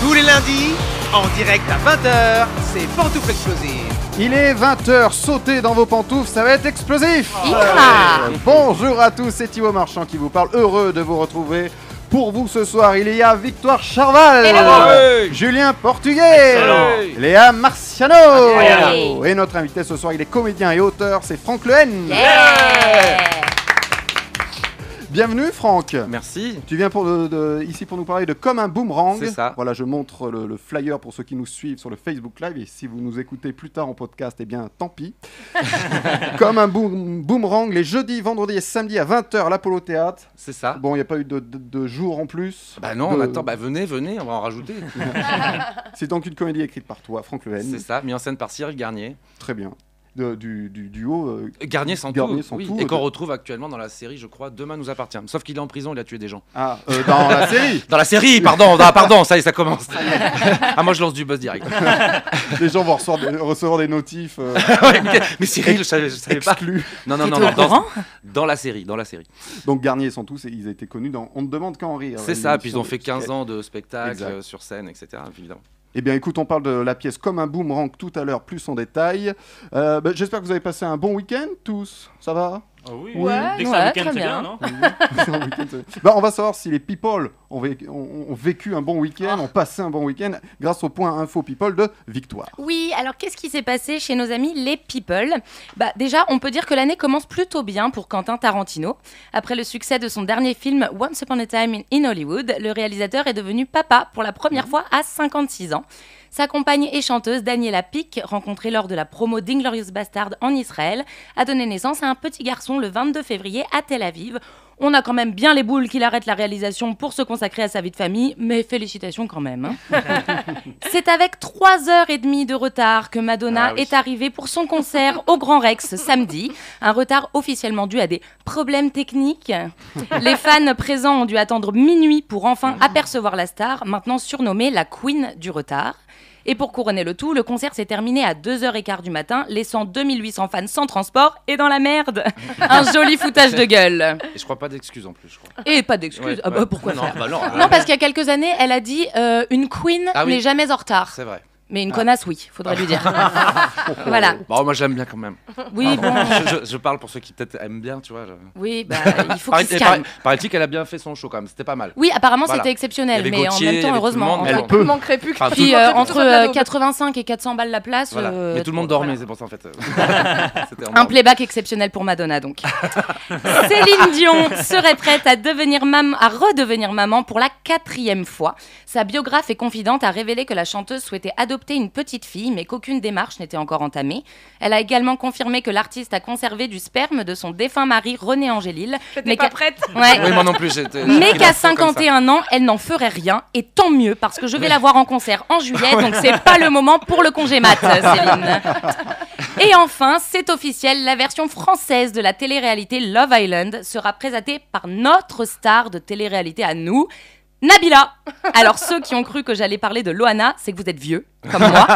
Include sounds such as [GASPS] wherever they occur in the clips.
Tous les lundis, en direct à 20h, c'est Pantoufle Explosive. Il est 20h, sautez dans vos pantoufles, ça va être explosif Ira Bonjour à tous, c'est Thibaut Marchand qui vous parle, heureux de vous retrouver. Pour vous ce soir, il y a Victoire Charval, Hello. Julien Portugais, Excellent. Léa Marciano Incroyable. et notre invité ce soir, il est comédien et auteur, c'est Franck Lehen. Yeah Bienvenue Franck. Merci. Tu viens pour de- de- ici pour nous parler de Comme un boomerang. C'est ça. Voilà, je montre le, le flyer pour ceux qui nous suivent sur le Facebook Live. Et si vous nous écoutez plus tard en podcast, eh bien, tant [LAUGHS] pis. Comme un boom- boomerang, les jeudis, vendredis et samedis à 20h à l'Apollo Théâtre. C'est ça. Bon, il n'y a pas eu de, de- de jour en plus. Ah. Bah non, on De- attend. Bah venez, venez, on va [LAUGHS] en rajouter. C'est donc une comédie écrite par toi, Franck C'est Lehen. ça, mis en scène par Cyril Garnier. Très bien. De- du, du duo. euh, Euh, Garnier sans Garnier tout. sans oui, tout, Et euh, qu'on retrouve actuellement dans la série, je crois, Demain nous appartient. Sauf qu'il est en prison, il a tué des gens. ah, euh, dans la [LAUGHS] série. Dans la série, pardon, dans- pardon, ça y est, ça commence. [LAUGHS] ah, moi je lance du [LAUGHS] buzz direct. Les gens vont recevoir des, recevoir des notifs euh, Ouais, mais- mais Cyril, je savais, je savais pas. exclus. Non, non, non, T'étais au non, dans, courant dans la série, dans la série. Donc Garnier et sans tous, ils étaient connus dans On ne demande qu'à en rire. C'est une ça, puis ils émission ont fait de- 15 ans de spectacle Exact. euh, sur scène, etc. Évidemment. Eh bien, écoute, on parle de la pièce comme un boomerang tout à l'heure, plus en détail. Euh, bah, J'espère que vous avez passé un bon week-end, tous. Ça [LAUGHS] va Ah oui, Ouais, dès que c'est un ouais, week-end, très c'est bien, bien. non Un week-end, euh, bah, On va savoir si les people ont, vé- ont- ont vécu un bon Ah. week-end, ont passé un bon week-end, grâce au point info people de Victoire. Oui, alors qu'est-ce qui s'est passé chez nos amis les People Bah déjà, on peut dire que l'année commence plutôt bien pour Quentin Tarantino. Après le succès de son dernier film Once Upon a Time in Hollywood, le réalisateur est devenu papa pour la première fois à 56 ans. Sa compagne et chanteuse Daniela Pick, rencontrée lors de la promo d'Inglorious Bastard en Israël, a donné naissance à un petit garçon le 22 février à Tel Aviv. On a quand même bien les boules qu'il arrête la réalisation pour se consacrer à sa vie de famille, mais félicitations quand même. hein. [LAUGHS] C'est avec 3h30 de retard que Madonna Ah oui. est arrivée pour son concert au Grand Rex samedi. Un retard officiellement dû à des problèmes techniques. Les fans présents ont dû attendre minuit pour enfin Ah. apercevoir la star, maintenant surnommée la Queen du retard. Et pour couronner le tout, le concert s'est terminé à 2h15 du matin, laissant 2800 fans sans transport et dans la merde. Un joli foutage de gueule. Et je crois pas d'excuses en plus, je crois. Et pas d'excuses. Ouais, ah bah ouais. pourquoi non, faire bah non, Non, parce qu'il y a quelques années, elle a dit euh, une queen Ah oui. n'est jamais en retard. C'est Ah. vrai. Mais une connasse, oui, faudrait lui dire. [LAUGHS] voilà. Bon, moi j'aime bien quand même. Oui, bon. je, je- je parle pour ceux qui peut-être aiment bien, tu vois. je- Oui, bah, il faut Paraît- qu'il se Ah, et paraît- calme. Paraît-il qu'elle a bien fait son show quand même, c'était pas mal. Oui, apparemment, Voilà. c'était Il exceptionnel, y avait mais Gauthier, en même il y temps, avait tout le heureusement. monde, en mais fait. bon. Il manquerait plus que Enfin, Puis tout- euh, tout- tout- entre tout- tout- euh, tout- 85 et 400 balles la place. Voilà. euh, Mais tout le monde voilà. dormait, c'est pour ça [LAUGHS] en fait. C'était Un énorme. playback exceptionnel pour Madonna donc. Céline Dion serait prête à devenir mam- à redevenir maman pour la quatrième fois. Sa biographe et confidente a révélé que la chanteuse souhaitait adopter une petite fille, mais qu'aucune démarche n'était encore entamée. Elle a également confirmé que l'artiste a conservé du sperme de son défunt mari René Angélil, mais J'étais qu'à pas prête. ouais. Oui, moi non plus. j'étais- Mais j'étais qu'à dans le fond comme ça. 51 ans, elle n'en ferait rien, et tant mieux, parce que je vais la voir en concert [LAUGHS] en juillet, donc c'est pas le moment pour le congé mat, Céline. Et enfin, c'est officiel, la version française de la télé-réalité Love Island sera présentée par notre star de télé-réalité à nous, Nabila. Alors ceux qui ont cru que j'allais parler de Loana, c'est que vous êtes vieux, comme [LAUGHS] moi.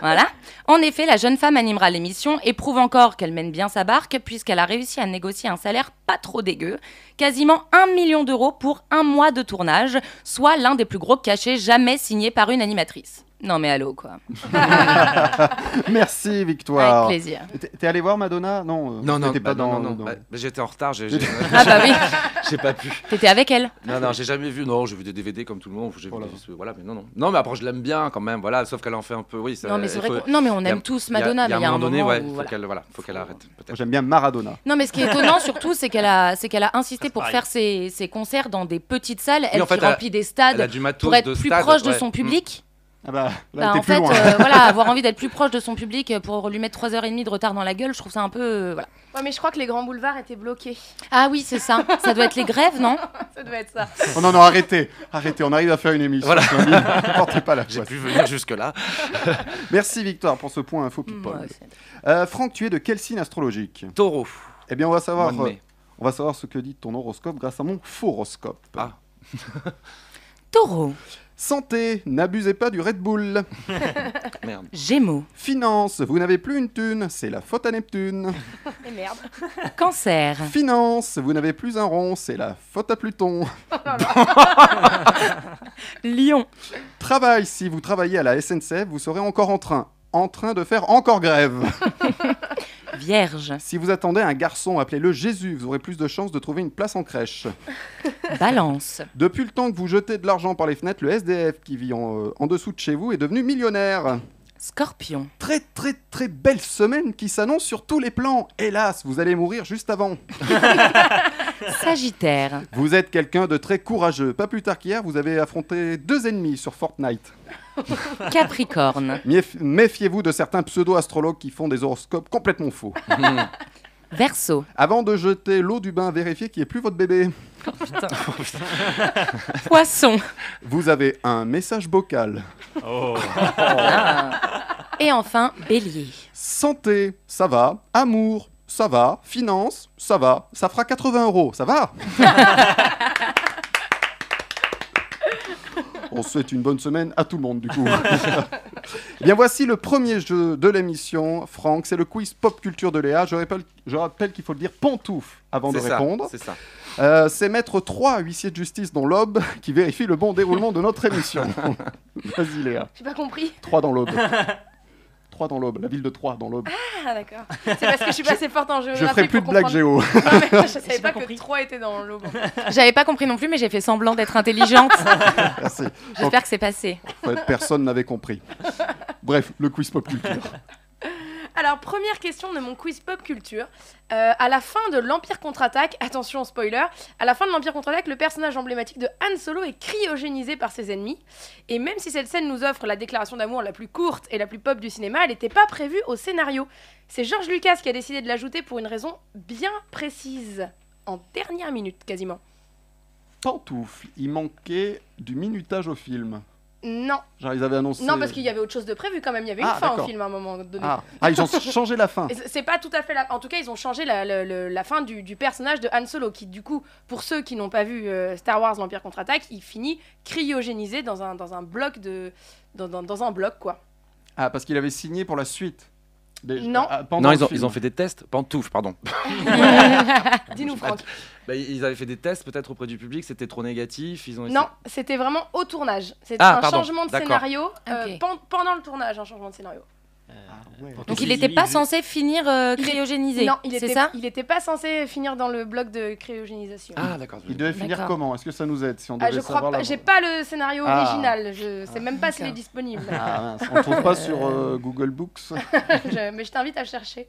Voilà. En effet, la jeune femme animera l'émission et prouve encore qu'elle mène bien sa barque puisqu'elle a réussi à négocier un salaire pas trop dégueu, quasiment 1 million d'euros pour un mois de tournage, soit l'un des plus gros cachets jamais signés par une animatrice. Non mais allô quoi. Merci, Victoire. Avec plaisir. T'es- T'es allé voir Madonna Non, euh, Non, non, t'étais bah pas dans. non, non, dans- bah, bah, j'étais en retard, j'ai, j'ai- Ah bah oui, [LAUGHS] j'ai pas pu. t'étais avec elle. Non, non, j'ai jamais vu. Non, j'ai vu des DVD comme tout le monde. J'ai vu Voilà. des- voilà, mais non, non. Non, mais après, je l'aime bien quand même. Voilà, sauf qu'elle en fait un peu. Oui, ça- Non mais c'est il vrai. faut- qu'on- Non mais on il y a- aime tous Madonna, mais il y a un moment donné, ouais, où, faut voilà. qu'elle, voilà, faut qu'elle arrête. Moi, Peut-être. J'aime bien Maradona. Non mais ce qui est étonnant surtout, c'est qu'elle a, c'est qu'elle a insisté c'est pour pareil. faire ses, ses concerts dans des petites salles. Elle en fait, qui elle a- remplit des Elle a stades du matos pour être de plus stade, proche de ouais. son Mm. public. Ah bah, là, Bah, t'es en plus fait, loin. euh, voilà, avoir envie d'être plus proche de son public euh, pour lui mettre 3h30 de retard dans la gueule, je trouve ça un peu. euh, voilà. Ouais, mais je crois que les grands boulevards étaient bloqués. Ah oui, c'est ça. ça doit être les grèves, non [LAUGHS] Ça doit être ça. Oh non, non, arrêtez. Arrêtez, on arrive à faire une émission. Voilà. Portez [LAUGHS] pas la J'ai poisse. pu venir jusque là. Merci, Victoire, pour ce point info people. Ouais, c'est- Euh, Franck, tu es de quel signe astrologique Taureau. Eh bien, on va savoir. mois de euh, mai. On va savoir ce que dit ton horoscope grâce à mon faux horoscope. Ah. Taureau. Santé, n'abusez pas du Red Bull. Merde. Gémeaux, Finance, vous n'avez plus une thune, c'est la faute à Neptune. Et merde. cancer, Finance, vous n'avez plus un rond, c'est la faute à Pluton. lion, Travail, si vous travaillez à la SNCF, vous serez encore en train. En train de faire encore grève. vierge, Si vous attendez un garçon, appelez-le Jésus, vous aurez plus de chances de trouver une place en crèche. balance, Depuis le temps que vous jetez de l'argent par les fenêtres, le SDF qui vit en, euh, en dessous de chez vous est devenu millionnaire. scorpion, Très très très belle semaine qui s'annonce sur tous les plans. Hélas, vous allez mourir juste avant. sagittaire, Vous êtes quelqu'un de très courageux. Pas plus tard qu'hier, vous avez affronté deux ennemis sur Fortnite. capricorne, Mief- Méfiez-vous de certains pseudo-astrologues qui font des horoscopes complètement faux. verso, Avant de jeter l'eau du bain, vérifiez qu'il n'y ait plus votre bébé. poisson. Vous avez un message bocal. Oh. [LAUGHS] Ah. Et enfin, bélier. Santé, ça va. Amour, ça va. Finance, ça va. Ça fera 80 euros, ça [LAUGHS] va On souhaite une bonne semaine à tout le monde, du [LAUGHS] coup. Eh bien, voici le premier jeu de l'émission, Franck. C'est le quiz pop culture de Léa. Je rappelle, je rappelle qu'il faut le dire pantouf avant de C'est ça, répondre. C'est ça. Euh, C'est mettre trois huissiers de justice dans l'aube qui vérifient le bon déroulement de notre [LAUGHS] émission. Vas-y, Léa. J'ai pas compris. Trois dans l'aube. Trois dans l'aube. La ville de Troyes dans l'aube. Ah d'accord. C'est parce que je suis pas assez forte en géographie. Je ferai plus de pour blagues comprendre. géo. [LAUGHS] Non, mais je savais J'ai pas, pas que compris. 3 était dans l'aube. J'avais pas compris non plus, mais j'ai fait semblant d'être intelligente. Merci. J'espère que c'est passé. En fait, personne n'avait compris. Bref, le quiz pop culture. Alors première question de mon quiz pop culture. Euh, à la fin de l'Empire contre-attaque, attention spoiler, à la fin de l'Empire contre-attaque, le personnage emblématique de Han Solo est cryogénisé par ses ennemis. Et même si cette scène nous offre la déclaration d'amour la plus courte et la plus pop du cinéma, elle n'était pas prévue au scénario. C'est George Lucas qui a décidé de l'ajouter pour une raison bien précise. En dernière minute quasiment. Pantoufle, il manquait du minutage au film. Non, Genre, ils avaient annoncé. non parce qu'il y avait autre chose de prévu quand même. Il y avait une Ah, fin au d'accord. film à un moment donné. Ah, Ah, ils ont changé la fin. Et c- C'est pas tout à fait la... En tout cas, ils ont changé la, le- le- la fin du, du personnage de Han Solo, qui du coup, pour ceux qui n'ont pas vu euh, Star Wars l'Empire contre-attaque, il finit cryogénisé dans un, dans un bloc de... Dans, dans- dans un bloc, quoi. Ah, parce qu'il avait signé pour la suite. Des- Non. ah, pendant Non, le ils ont, film. ils ont fait des tests. Pantoufles, pardon. Ah, Dis-nous, Franck. Bah, ils avaient fait des tests peut-être auprès du public, c'était trop négatif. Ils ont essayé- Non, c'était vraiment au tournage. C'était Ah, un pardon, changement de d'accord. scénario euh, Ok. pen- pendant le tournage, un changement de scénario. Ah, ouais. Donc il n'était pas censé finir euh, Il est- cryogénisé. non, il c'est était, ça il était pas censé finir dans le bloc de cryogénisation. Ah, d'accord. Il devait finir D'accord. comment Est-ce que ça nous aide si on Ah, devait je crois savoir pas, la- j'ai pas le scénario Ah. original, je sais même pas s'il est D'accord. disponible. Ah, mince, on le trouve pas sur euh, Google Books. [LAUGHS] Je- mais je t'invite à chercher.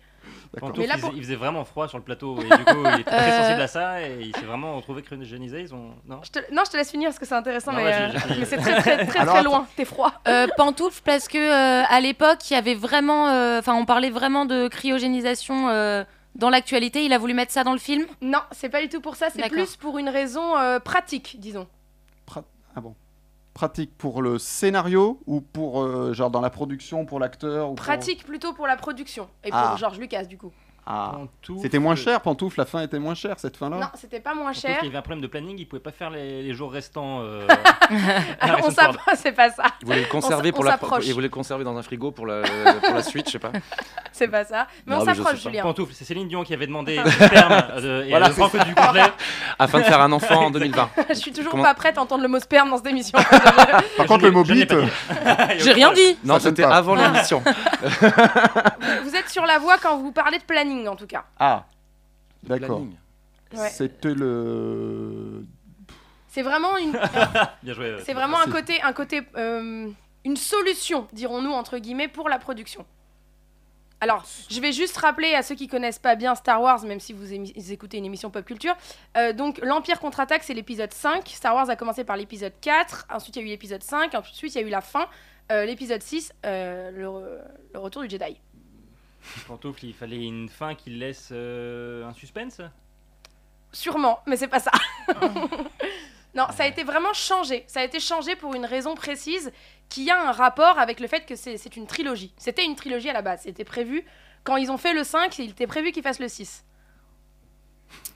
D'accord. Mais là, il, pour- faisait- il faisait vraiment froid sur le plateau et du coup il était très Euh. sensible à ça et il s'est vraiment retrouvé cryogénisé. Ils ont non. Je te- Non, je te laisse finir parce que c'est intéressant, Non, mais, ouais, j'ai- euh, j'ai- mais c'est très très très, Alors, très loin. T'es froid. [LAUGHS] Euh, pantoufle parce que euh, à l'époque, il y avait vraiment, euh, enfin, on parlait vraiment de cryogénisation euh, dans l'actualité. Il a voulu mettre ça dans le film. Non, c'est pas du tout pour ça. C'est D'accord. plus pour une raison euh, pratique, disons. Ah bon. Pratique pour le scénario ou pour euh, genre dans la production pour l'acteur ou pour- Pratique plutôt pour la production et pour Ah. Georges Lucas du coup. Ah. Pantoufles- C'était moins cher, Pantouf, la fin était moins chère, cette Non, fin-là c'était pas moins Pantoufles, cher. Il y avait un problème de planning, il pouvait pas faire les, les jours restants. [LAUGHS] euh, à la [LAUGHS] On Harrison Ford. s'approche, c'est pas ça. Ils voulaient le On conserver s- pour on la s'approche. ils voulaient le conserver dans un frigo pour la, pour la suite, je sais pas. C'est pas ça. Mais Non, on mais je s'approche, sais pas. Julien. Pantoufles, c'est Céline Dion qui avait demandé le terme euh, et Voilà, le c'est Franck du complet. Afin de faire un enfant en 2020. [LAUGHS] [LAUGHS] Je suis toujours Comment- pas prête à entendre le mot sperme dans cette émission. Par contre, le euh, mot Je n'ai bite, pas dit. J'ai rien dit. Non, Ça donne c'était pas. avant Ah. l'émission. vous êtes sur la voie quand vous parlez de planning en tout cas. Ah D'accord. Planning. Ouais. C'était le. C'est vraiment une Bien joué. euh, C'est vraiment un Merci. côté, un côté, euh, une solution, dirons-nous entre guillemets, pour la production. Alors, je vais juste rappeler à ceux qui connaissent pas bien Star Wars, même si vous émi- écoutez une émission pop culture. Euh, donc, l'Empire contre-attaque, c'est l'épisode 5. Star Wars a commencé par l'épisode 4, ensuite il y a eu l'épisode 5, ensuite il y a eu la fin, euh, l'épisode 6, euh, le, re- le retour du Jedi. Pantoufles, il fallait une fin qui laisse euh, un suspense. Sûrement, mais c'est [LAUGHS] pas ça. non, ça a été vraiment changé. Ça a été changé pour une raison précise qui a un rapport avec le fait que c'est c'est une trilogie. C'était une trilogie à la base. C'était prévu. Quand ils ont fait le 5, il était prévu qu'ils fassent le 6.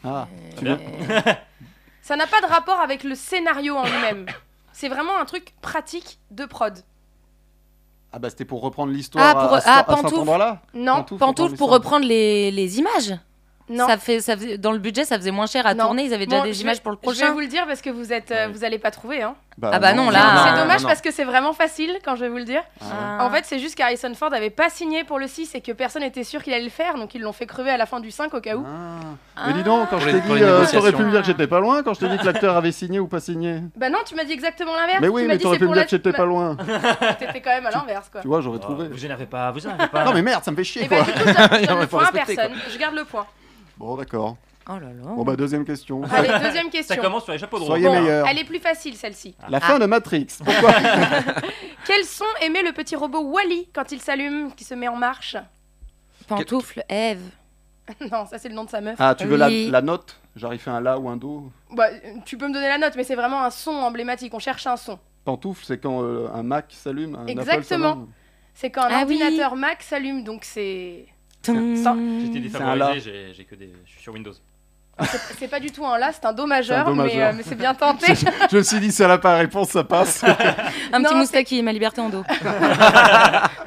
Ah Bien. Euh, [COUGHS] Ça n'a pas de rapport avec le scénario en lui-même. C'est vraiment un truc pratique de prod. Ah bah c'était pour reprendre l'histoire Ah, pour- à, à ce- ah, à cet pantoufle. endroit-là. Non, Pantoufle, Pantoufle reprendre pour l'histoire. reprendre les, les images. non. Ça fait, ça faisait- dans le budget, ça faisait moins cher à Non. tourner. Ils avaient déjà Bon, des je images vais- pour le Je vais prochain. vous le dire parce que vous êtes, euh, Ouais. vous allez pas trouver. Hein. Ah bah non, là. c'est non, dommage non. parce que c'est vraiment facile quand je vais vous le dire. Ah Ah. En fait, c'est juste qu'Harrison Ford avait pas signé pour le 6 et que personne n'était sûr qu'il allait le faire, donc ils l'ont fait crever à la fin du 5 au cas où. Ah. Mais dis donc, Ah. quand Pour je t'ai les- pour dit, les euh, t'aurais négociations. pu me dire que j'étais pas loin, quand je t'ai dit que l'acteur avait signé ou pas signé. Bah non, tu m'as dit exactement l'inverse. Mais tu oui, m'as mais dit t'aurais c'est pu me pour dire la- que j'étais pas loin. Bah, T'étais quand même à l'inverse [LAUGHS] quoi. Tu vois, j'aurais Oh, trouvé. Vous énervez pas, vous énervez pas. Non mais merde, ça me fait Et chier bah quoi. du [LAUGHS] coup, je donne- je Il donne faut le point à respecter, quoi. personne. Je garde le point. Bon d'accord. Oh là là. Bon bah deuxième question. Allez, deuxième Ça question. commence sur les chapeaux de roue. Soyez meilleurs. Elle est plus facile celle-ci. La fin de Matrix. [LAUGHS] Pourquoi Quel son émet le petit robot Wally quand il s'allume, qui se met en marche [LAUGHS] Pantoufle, Eve. Non, ça c'est le nom de sa meuf. Ah, tu veux la, Oui. la note J'arrive fait un la ou un do. Bah, tu peux me donner la note, mais c'est vraiment un son emblématique. On cherche un son. Pantoufle, c'est quand euh, un Mac s'allume, un Apple Exactement. s'allume. C'est quand un Ah oui. ordinateur Mac s'allume, donc c'est. Ça- là. J'étais défavorisé, j'ai- j'ai que des. Je suis sur Windows. c'est- C'est pas du tout un la, c'est un do majeur, C'est un do mais, majeur. euh, mais c'est bien [LAUGHS] tenté. Je me suis dit, si elle a pas la réponse, ça [LAUGHS] passe. Un Non, petit c'est- moustaki, ma liberté en dos.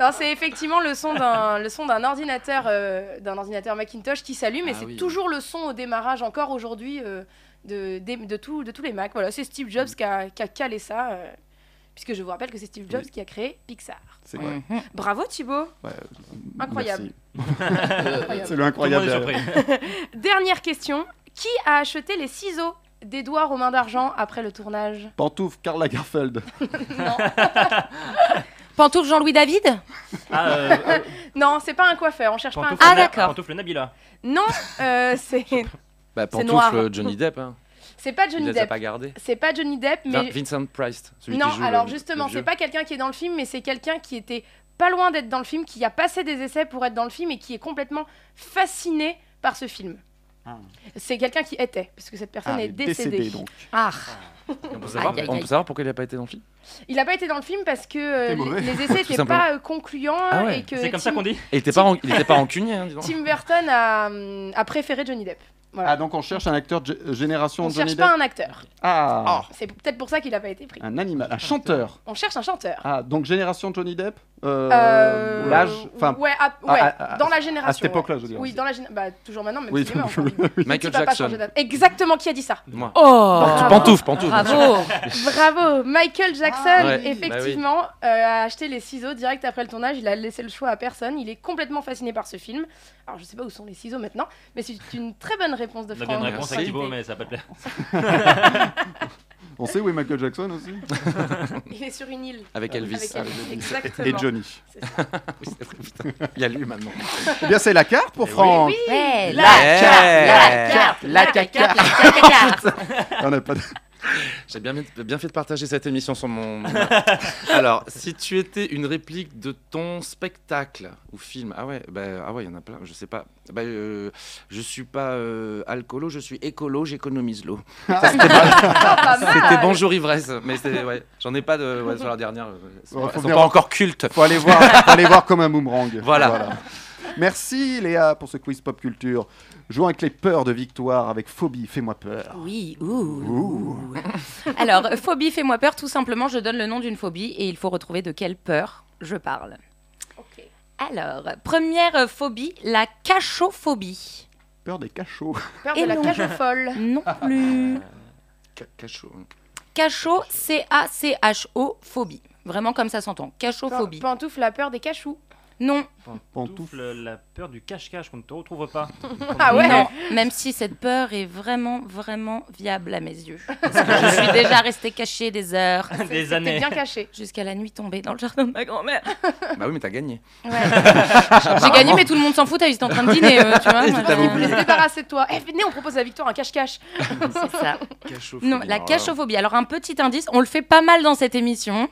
Non, c'est effectivement le son d'un le son d'un ordinateur euh, d'un ordinateur Macintosh qui s'allume et Ah c'est oui. toujours le son au démarrage encore aujourd'hui euh, de, des- de, tout- de tous les Mac. Voilà, c'est Steve Jobs Mm. qui a, qui a calé ça. euh, Puisque je vous rappelle que c'est Steve Jobs Oui. qui a créé Pixar. C'est [LAUGHS] vrai. Mhm. Bravo Thibaut Incroyable. Merci. [LAUGHS] Incroyable. C'est le Tout le monde incroyable. est surpris. Dernière question. Qui a acheté les ciseaux d'Edouard aux mains d'argent après le tournage Pantoufle, Karl Lagerfeld. Non, Pantoufle Jean-Louis David Ah, euh, euh, non c'est pas un coiffeur, on cherche pantoufle, pas un Ah, Na- d'accord. Pantoufle Nabila. Ah, Non, euh, [LAUGHS] c'est Bah, noir. pantoufle euh, Johnny Depp. Hein. c'est pas Il Johnny les a Depp. pas gardés. C'est pas Johnny Depp, Vin- mais Vincent Price. Celui qui non. joue euh, Alors le- justement, le c'est vieux. pas quelqu'un qui est dans le film, mais c'est quelqu'un qui était pas loin d'être dans le film, qui a passé des essais pour être dans le film et qui est complètement fasciné par ce film. Ah. C'est quelqu'un qui était, parce que cette personne Ah, est décédée. donc. Ah, On peut Ah, savoir, Aïe, aïe, mais- On peut savoir pourquoi il a pas été dans le film Il n'a pas été dans le film parce que euh, T'es les, mauvais. les [LAUGHS] essais Tout n'étaient simplement. pas euh, concluants Ah ouais. et que C'est comme ça Tim- qu'on dit Et Il était pas, ran- il était pas rancunier, hein, dis donc. Tim Burton a, hum, a préféré Johnny Depp. Voilà. Ah, donc on cherche un acteur gé- euh, génération on Johnny cherche Depp pas un acteur. Ah Oh. C'est peut-être pour ça qu'il n'a pas été pris. Un animal, un chanteur. On cherche un chanteur. Ah, donc génération Johnny Depp Euh, Euh, L'âge Enfin, ouais, à- à- ouais, à- à- dans la génération. à cette ouais. époque-là, je veux dire. Oui, dans la génération. Bah, toujours maintenant, même [LAUGHS] Oui, s'il est mort, toujours. enfin, il- Michael il va pas Jackson. changer d'âge. Exactement, qui a dit ça Moi. Oh Bravo. Pantoufle, pantoufle. Bravo [LAUGHS] Bravo Michael Jackson, Ouais, effectivement, euh, a acheté les ciseaux direct après le tournage. Il a laissé le choix à personne. Il est complètement fasciné par ce film. Alors, je sais pas où sont les ciseaux maintenant, mais c'est une très bonne réponse de On a Franck. bien une réponse à Merci. Thibaut, mais ça va pas te plaire. on sait où est Michael Jackson aussi Il est sur une île. Avec Elvis. Ah Avec elle. Exactement. Et Johnny. Oui, c'est vrai, putain. Il y a lui maintenant. Eh bien, c'est la carte pour Eh oui. Franck. Ouais, La carte, la carte, la carte, la carte. On n'a pas de- J'ai bien, bien fait de partager cette émission sur mon. [LAUGHS] Alors, si tu étais une réplique de ton spectacle ou film, ah ouais, bah, ah ouais, il y en a plein. Je sais pas. Bah, euh, je suis pas euh, alcoolo, je suis écolo, j'économise l'eau. Ça, C'était pas- pas mal. c'était bonjour ivresse, mais c'est- ouais, j'en ai pas de ouais, sur la dernière. euh, c'est- Faut elles sont venir- pas encore cultes. Faut aller voir, faut aller voir comme un boomerang. Voilà. Merci Léa pour ce quiz pop culture. Jouons avec les peurs de victoire, avec phobie, fais-moi peur. Oui, ouh. Alors, phobie, fais-moi peur, tout simplement, je donne le nom d'une phobie et il faut retrouver de quelle peur je parle. Ok. Alors, première euh, phobie, la cachophobie. Ah. Peur des cachots. Peur Et de la non. cage folle. Non plus. Ca- Cachot. hein. Cacho, C-A-C-H-O, phobie. Vraiment comme ça s'entend. Cachophobie. Pantoufle, la peur des cachous. Non, Pantoufle, la peur du cache-cache qu'on ne te retrouve pas. Ah ouais non. Même si cette peur est vraiment, vraiment viable à mes yeux. Parce que je suis déjà restée cachée des heures. C'est- Des c'était années. bien caché. Jusqu'à la nuit tombée dans le jardin de ma grand-mère. Bah oui, mais t'as gagné. J'ai gagné, mais tout le monde s'en fout, ils étaient en train de dîner, eux, tu vois. Ils t'avaient Euh, oublié. Se débarrasser de toi. Eh, venez, on propose à Victoire un cache-cache. c'est ça. Cachophobie. Non, la Alors là, cachophobie. Alors, un petit indice, on le fait pas mal dans cette émission.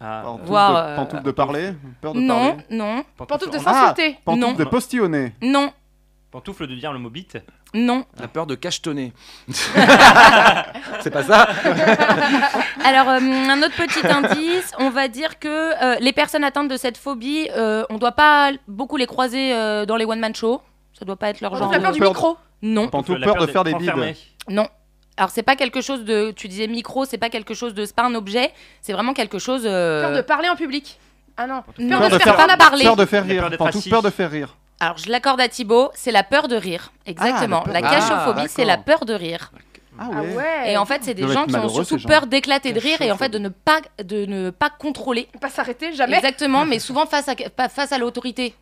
Ah, Pantoufle, Voir, de, euh, pantoufle de parler Peur de Non, parler non, Pantoufle de on- s'insulter. Pantoufle Non. de postillonner non, Pantoufle de dire le mot bite. non. euh, La peur de [LAUGHS] cachetonner. [LAUGHS] c'est pas ça Alors, euh, un autre [LAUGHS] petit indice, on va dire que euh, les personnes atteintes de cette phobie, euh, on doit pas beaucoup les croiser euh, dans les one-man shows. Ça doit pas être leur genre. Pantoufle, la de- peur du Peur- micro. Non, Pantoufle, peur de d'être faire des bides. enfermé. non. Alors c'est pas quelque chose de, tu disais micro, c'est pas quelque chose de, c'est pas un objet, c'est vraiment quelque chose. euh, Peur de parler en public. Ah non. non, peur de faire faire- pas parler. Peur de faire Il a rire. peur d'être Pantouf, assis. peur de faire rire. Alors je l'accorde à Thibaut, c'est la peur de rire. Exactement. peur la de- cachophobie, Ah, c'est la peur de rire. Ah Ah ouais. ouais. Et en fait, c'est des doivent gens être qui ont malheureux, surtout ces gens. peur d'éclater de rire et en fait de Cachophobie. ne pas de ne pas contrôler. pas s'arrêter jamais. Exactement, [LAUGHS] mais souvent face à pas- face à l'autorité.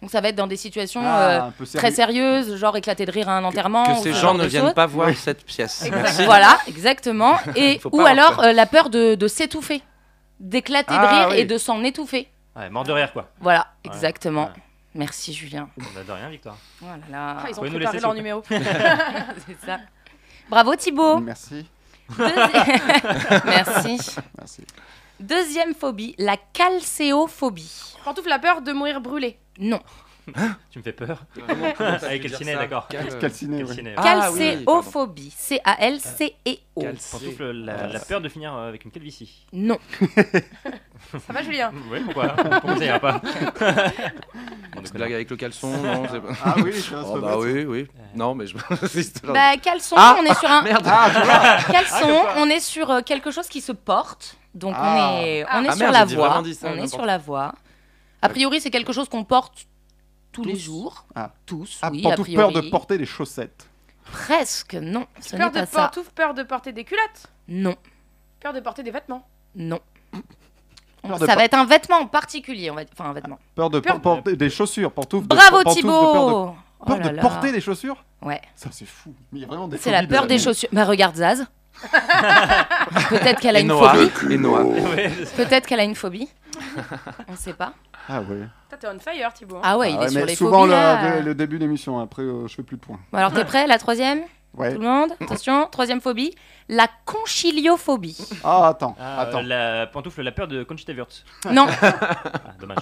Donc ça va être dans des situations euh, Ah, un peu très sérieux. sérieuses, genre éclater de rire à un enterrement. Que ou ces ce gens genre ne de viennent choses. pas voir Oui. cette pièce. Exact. Merci. Voilà, [LAUGHS] exactement. Et Faut pas ou avoir alors peur. euh, la peur de, de s'étouffer, d'éclater de Ah, rire oui. et de s'en étouffer. Ouais, mort de rire, quoi. Voilà, Ouais, exactement. ouais. Merci Julien. On a de rien, Victoire. Oh là là. Ah, ils ont Pouvez nous préparé laisser, leur s'il numéro. [LAUGHS] [LAUGHS] C'est ça. Bravo Mm. Thibaut. Merci. Deuxi- [LAUGHS] Merci. Merci. Deuxième phobie, la calcéophobie. Pantouf, la peur de mourir brûlé. Non, Tu me fais peur. Comment- comment t'as Avec pu dire Calciné, ça d'accord. Cal- Calciné, Quel ouais. ciné. Ah, oui, pardon. calcéophobie. C-A-L-C-E-O. Euh, Calcé. Pantoufle, la, la peur de finir euh, avec une calvitie. Non. Ça va, Julien Oui, pourquoi Pourquoi ça ira pas Une petite blague avec le caleçon, non [LAUGHS] c'est pas- Ah oui, ça Oh bah oui, oui. Non, mais je. [LAUGHS] c'est histoire de- Bah, caleçon, Ah, on est sur un. Merde Caleçon, on est sur euh, quelque chose qui se porte. Donc Ah. on est, on Ah. est Ah, sur merde, la j'ai dit vraiment voie. dit ça, On est n'importe sur la voie. A priori, c'est quelque chose qu'on porte tous, les jours. Ah. Tous, Ah, oui, a Pantouf, priori. peur de porter des chaussettes. Presque, non. Ce n'est Peur de pas ça. pantouf, peur de porter des culottes. Non, Peur de porter des vêtements. non. Peur de ça por- va être un vêtement en particulier. on va- Enfin, un vêtement. Peur de Peur por- porter des chaussures. Pantouf, de- Bravo Pantouf, de peur de- Thibaut Peur Oh là de là. porter des chaussures Ouais. Ça, c'est fou. Mais il y a vraiment des C'est la phobies peur de- des chaussures. Bah regarde Zaz. Peut-être qu'elle a Et une Noah. phobie. Et Noah. Ouais, c'est ça. Peut-être qu'elle a une phobie. On sait pas. Ah ouais. Putain, T'es on fire, Thibaut. hein. Ah ouais, il Ah ouais, est sur mais les souvent phobies. le, là. le- le début d'émission. Après, euh, je fais plus de points. Bon, alors t'es prêt La troisième Ouais. Tout le monde Attention, troisième phobie. La conciliophobie. [LAUGHS] Ah attends, Ah, euh, attends. la pantoufle, la peur de [LAUGHS] Conchita Wurst. Non, Ah, dommage.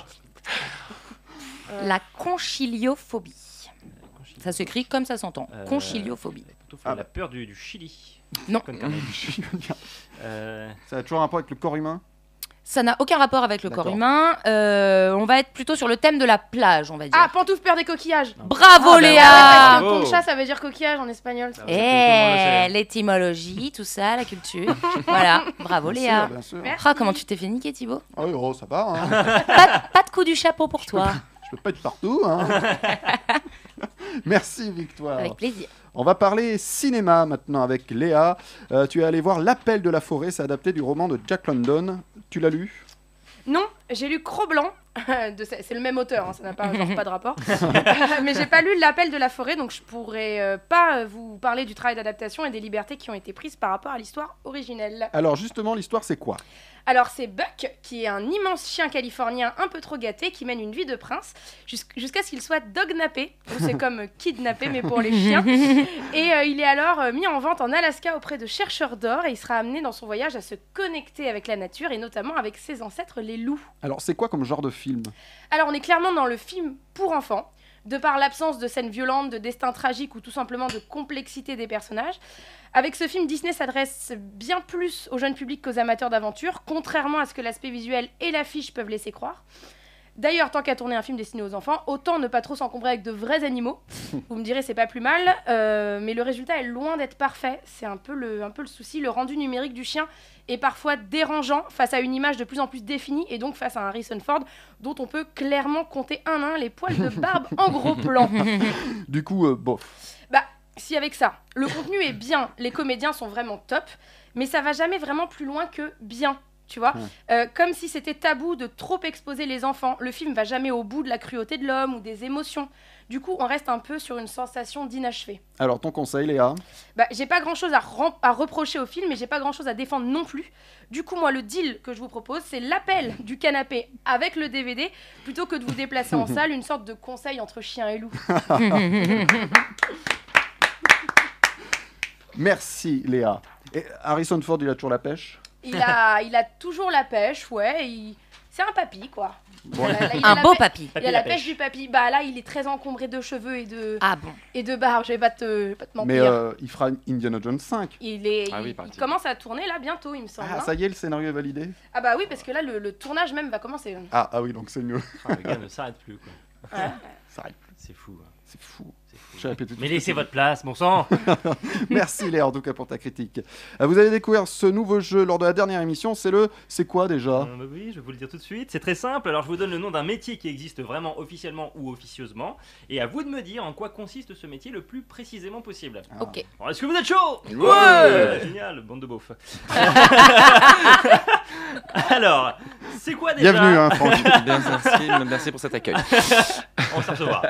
la conciliophobie. Ça s'écrit comme ça s'entend. Euh, Conciliophobie. La pantoufle, Ah. la peur du, du Chili. Non. Con [LAUGHS] carne. Ça Euh, a toujours un rapport avec le corps humain Ça n'a aucun rapport avec le corps D'accord. humain. Euh, on va être plutôt sur le thème de la plage, on va dire. Ah, pantouf, peur des coquillages. Bravo Ah, ben Léa Ah, ouais, bravo. Concha, ça veut dire coquillage en espagnol. ça. Ah ouais. Eh, l'étymologie, tout ça, la culture. voilà, bravo Bien Léa. sûr, bien sûr. Merci. Ah, comment tu t'es fait niquer, Thibaut Ah oui, oh, ça [LAUGHS] va. hein. pas, pas de coup du chapeau pour toi. je peux pas être partout. [LAUGHS] hein. Merci Victoire. Avec [LAUGHS] plaisir. On va parler cinéma maintenant avec Léa. Euh, tu es allé voir L'appel de la forêt, c'est adapté du roman de Jack London. Tu l'as lu Non, j'ai lu Cro-Blanc. [LAUGHS] de ce- C'est le même auteur, hein, ça n'a [LAUGHS] pas, genre, pas de rapport. Euh, Mais j'ai pas lu L'appel de la forêt, donc je pourrais euh, pas euh, vous parler du travail d'adaptation et des libertés qui ont été prises par rapport à l'histoire originelle. Alors justement, l'histoire c'est quoi Alors c'est Buck, qui est un immense chien californien un peu trop gâté, qui mène une vie de prince, jusqu- jusqu'à ce qu'il soit dognappé, ou c'est comme euh, kidnappé mais pour les [LAUGHS] chiens. Et euh, il est alors euh, mis en vente en Alaska auprès de chercheurs d'or, et il sera amené dans son voyage à se connecter avec la nature, et notamment avec ses ancêtres les loups. Alors c'est quoi comme genre de film Alors on est clairement dans le film pour enfants, de par l'absence de scènes violentes, de destins tragiques ou tout simplement de complexité des personnages. Avec ce film, Disney s'adresse bien plus au jeune public qu'aux amateurs d'aventure, contrairement à ce que l'aspect visuel et l'affiche peuvent laisser croire. D'ailleurs, tant qu'à tourner un film destiné aux enfants, autant ne pas trop s'encombrer avec de vrais animaux. Vous me direz, c'est pas plus mal, euh, mais le résultat est loin d'être parfait. C'est un, peu le- un peu le souci. Le rendu numérique du chien est parfois dérangeant face à une image de plus en plus définie et donc face à un Harrison Ford dont on peut clairement compter un à un les poils de barbe en gros plan. Du coup, euh, bof. Si avec ça, le contenu est bien, les comédiens sont vraiment top, mais ça va jamais vraiment plus loin que bien. Tu vois, Ouais. Euh, comme si c'était tabou de trop exposer les enfants. Le film va jamais au bout de la cruauté de l'homme ou des émotions. Du coup, on reste un peu sur une sensation d'inachevé. Alors ton conseil Léa Bah, j'ai pas grand chose à, rem- à reprocher au film, mais j'ai pas grand chose à défendre non plus. Du coup, moi, le deal que je vous propose, c'est l'appel du canapé avec le DVD plutôt que de vous déplacer en salle, une sorte de conseil entre chien et loup. Merci Léa. Et Harrison Ford, il a toujours la pêche Il a, il a toujours la pêche, ouais. il- C'est un papy, quoi. Ouais. Là, il a Un la beau pê- papy. Il a la pêche du papy. Bah là, il est très encombré de cheveux et de, Ah bon et de barbe. Je vais pas te, pas te mentir. Mais euh, il fera Indiana Jones 5. Il, est, Ah oui, il, paraît-il. il commence à tourner là bientôt, il me semble. hein. Ah, Ah, ça y est, le scénario est validé bah oui, parce que là, le, le tournage même va commencer. Ah, ah oui, donc c'est mieux. ah, le gars ne s'arrête plus. Quoi. C'est fou. hein. C'est fou. C'est fou. J'ai répété tout Mais ce que laissez tu votre place, bon sang Ah. [LAUGHS] Merci Léa en tout cas pour ta critique. Euh, Vous avez découvert ce nouveau jeu lors de la dernière émission, c'est le c'est quoi déjà Euh, bah Oui, je vais vous le dire tout de suite. C'est très simple. Alors, je vous donne le nom d'un métier qui existe vraiment officiellement ou officieusement. Et à vous de me dire en quoi consiste ce métier le plus précisément possible. Ah. Ok. Bon, Est-ce que vous êtes chaud Ah, Ouais Génial, bande [LAUGHS] de beaufs. [LAUGHS] Alors, c'est quoi déjà Bienvenue hein, Franck. Bien, merci, merci pour cet accueil. On se [LAUGHS] revoit.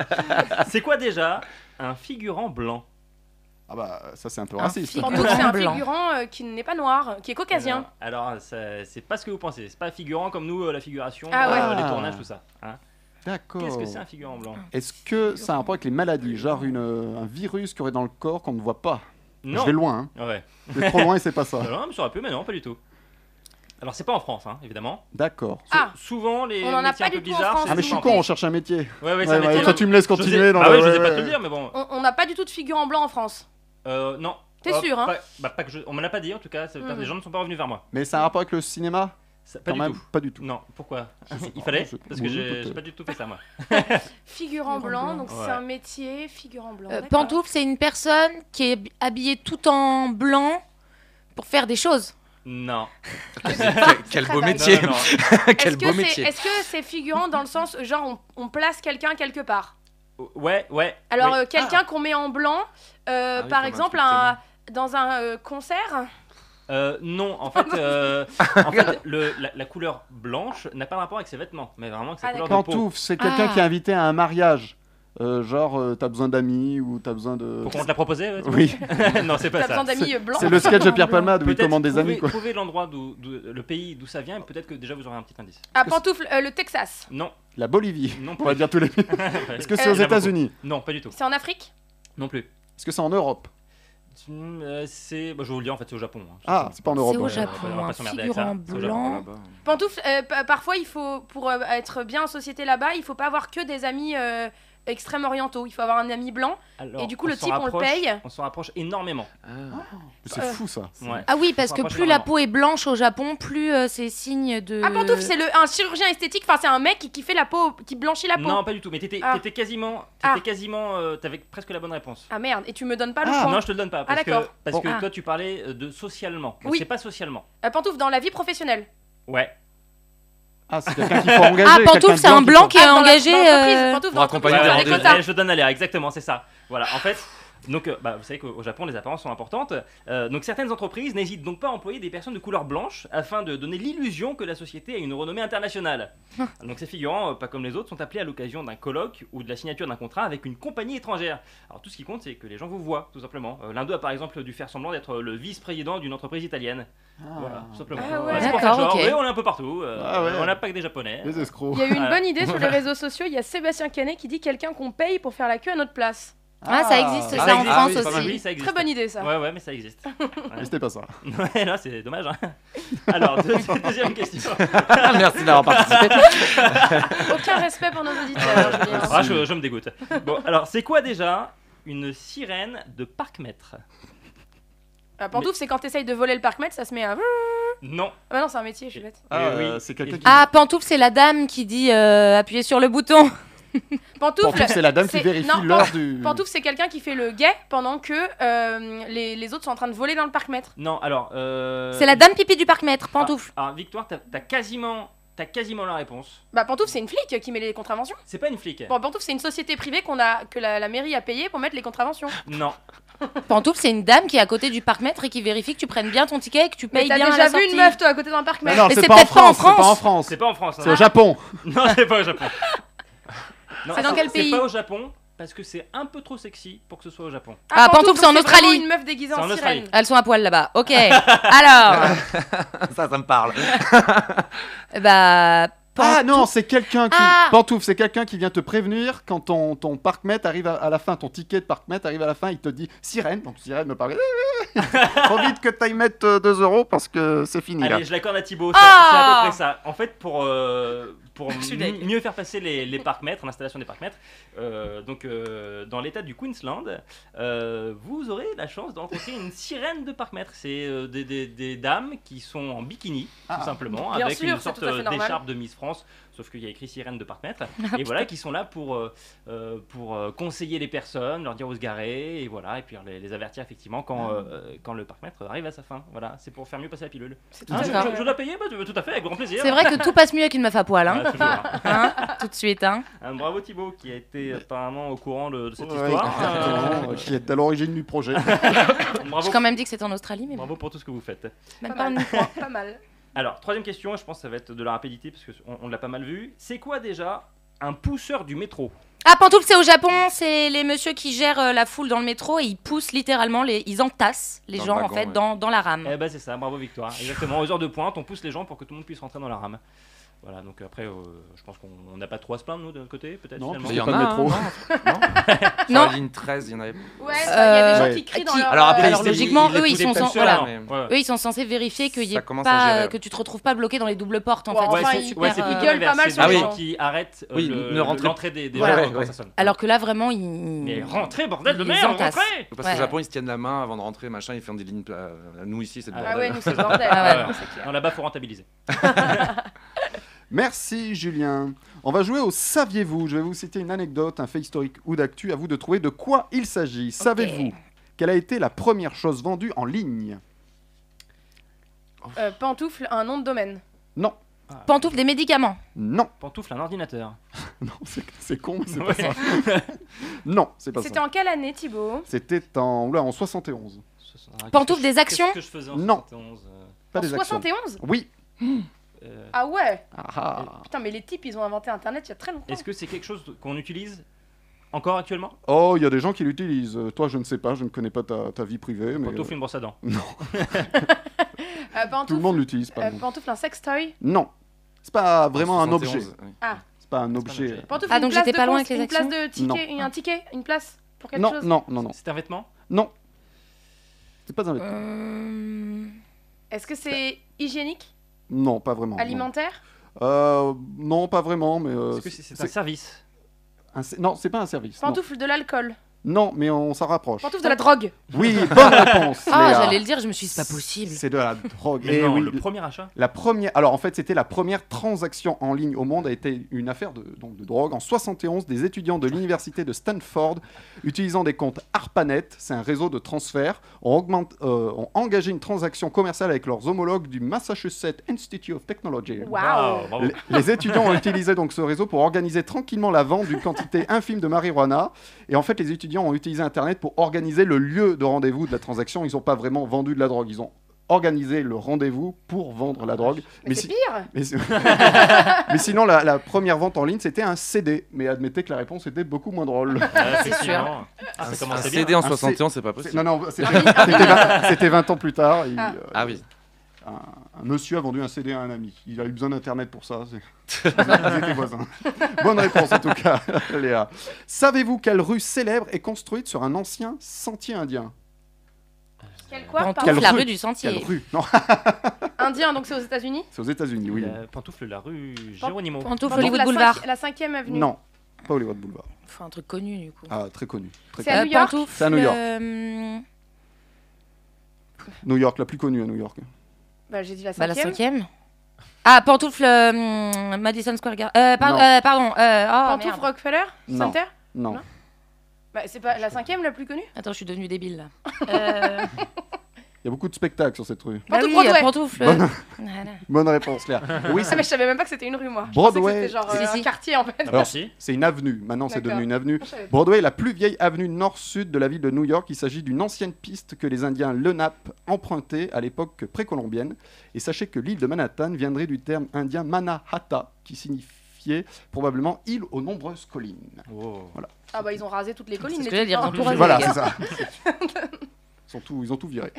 C'est quoi déjà un figurant blanc Ah bah ça c'est un peu Un raciste. figurant. Tantôt, c'est un Blanc. figurant euh, qui n'est pas noir, qui est caucasien. Alors, Euh, alors, ça- c'est pas ce que vous pensez. C'est pas figurant comme nous, euh, la figuration, Ah Ah. ouais. euh, les Ah. tournages, tout ça. hein. D'accord. Qu'est-ce que c'est un figurant blanc Est-ce que ça a un rapport avec les maladies, genre une, euh, un virus qu'il y aurait dans le corps qu'on ne voit pas Non. Ah Je vais Ah. loin, hein. Ouais. je vais trop loin et c'est pas ça. Alors, non, mais ça aurait pu, mais non, pas du tout. Alors, c'est pas en France, hein, évidemment. D'accord. Sou- Ah. Souvent, les On en a métiers pas un peu du tout en bizarres, France, c'est Ah mais je souvent suis con, en on France. cherche un métier. Ouais, ouais, Ouais, ça ouais, m'étonne. toi, tu me laisses continuer Je sais- dans bah le- ouais, je sais ouais, pas te le ouais. dire, mais bon. On on n'a pas du tout de figurant blanc en France. Euh, non. T'es Euh, sûr, hein pas- bah, pas que je- On me l'a pas dit, en tout cas. c'est- Mm. Les gens ne sont pas revenus vers moi. Mais ça a un rapport avec le cinéma Ça- Pas Quand du même tout. Pas du tout. Non, pourquoi Je sais [LAUGHS] Il pas, fallait je sais pas. Parce que Oui, j'ai peut-être. j'ai pas du tout fait ça, moi. Figurant blanc, donc Ouais. c'est un métier, figurant blanc. Euh, [LAUGHS] d'accord. pantoufle, c'est une personne qui est habillée tout en blanc pour faire des choses. [LAUGHS] Non. Quel, quel beau Travail. métier Non, non, non. Quel Est-ce que beau c'est- métier Est-ce que c'est figurant dans le sens, genre, on, on place quelqu'un quelque part Ouais, ouais. Alors, oui. euh, quelqu'un qu'on met en blanc, Ah euh, oui, par comme un exemple, truc un- dans un euh, concert Euh, non, en fait, [LAUGHS] euh, en fait, le- la, la couleur blanche n'a pas de rapport avec ses vêtements, mais vraiment avec sa Ah, couleur de peau. Pantouf, c'est quelqu'un Ah. qui est invité à un mariage. Euh, genre, euh, t'as besoin d'amis ou t'as besoin de. Faut qu'on te la propose ouais, tu Oui, vois [LAUGHS] non, c'est pas T'as ça. besoin d'amis blancs c'est le sketch de Pierre Palmade où il Peut-être commande des trouvez- amis. Quoi. trouvez l'endroit d'où, d'où- le pays d'où ça vient, et peut-être que déjà vous aurez un petit indice. Ah, pantoufle, euh, le Texas. Non, La [LAUGHS] Bolivie. non On va plus. dire tous les pays. Est-ce que c'est aux Il y en a beaucoup. États-Unis Non, pas du tout. C'est en Afrique Non plus. Est-ce que c'est en Europe Hum, euh, c'est, bah, je vous le dis en fait, c'est au Japon. hein. Ah, c'est pas en Europe. C'est au ouais. on va Japon, pas un s'emmerder avec ça. figurant Oh C'est au Japon, blanc. Pantoufle, euh, pa- parfois, il faut, pour euh, être bien en société là-bas, il faut pas avoir que des amis euh, extrêmes orientaux. Il faut avoir un ami blanc. Alors, Et du coup, on le s'en type, on le rapproche- paye On s'en rapproche énormément. Mais C'est Euh. fou ça. Ouais. Ah oui, parce Faut que rapprocher plus la vraiment. peau est blanche au Japon, plus euh, c'est signe de. Ah, pantoufle, c'est le- un chirurgien esthétique, enfin, c'est un mec qui, qui fait la peau, qui blanchit la peau. Non, pas du tout. Mais t'étais, Ah. t'étais quasiment, t'étais Ah. quasiment, euh, t'avais presque la bonne réponse. Ah merde, et tu me donnes pas le Ah, point. Non, je te le donne pas. Parce que, d'accord. parce que Bon. toi, tu parlais euh, de socialement. Donc, Oui. C'est pas socialement. Euh, pantoufle, dans la vie professionnelle. Ouais. Ah, c'est quelqu'un qui faut engager. Ah, quelqu'un Pantouf, de c'est bien un blanc qui est Ah, dans la- engagé. dans l'entreprise, euh, pantoufle, Pour dans l'entreprise, accompagner Ouais, les dans ouais, les je, rendez-vous. quotas. je te donne à l'air, exactement, c'est ça. Voilà, en fait, donc, euh, bah, vous savez qu'au au Japon, les apparences sont importantes. Euh, donc, certaines entreprises n'hésitent donc pas à employer des personnes de couleur blanche afin de donner l'illusion que la société a une renommée internationale. donc, ces figurants, euh, pas comme les autres, sont appelés à l'occasion d'un colloque ou de la signature d'un contrat avec une compagnie étrangère. Alors, tout ce qui compte, c'est que les gens vous voient, tout simplement. Euh, L'un d'eux a par exemple dû faire semblant d'être le vice-président d'une entreprise italienne. Ah. Voilà, tout simplement. Ah ouais. Voilà, c'est pour faire D'accord, genre, ok. ouais, on est un peu partout. euh, Ah ouais. On n'a pas que des Japonais. Les escrocs. Il y a eu une Voilà. bonne idée sur les réseaux sociaux. Il y a Sébastien Canet qui dit quelqu'un qu'on paye pour faire la queue à notre place. Ah, ça existe, Ah, ça en existe, France oui, pas mal, aussi. Oui, ça existe. Très bonne idée ça. Ouais, ouais, mais ça existe. Mais c'était pas ça. [LAUGHS] Ouais, là, c'est dommage. hein. [LAUGHS] Alors, deuxi- deuxième question. Ah, merci [LAUGHS] d'avoir participé. Aucun respect pour nos auditeurs. je veux dire. Ah, je, je me dégoûte. Bon, alors, c'est quoi déjà une sirène de parc-mètre Euh, pantoufle, c'est quand t'essayes de voler le parc-mètre, ça se met à. Ah Non. bah non, c'est un métier, je suis bête. Ah, Eh euh, c'est quelqu'un Et- qui- Ah, Pantoufle, c'est la dame qui dit euh, appuyez sur le bouton. Euh, Pantoufle, Pantouf, c'est la dame qui c'est- vérifie non, l'heure du. pantoufle, c'est quelqu'un qui fait le guet pendant que euh, les, les autres sont en train de voler dans le parc-mètre. Non, alors. euh, C'est la dame pipi du parc-mètre, Ah, Pantoufle. Alors, Victoire, t'as t'as quasiment, t'as quasiment la réponse. Bah, pantoufle, c'est une flic qui met les contraventions. C'est pas une flic. Bon, pantoufle, c'est une société privée qu'on a, que la, la mairie a payée pour mettre les contraventions. Non. Pantoufle, c'est une dame qui est à côté du parc-mètre et qui vérifie que tu prennes bien ton ticket et que tu Mais payes t'as bien à déjà la vu sortie. une meuf, toi, à côté d'un Mais parc-mètre Bah non, Mais c'est c'est pas en peut-être pas en France. C'est pas en France. France. C'est pas en France. hein. C'est au Japon. Ah, Non, c'est pas au Japon. [LAUGHS] Non, C'est dans quel pays C'est pas au Japon parce que c'est un peu trop sexy pour que ce soit au Japon. Ah, pantoufle, c'est en donc vraiment Australie. Une meuf déguisée C'est en en sirène. Elles sont à poil là-bas. [LAUGHS] Ok. Alors, Ça, ça me parle. bah. Ah Pantoufle- non, c'est quelqu'un qui. Ah. Pantouf, c'est quelqu'un qui vient te prévenir quand ton, ton parc-mètre arrive à, à la fin, ton ticket de parc-mètre arrive à la fin, il te dit sirène. Donc sirène me parle. [LAUGHS] Trop vite que t'ailles mettre euh, 2 euros parce que c'est fini là. Allez, je l'accorde à Thibaut. Ah C'est à peu près ça. En fait, pour, euh, [LAUGHS] pour Je suis mi- d'accord. mieux faire passer les, les parcs-mètres, l'installation des parcs-mètres. Euh, donc, euh, dans l'état du Queensland, euh, vous aurez la chance de rencontrer une sirène de parcs-mètres. C'est euh, des, des- des dames qui sont en bikini, tout simplement, Ah, Bien avec sûr, une c'est sorte tout à fait euh, normal. Ah, d'écharpe de Miss France, sauf qu'il y a écrit sirène de [LAUGHS] parcs-mètres. et voilà, qui sont là pour, euh, euh, pour euh, conseiller les personnes, leur dire où se garer, et voilà, et puis les, les avertir effectivement Ah. quand, euh, quand le parc-mètre arrive à sa fin. Voilà, c'est pour faire mieux passer la pilule. C'est Hein, à je, fait. je- je dois payer Bah, tu- Tout à fait, avec grand plaisir. C'est vrai que tout passe mieux avec une meuf à poil, hein. Voilà, toujours, hein. Hein, tout de suite, hein. Un bravo Thibaut qui a été apparemment au courant de, de cette Ouais, histoire. exactement, qui est à l'origine du projet. Euh, [LAUGHS] bravo, J'ai quand même dit que c'était en Australie, mais bon, bravo pour tout ce que vous faites. même pas Pas en mal. Pas mal. Alors, troisième question, je pense que ça va être de la rapidité parce qu'on on, l'a pas mal vu. C'est quoi déjà un pousseur du métro Ah, Pantoufle, c'est au Japon, c'est les messieurs qui gèrent euh, la foule dans le métro et ils poussent littéralement, les, ils entassent les Dans le gens en wagon, fait ouais. dans, dans la rame. Eh ben c'est ça, bravo [LAUGHS] Victoire. Exactement, aux heures de pointe, on pousse les gens pour que tout le monde puisse rentrer dans la rame. Voilà, donc après, euh, je pense qu'on on n'a pas trop à se plaindre, nous, de notre côté, peut-être Non, finalement. puisque- Il y en pas a, de hein, métro. non Sur Non. la ligne 13, il y en avait. Ouais, il y a des gens Euh, qui crient qui- dans leur. Alors après, euh, ils alors, étaient- logiquement, eux, étaient ils sont pas sans- sûrs, voilà. mais- Ouais. Eux, ils sont censés vérifier qu'il y ait Ça commence à pas, gérer. euh, que tu te retrouves pas bloqué dans les doubles portes en Ouais, fait. Ouais, enfin, c'est Ils sont il- ouais, super, c'est euh, plutôt gueulent pas l'inverse, mal c'est sur des les gens gens. qui arrêtent euh, Oui, le- ne rentrez- l'entrée des, des Voilà. gens Ouais, quand ouais. ça sonne. Alors que là, vraiment, ils. Mais rentrez, bordel de Mmh. Ils merde, entassent. rentrez Parce Ouais. qu'au Japon, ils se tiennent la main avant de rentrer, machin, ils font des lignes. euh, nous ici, c'est le Ah bordel. ouais, nous c'est [LAUGHS] le bordel. Ah ouais. non, c'est clair. Non, là-bas, faut rentabiliser. Merci Julien. On va jouer au Saviez-vous. Je vais vous citer une anecdote, un fait historique ou d'actu. À vous de trouver de quoi il s'agit. Savez-vous quelle a été la première chose vendue en ligne Euh, Pantoufle, un nom de domaine. Non, Pantoufle, des médicaments. non, [LAUGHS] Pantoufle, un ordinateur. non, c'est- c'est con, mais c'est Ouais. pas ça. Non, c'est pas C'était ça. en quelle année, Thibaut C'était en, oula, en 71. Pantoufles, des actions Qu'est-ce que je faisais en Non. 71, euh, Pas En des actions. 71 Oui. euh, Ah ouais Ah, ah. Putain, mais les types, ils ont inventé Internet il y a très longtemps. Est-ce que c'est quelque chose qu'on utilise encore actuellement Oh, il y a des gens qui l'utilisent. Euh, Toi, je ne sais pas, je ne connais pas ta, ta vie privée, mais Pantoufle, une brosse à dents. Euh, euh, tout le pantoufle, monde l'utilise. Pas euh, pantoufle, un sextoy Non, c'est pas vraiment un objet. 71, oui. C'est pas un C'est pas un objet. objet. Pantoufle, Ah, une donc place j'étais de pas loin cons- avec les Une place de Non. ticket, une- un ticket, une place pour quelque Non, chose non, non, non, C'est un vêtement non. C'est pas un vêtement. Euh, Est-ce que c'est hygiénique Non, pas vraiment. non. Alimentaire Euh, non, pas vraiment, mais euh, Est-ce que c'est c'est un c'est service un se- non, c'est pas un service. Non, Pantoufle, de l'alcool Non, mais on s'en rapproche. Pantoufle, de la drogue Oui, bonne réponse. [LAUGHS] Ah, Léa. j'allais le dire, je me suis dit, c'est pas possible. euh, C'est de la drogue. [LAUGHS] Mais Eh non, oui, le premier achat la première. Alors en fait, c'était la première transaction en ligne au monde a été une affaire de donc de drogue en 71 des étudiants de l'université de Stanford utilisant des comptes ARPANET, c'est un réseau de transfert, ont, augmente- euh, ont engagé une transaction commerciale avec leurs homologues du Massachusetts Institute of Technology. Waouh Oh. bravo. Les- Les étudiants ont utilisé donc ce réseau pour organiser tranquillement la vente d'une quantité infime de marijuana. Et en fait, les étudiants ont utilisé Internet pour organiser le lieu de rendez-vous de la transaction. Ils n'ont pas vraiment vendu de la drogue. Ils ont organisé le rendez-vous pour vendre la drogue. Mais c'est si- pire mais si- [LAUGHS] mais sinon, la, la première vente en ligne, c'était un CD. Mais admettez que la réponse était beaucoup moins drôle. Ah, c'est effectivement. Un Ah, ça un commençait bien. CD en Un 71, c'est pas C'est- possible. Non, non, Ah, c'était c'était 20, c'était 20 ans plus tard. Il, Ah. euh, Ah oui. un, un monsieur a vendu un CD à un ami. Il a eu besoin d'Internet pour ça. c'est- [LAUGHS] Ils étaient voisins. [LAUGHS] Bonne réponse en tout cas, [LAUGHS] Léa. Savez-vous quelle rue célèbre est construite sur un ancien sentier indien Quelle quoi Pantoufle, Quelle pardon la rue rue du Quelle sentier. rue Non, [LAUGHS] Indien, donc c'est aux États-Unis c'est aux États-Unis, oui. La pantoufle, la rue Géronimo. Pantoufle, Pantoufle, Hollywood la Boulevard. cinq- La 5ème avenue. Non, pas Hollywood Boulevard. Enfin, un truc connu du coup. Ah, très connu. Très C'est à connu. Euh, New York Pantoufle, C'est à New York. euh, New York, la plus connue à New York. Bah, j'ai dit la bah, la 5ème. cinquième. Ah, pantoufle euh, hum, Madison Square Garden. Euh, par- Non. euh, pardon. euh, oh, Pantoufle, merde. Rockefeller Non. Center Non. Non. Bah, c'est pas la 5ème la plus connue Attends, je suis devenue débile là. Euh, Il y a beaucoup de spectacles sur cette rue. bah Pantoufle oui, Broadway. pantoufle. Bonne- Voilà. Bonne réponse, Léa. Oui, Ah, c'est- mais je savais même pas que c'était une rue, moi. Je Broadway. pensais que C'était genre Si, euh, si. un quartier en fait. Alors, Ah, Merci. c'est une avenue. Maintenant, c'est D'accord. devenu une avenue. Je savais pas. Broadway est la plus vieille avenue nord-sud de la ville de New York. Il s'agit d'une ancienne piste que les Indiens Lenape empruntaient à l'époque précolombienne. Et sachez que l'île de Manhattan viendrait du terme indien Manahata, qui signifiait probablement île aux nombreuses collines. Wow. Ah bah ils ont rasé toutes les collines. ce les que j'allais types, dire, hein. tout rasé. Voilà, les c'est gars. ça. Ils, sont tout- ils ont tout viré.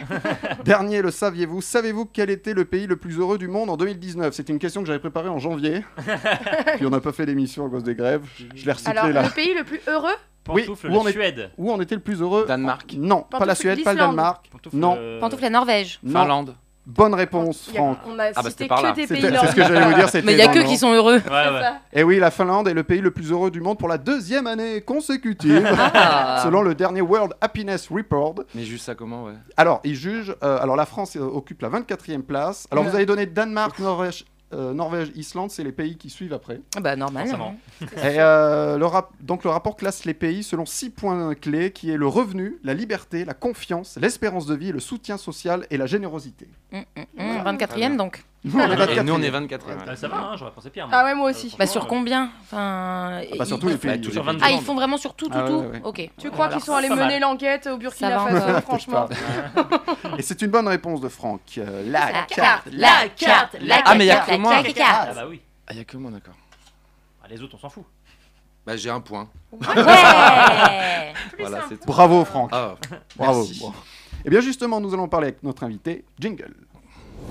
Dernier, le saviez-vous Savez-vous quel était le pays le plus heureux du monde en 2019 C'était une question que j'avais préparée en janvier. Puis on n'a pas fait l'émission à cause des grèves. Je l'ai Alors recyclé là. le pays le plus heureux Oui, Pantoufle, où on la est- Suède. Où on était le plus heureux Danemark, Non, pas la Pantoufle, Suède, pas le l'Islande. Danemark. Pantoufle, Non. euh, Pantoufle, la Norvège. Non. Finlande, Bonne réponse, Il y a- Franck. On Ah, bah, a c'était cité par là. que des C'était- pays C'est ce nordiques. que j'allais vous dire. c'était [LAUGHS] Mais il y a dans que le- qui sont heureux. euh, [LAUGHS] Ouais, ouais. Ça. Et oui, la Finlande est le pays le plus heureux du monde pour la deuxième année [LAUGHS] consécutive, Ah. selon le dernier World Happiness Report. Mais juste ça comment, ouais. Alors, ils jugent. euh, alors, la France euh, occupe la 24e place. Alors, vous avez donné Danemark, Norvège. euh, Norvège, Islande, c'est les pays qui suivent après. Ah bah normal. Forcément. Et, euh, le rap- donc le rapport classe les pays selon six points clés qui est le revenu, la liberté, la confiance, l'espérance de vie, le soutien social et la générosité. Hum, hum, hum, 24e donc. Nous, on est Et 24e. nous, on est 24 e Ah, ça va, hein, j'aurais pensé pire. Ah ouais, moi aussi. Bah sur combien euh. Enfin. bah, ils- surtout les ils- pays. Sur les pays. 22. Ah, ils font vraiment sur tout, tout, Ah ouais, tout. ouais, ouais. Ok. Tu crois alors, qu'ils sont allés pas mal. mener l'enquête au Burkina [LAUGHS] Ça va [LAUGHS] Faso, encore. franchement Et c'est une bonne réponse de Franck. Euh, la La carte. carte, la carte, la carte. Ah, mais y la a que moi. carte, la carte. Ah bah oui. Ah, il a que moi, d'accord. Ah, les autres, on s'en fout. Bah, j'ai un point. Ouais Voilà, c'est tout. Bravo Franck. Ah, [LAUGHS] Bravo. merci. Bon. Et bien justement, nous allons parler avec notre invité, Jingle.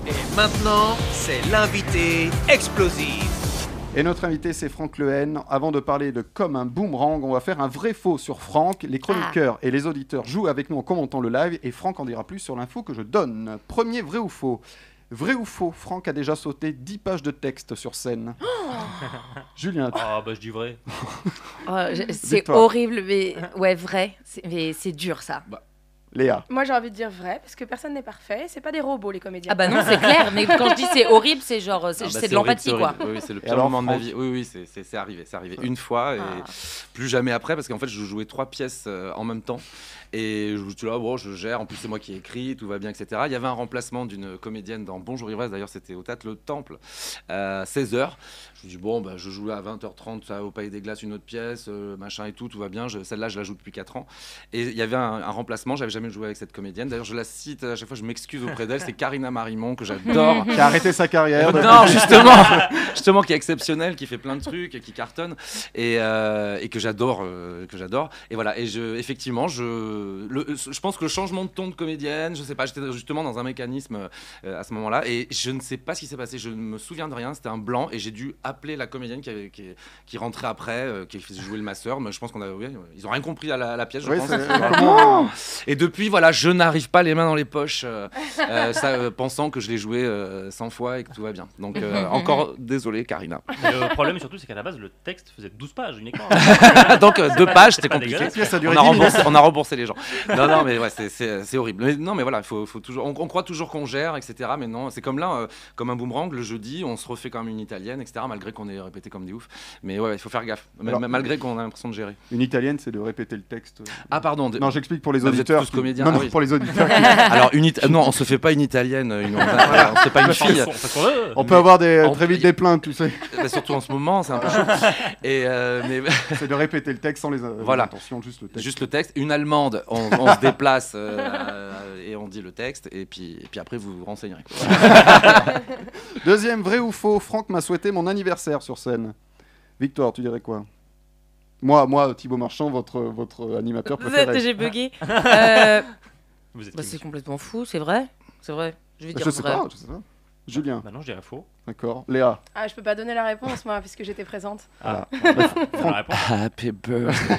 Et maintenant, c'est l'invité explosif. Et notre invité, c'est Franck Lehen. Avant de parler de Comme un boomerang, on va faire un vrai faux sur Franck. Ah. Les chroniqueurs et les auditeurs jouent avec nous en commentant le live et Franck en dira plus sur l'info que je donne. Premier vrai ou faux Vrai ou faux, Franck a déjà sauté 10 pages de texte sur [GASPS] scène. Julien, [LAUGHS] Ah bah je dis vrai. [LAUGHS] Oh, je- C'est Victoire. horrible, mais ouais, vrai. C'est- Mais c'est dur ça. Léa, Moi j'ai envie de dire vrai, parce que personne n'est parfait, c'est pas des robots les comédiens. Ah bah non, c'est clair. Mais quand je dis c'est horrible, c'est genre, euh, c'est Ah bah, c'est de horrible, l'empathie c'est quoi. horrible. Oui, oui, c'est le Et pire alors, moment de ma Franck vie. Oui, oui, c'est- c'est c'est arrivé, c'est arrivé une fois et Ah. plus jamais après parce qu'en fait, je jouais trois pièces euh, en même temps et je me suis là, bon, je gère. En plus, c'est moi qui ai écrit, tout va bien, etc. Il y avait un remplacement d'une comédienne dans Bonjour Ivresse, d'ailleurs, c'était au Théâtre Le Temple, euh, 16h. Je me dis, bon, bah, je jouais à 20h30 ça, au Palais des Glaces, une autre pièce, euh, machin et tout, tout va bien. Je- Celle-là, je la joue depuis 4 ans. Et il y avait un, un remplacement, j'avais jamais joué avec cette comédienne. D'ailleurs, je la cite à chaque fois, je m'excuse auprès d'elle, c'est Karina Marimon [LAUGHS] que j'adore. qui a arrêté sa carrière. Euh, Non, justement, [LAUGHS] justement, qui est exceptionnel, qui fait plein de trucs, qui cartonne et, euh, et que j'adore, euh, que j'adore. Et voilà. Et je, effectivement, je, le- je pense que le changement de ton de comédienne, je sais pas, j'étais justement dans un mécanisme euh, à ce moment-là, et je ne sais pas ce qui s'est passé. Je ne me souviens de rien. C'était un blanc, et j'ai dû appeler la comédienne qui, avait- qui, qui rentrait après, euh, qui faisait jouer le masseur. Mais je pense qu'on a, oui, ils ont rien compris à la, à la pièce, je Oui, pense. c'est- Vraiment. Et depuis, voilà, je n'arrive pas les mains dans les poches, euh, euh, ça, euh, pensant que je l'ai joué euh, 100 fois et que tout va bien. Donc, euh, encore désolé, Karina. [LAUGHS] Mais euh, le problème surtout, c'est qu'à la base, le texte faisait 12 pages [LAUGHS] uniquement. Donc, euh, deux pages, c'était Pas compliqué. dégueulasse. Ça a duré On a, 10 minutes. remboursé, on a remboursé les gens. Non, non, mais ouais, c'est- c'est c'est horrible. Mais non, mais voilà, faut, faut toujours, on, on croit toujours qu'on gère, etc. Mais non, c'est comme là, euh, comme un boomerang, le jeudi, on se refait quand même une italienne, etc. Malgré qu'on ait répété comme des oufs. Mais ouais, il faut faire gaffe. Même- Alors- malgré qu'on a l'impression de gérer. Une italienne, c'est de répéter le texte. Ah, pardon. de- Non, j'explique pour les Vous êtes auditeurs. tous comédiens, Non, non, ah oui. pour les auditeurs. qui- [LAUGHS] Alors, une Ita- non, on se fait pas une italienne, une- on se fait pas une fille. On fait ce qu'on veut. On peut avoir des, euh, en- très vite des plaintes, tu sais. [LAUGHS] Bah, surtout en ce moment, c'est un peu chaud. Et euh, mais [LAUGHS] C'est de répéter le texte sans les euh, Voilà. intentions, juste le texte. juste le texte. Une allemande, on, on se déplace euh, et on dit le texte, et puis, et puis après vous vous renseignerez. Deuxième, vrai ou faux, Franck m'a souhaité mon anniversaire sur scène. Victor, tu dirais quoi moi, moi, Thibaut Marchand, votre, votre animateur préféré. J'ai [LAUGHS] bugué. Bah, Euh, Vous êtes bah, qui c'est complètement fou, c'est vrai. C'est vrai. Je vais dire Je sais vrai. pas, je sais pas. Julien, Bah non, je [LAUGHS] dirais faux. d'accord. Léa, Ah, je peux pas donner la réponse moi, puisque j'étais présente. Ah, Franck. la réponse. Happy birthday.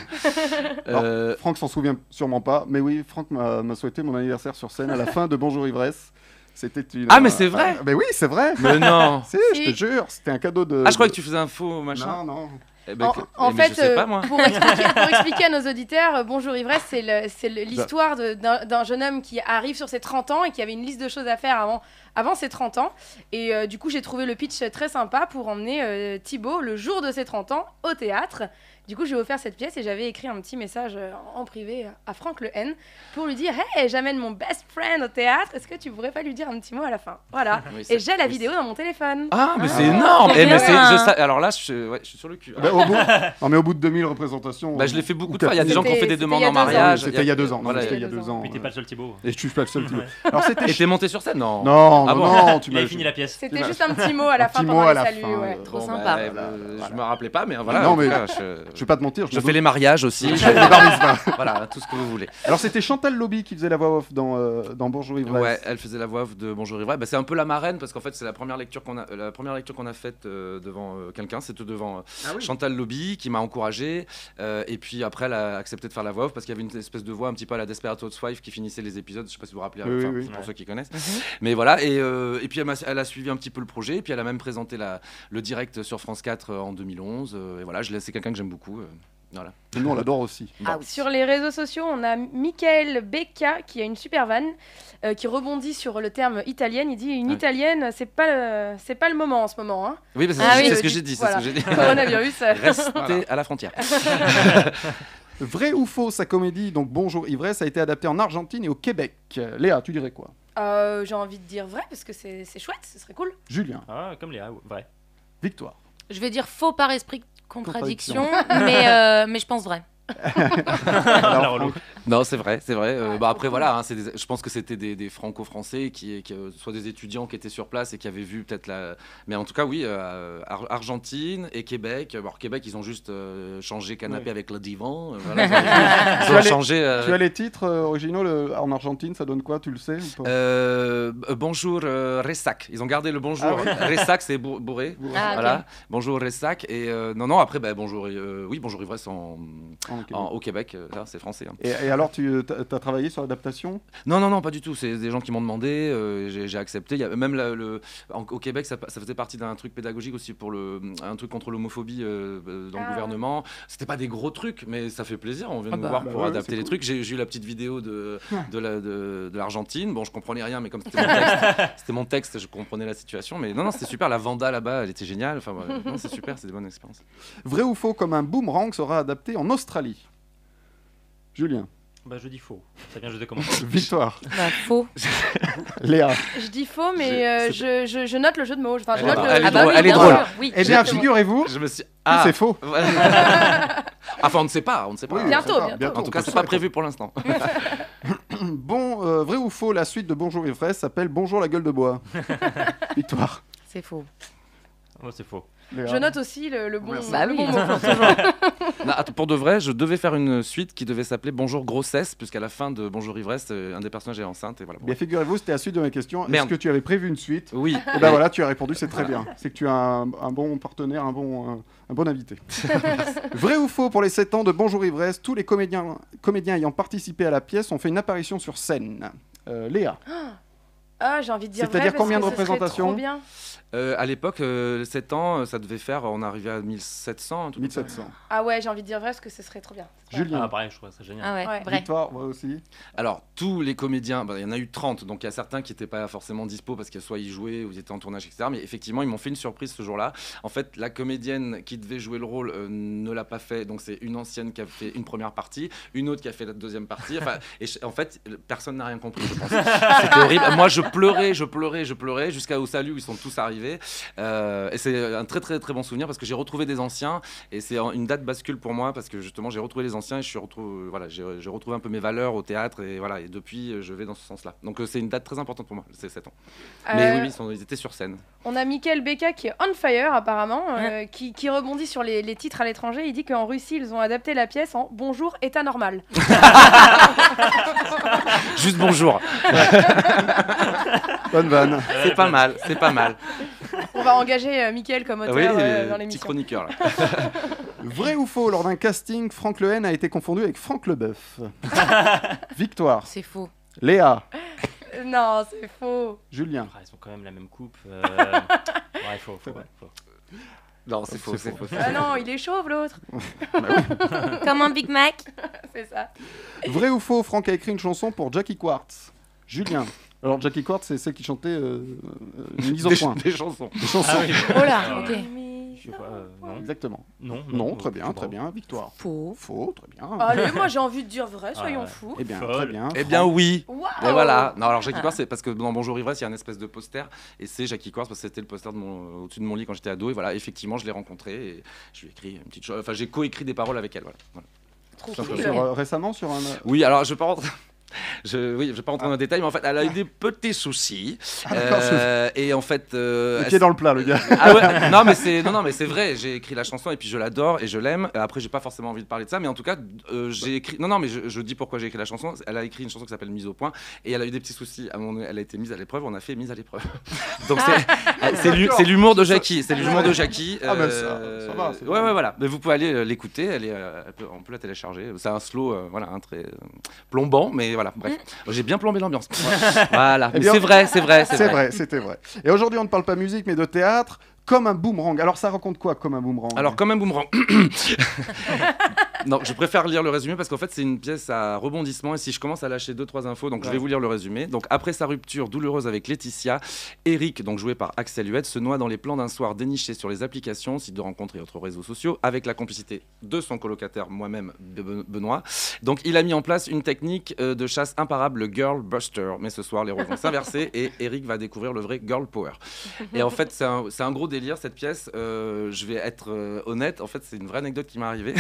Euh, Franck s'en souvient sûrement pas, mais oui, Franck m'a m'a souhaité mon anniversaire sur scène à la fin de Bonjour Ivresse. C'était une. euh, Ah, mais c'est vrai Mais oui, c'est vrai mais non. Si, je te jure, c'était un cadeau de. Ah, je croyais que tu faisais un faux machin. Non, non. Eh ben, En- que- en mais je fait, sais euh, pas [LAUGHS] moi. Pour expliquer, [LAUGHS] pour expliquer à nos auditeurs, euh, Bonjour Ivresse, c'est le- c'est Bah. le- l'histoire de- d'un d'un jeune homme qui arrive sur ses 30 ans et qui avait une liste de choses à faire avant, avant ses 30 ans. Et euh, du coup, j'ai trouvé le pitch très sympa pour emmener euh, Thibaut le jour de ses 30 ans au théâtre. Du coup, j'ai offert cette pièce et j'avais écrit un petit message euh, en privé à Franck Le N pour lui dire Hey, j'amène mon best friend au théâtre, est-ce que tu pourrais pas lui dire un petit mot à la fin [LAUGHS] Voilà. Oui, c'est- Et j'ai la oui, vidéo dans mon téléphone. Ah, Ah. mais c'est énorme. Eh, mais Bien. c'est- je sais- alors là, je, ouais, je suis sur le cul. Ben, au bout... non, mais au bout de 2000 représentations. Bah, je l'ai fait beaucoup Ou de fois. Il y a des gens qui ont fait C'était- des c'était demandes il y a en deux ans. mariage. C'était il y a deux ans. non, Voilà. c'était il y a deux ans. Puis t'es pas ouais. le seul Thibaut. Et je suis pas le seul. qui- Alors c'était. Et t'es monté sur scène Non. Non, Ah non, bon non, tu Il m'as. a fini la pièce. C'était juste un petit mot à la Un fin petit pendant mot à les la saluts. fin, ouais. euh, Trop Bon, sympa. bah, euh, Je me rappelais pas, mais voilà. Non, en tout mais- cas, je- Je vais pas te mentir, je, Je fais les [LAUGHS] mariages [LAUGHS] aussi. Je fais les barbouzepas. voilà, tout ce que vous voulez. Alors c'était Chantal Lobby qui faisait la voix off dans, euh, dans Bonjour Ivresse. Ouais, elle faisait la voix off de Bonjour Ivry. Bah, c'est un peu la marraine parce qu'en fait c'est la première lecture qu'on a, euh, la première lecture qu'on a faite euh, devant euh, quelqu'un. C'était devant euh, Ah Chantal Lobby qui m'a encouragé. euh, et puis après elle a accepté de faire la voix off parce qu'il y avait une espèce de voix un petit peu à la Desperate Housewife qui finissait les épisodes. Je sais pas si vous vous rappelez. Oui, enfin, oui, Mhm. oui. Pour ceux qui connaissent. Mais voilà. Et, euh, et puis elle, m'a- elle a suivi un petit peu le projet. Et puis elle a même présenté la, le direct sur France 4 euh, en 2011. euh, et voilà, je l'ai- c'est quelqu'un que j'aime beaucoup. euh, voilà. Nous on l'adore aussi. Ah oui. Sur les réseaux sociaux, on a Michael Becca qui a une super vanne euh, qui rebondit sur le terme italienne. Il dit une Ouais. italienne, c'est pas le- c'est pas le moment en ce moment. [LAUGHS] Hein. Oui, bah, c'est Ah c'est oui. ce que j'ai dit. c'est Voilà. ce que j'ai dit. [LAUGHS] Coronavirus. euh. Restez à la frontière. Vrai ou faux, sa comédie, donc Bonjour Ivresse, a été adaptée en Argentine et au Québec. Euh, Léa, tu dirais quoi Euh, J'ai envie de dire vrai parce que c'est c'est chouette, ce serait cool. Julien, Ah, comme les ah, [LAUGHS] vrai. victoire. Je vais dire faux par esprit de contradiction, Contradiction. [LAUGHS] mais, euh, mais je pense vrai. La relou. [LAUGHS] Non, c'est vrai, c'est vrai. Euh, bah après, voilà, hein, c'est des- je pense que c'était des, des franco-français, qui, qui, euh, soit des étudiants qui étaient sur place et qui avaient vu peut-être la. Mais en tout cas, oui, euh, Ar- Argentine et Québec. Alors, Québec, ils ont juste euh, changé canapé Ouais. avec le divan. euh, [LAUGHS] voilà, ils ont- ils ont allais- changé. euh, Tu as les titres euh, originaux le- en Argentine, ça donne quoi Tu le sais ou pas euh, b- bonjour euh, Ressac. Ils ont gardé le bonjour. Ah Ressac, c'est bour- bourré. Vous- Ah, ok. Voilà. Bonjour Ressac. Et euh, non, non, après, bah, bonjour. euh, oui, bonjour Ivresse en, en Québec. en- au Québec. euh, ça, c'est français. hein. Et, et alors, tu as travaillé sur l'adaptation Non, non, non, pas du tout. C'est des gens qui m'ont demandé, euh, j'ai j'ai accepté. Il y a même la- le, en- au Québec, ça, pa- ça faisait partie d'un truc pédagogique aussi pour le, un truc contre l'homophobie euh, euh, dans Ah. le gouvernement. C'était pas des gros trucs, mais ça fait plaisir. On vient Ah nous bah. voir Bah pour ouais, adapter c'est les cool. trucs. J'ai j'ai eu la petite vidéo de de la- de- de l'Argentine. bon, je comprenais rien, mais comme c'était mon, texte- c'était mon texte, je comprenais la situation. Mais non, non, c'était super. La Vanda là-bas, elle était géniale. Enfin, ouais, non, c'est super, c'est des bonnes expériences. Vrai ou faux, comme un boomerang sera adapté en Australie Julien, Bah, je dis faux. Ça vient juste de [COUGHS] commencer. victoire. Bah, faux. Léa. Je dis faux, mais J'ai- euh, je, je- je note le jeu de mots. Enfin, je Elle est note drôle. le- [LAUGHS] Elle est ah bah drôle, oui, elle est bien drôle. sûr. Oui, Eh bien, Exactement. figurez-vous Je me suis. que Ah c'est faux. Voilà. Enfin, on ne sait pas, on ne sait pas. Oui, Bientôt, on sait pas. bientôt. En tout cas, c'est pas prévu pour l'instant. Bon, euh, vrai ou faux, la suite de Bonjour et Frais s'appelle Bonjour la gueule de [LAUGHS] bois. Victoire. c'est faux. Oh, c'est faux. Léa. Je note aussi le, le bon, Merci. Bah le oui. bon mot. Non, att- pour de vrai, je devais faire une suite qui devait s'appeler Bonjour grossesse, puisqu'à la fin de Bonjour ivresse, euh, un des personnages est enceinte et voilà. Eh Bien figurez-vous, c'était la suite de ma question. Est-ce Merde. que tu avais prévu une suite Oui. Et ben voilà, tu as répondu, c'est très bien. C'est que tu as un, un bon partenaire, un bon, un, un bon invité. Vrai ou faux, pour les 7 ans de Bonjour Ivresse, tous les comédiens, comédiens ayant participé à la pièce ont fait une apparition sur scène. Euh, Léa, [LAUGHS] Ah, j'ai envie de dire vrai. C'est-à-dire parce combien que de ce serait représentations trop bien. Euh, à l'époque, euh, 7 ans, euh, ça devait faire, on arrivait à 1700. un truc comme ça. 1700. Ah ouais, j'ai envie de dire vrai parce que ce serait trop bien. Ah, Julien, pareil, je trouve ça génial. Ah ouais, Ouais. vrai. victoire, moi aussi. Alors, tous les comédiens, bah, il y en a eu 30, donc il y a certains qui n'étaient pas forcément dispo parce qu'ils soit ils jouaient ou ils étaient en tournage, etc. Mais effectivement, ils m'ont fait une surprise ce jour-là. En fait, la comédienne qui devait jouer le rôle euh, ne l'a pas fait, donc c'est une ancienne qui a fait une première partie, une autre qui a fait la deuxième partie. Enfin, et je- en fait, personne n'a rien compris, je pense. C'était horrible. Moi, je pleurais, je pleurais, je pleurais jusqu'à au salut où ils sont tous arrivés. Euh, et c'est un très, très, très bon souvenir parce que j'ai retrouvé des anciens et c'est en- une date bascule pour moi parce que justement j'ai retrouvé les anciens et je suis retrouvé, euh, voilà, j'ai j'ai retrouvé un peu mes valeurs au théâtre et voilà et depuis euh, je vais dans ce sens-là. Donc euh, c'est une date très importante pour moi, c'est 7 ans. Mais Euh, oui, oui, ils, sont- ils étaient sur scène. On a Michael Becca qui est on fire apparemment, euh, qui, qui rebondit sur les, les titres à l'étranger. Il dit qu'en Russie, ils ont adapté la pièce en Bonjour, état normal. Juste bonjour. Bonne vanne. [LAUGHS] c'est pas mal, c'est pas mal. On va engager euh, Michael comme auteur oui, euh, euh, dans petit l'émission. chroniqueur. [LAUGHS] là. Vrai ou faux, lors d'un casting, Franck Lehen a été confondu avec Franck Leboeuf. victoire. C'est faux. Léa, Euh, Non, c'est faux. Julien. Ah, ils ont quand même la même coupe. [LAUGHS] euh, ouais, faux, faux, ouais, faux. Non, c'est faux, c'est faux. Ah non, il est chauve l'autre. [LAUGHS] Comme un Big Mac. C'est ça. Vrai ou faux, Franck a écrit une chanson pour Jackie Quartz. Julien. Alors Jackie Quartz, c'est celle qui chantait euh, euh, une mise au Des, point. des chansons. Des chansons. Ah oui. Oh là, ok. Je sais pas, euh, non. Exactement. Non, non, Non, très je bien, sais très pas. bien. Victoire. Faux. Faux, très bien. Allez, Ah, moi j'ai envie de dire vrai, Ah soyons ouais. fous. Eh bien, très Folle. bien. Eh bien oui. Waouh Et voilà. Non, alors Jackie Quartz, c'est parce que dans Bonjour Ivresse, il y a un espèce de poster et c'est Jackie Quartz parce que c'était le poster de mon- euh, au-dessus de mon lit quand j'étais ado et voilà, effectivement, je l'ai rencontré et je lui ai écrit une petite chose. Enfin, j'ai coécrit des paroles avec elle. Voilà. Voilà. Trop Sur- cool. Sur, euh, récemment, sur un. Oui, alors je pense. [LAUGHS] Je, oui, je ne vais pas rentrer dans les détails, mais en fait, elle a eu des petits soucis. d'accord, Euh, et en fait. euh, Le elle pied dans le plat, le gars. ah ouais, non mais c'est non, non mais c'est vrai, j'ai écrit la chanson et puis je l'adore et je l'aime. Et Après j'ai pas forcément envie de parler de ça, mais en tout cas euh, j'ai écrit. Non non mais je, je dis pourquoi j'ai écrit la chanson. Elle a écrit une chanson qui s'appelle Mise au point et elle a eu des petits soucis. À un moment donné, Elle a été mise à l'épreuve, on a fait mise à l'épreuve. [LAUGHS] Donc c'est- euh, c'est l'hu- c'est l'humour de Jackie, c'est l'humour de Jackie. Ah, mais ça- euh, ça va, c'est Ouais bon. ouais voilà. Mais vous pouvez aller euh, l'écouter, elle est, euh, elle peut- on peut la télécharger. C'est un slow euh, voilà un très euh, plombant, mais voilà bref. J'ai bien [LAUGHS] plombé l'ambiance. voilà. Eh Mais bien, c'est vrai [LAUGHS] c'est vrai C'est vrai, c'était vrai. Et aujourd'hui, on ne parle pas musique, mais de théâtre, comme un boomerang. Alors, ça raconte quoi, comme un boomerang Alors, quand même, boomerang. [COUGHS] non, je préfère lire le résumé parce qu'en fait, c'est une pièce à rebondissement. Et si je commence à lâcher deux, trois infos, donc je Ouais. vais vous lire le résumé. Donc, après sa rupture douloureuse avec Laetitia, Eric, donc joué par Axel Huette, se noie dans les plans d'un soir déniché sur les applications, sites de rencontres et autres réseaux sociaux, avec la complicité de son colocataire, moi-même, de Ben- Benoît. Donc, il a mis en place une technique euh, de chasse imparable, le Girl Buster. Mais ce soir, les rôles vont s'inverser et Eric va découvrir le vrai Girl Power. Et en fait, c'est un, c'est un gros délire cette pièce. Euh, je vais être euh, honnête, en fait, c'est une vraie anecdote qui m'est arrivée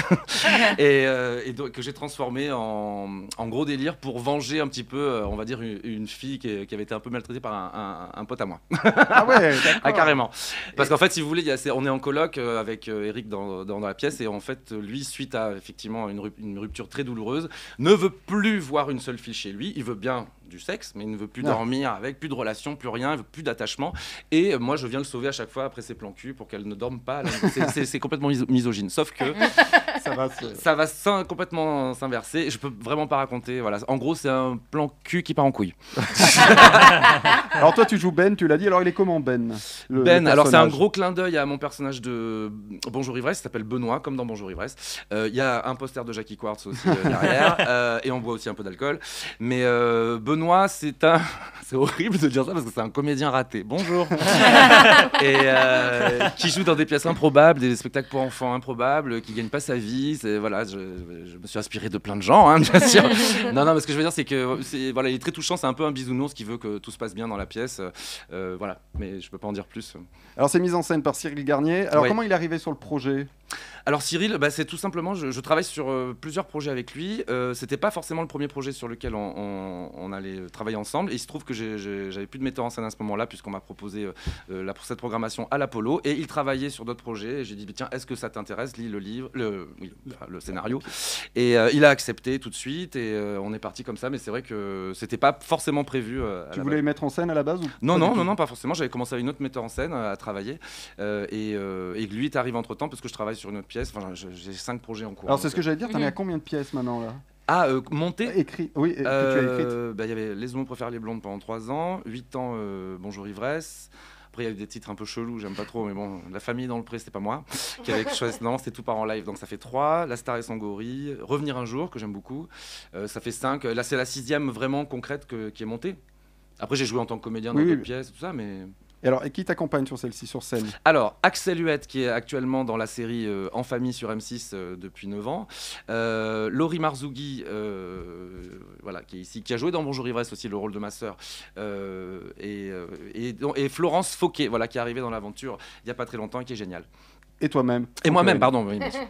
et, euh, et donc, que j'ai transformée en, en gros délire pour venger un petit peu, euh, on va dire, une, une fille qui, est- qui avait été un peu maltraitée par un, un- un pote à moi. Ah [LAUGHS] ouais, Ah, carrément. Parce qu'en fait, si vous voulez, il y a- c'est- on est en colloque avec euh, Eric dans, dans- dans la pièce et en fait, lui, suite à effectivement une, rup- une rupture très douloureuse, ne veut plus voir une seule fille chez lui. Il veut bien du sexe, mais il ne veut plus Ouais. dormir avec, plus de relations, plus rien, il veut plus d'attachement. Et euh, moi, je viens le sauver à chaque fois après ses plans cul pour qu'elle ne dorme pas. à la maison. C'est- C'est c'est complètement miso- misogyne. Sauf que ça va. c'est- ça va s'in- complètement s'inverser. Je peux vraiment pas raconter. Voilà. En gros, c'est un plan cul qui part en couille. Alors, toi, tu joues Ben, tu l'as dit. Alors, il est comment, Ben le- le Ben, alors c'est un personnage gros clin d'œil à mon personnage de Bonjour Ivresse, il s'appelle Benoît, comme dans Bonjour Ivresse. Euh, Il y a un poster de Jackie Quartz aussi [LAUGHS] euh, derrière, euh, et on boit aussi un peu d'alcool. Mais euh, Benoît, c'est un. [LAUGHS] C'est horrible de dire ça parce que c'est un comédien raté. Bonjour Et euh, qui joue dans des pièces improbables, des spectacles pour enfants improbables, qui gagne pas sa vie. C'est, voilà, je, je me suis inspiré de plein de gens, hein, bien sûr. non, non, mais ce que je veux dire, c'est que c'est, voilà, il est très touchant, c'est un peu un bisounours qui veut que tout se passe bien dans la pièce. Euh, voilà, mais je peux pas en dire plus. Alors, c'est mis en scène par Cyril Garnier. Alors, Oui. comment il est arrivé sur le projet Alors Cyril, bah, c'est tout simplement, je, je travaille sur euh, plusieurs projets avec lui. Euh, C'était pas forcément le premier projet sur lequel on, on- on allait euh, travailler ensemble. Et il se trouve que j'ai- j'ai- j'avais plus de metteur en scène à ce moment-là, puisqu'on m'a proposé euh, euh, la- cette programmation à l'Apollo. Et il travaillait sur d'autres projets. Et j'ai dit, tiens, est-ce que ça t'intéresse Lis le livre, le, oui, enfin, le scénario. Et euh, il a accepté tout de suite. Et euh, on est parti comme ça. Mais c'est vrai que c'était pas forcément prévu. euh, à Tu la voulais le mettre en scène à la base ou non, pas du non, tout non, non, pas forcément. J'avais commencé avec une autre metteur en scène euh, à travailler. euh, et, euh, et lui est arrivé entre temps parce que je travaille sur une autre pièce. Enfin, je- j'ai cinq projets en cours. Alors, c'est donc, ce que euh. j'allais dire. T'en Mhm. es à combien de pièces maintenant, là Ah, euh, monté Écrit. Oui, et- que tu as écrite. euh, bah, Il y avait Les hommes préfèrent les blondes pendant 3 ans, 8 ans euh, Bonjour Ivresse. Après, il y a eu des titres un peu chelous, j'aime pas trop, mais bon, La famille dans le pré, c'était [LAUGHS] pas moi. Qui avait choisi, non, c'était tout part en live, donc ça fait 3. La star et son gorille, Revenir un jour, que j'aime beaucoup, euh, ça fait 5. Là, c'est la sixième vraiment concrète que- qui est montée. Après, j'ai joué en tant que comédien dans Oui, oui, d'autres mais- pièces, tout ça, mais. Et alors, et qui t'accompagne sur celle-ci, sur scène Alors, Axel Huette, qui est actuellement dans la série euh, En famille sur M6 euh, depuis 9 ans. Euh, Laurie Marzougui, euh, voilà, qui est ici, qui a joué dans Bonjour Ivresse aussi, le rôle de ma sœur. Euh, et, euh, et, donc- et Florence Fauquet, voilà, qui est arrivée dans l'aventure il n'y a pas très longtemps et qui est géniale. Et toi-même Et moi-même, pardon. pardon. oui, bien sûr.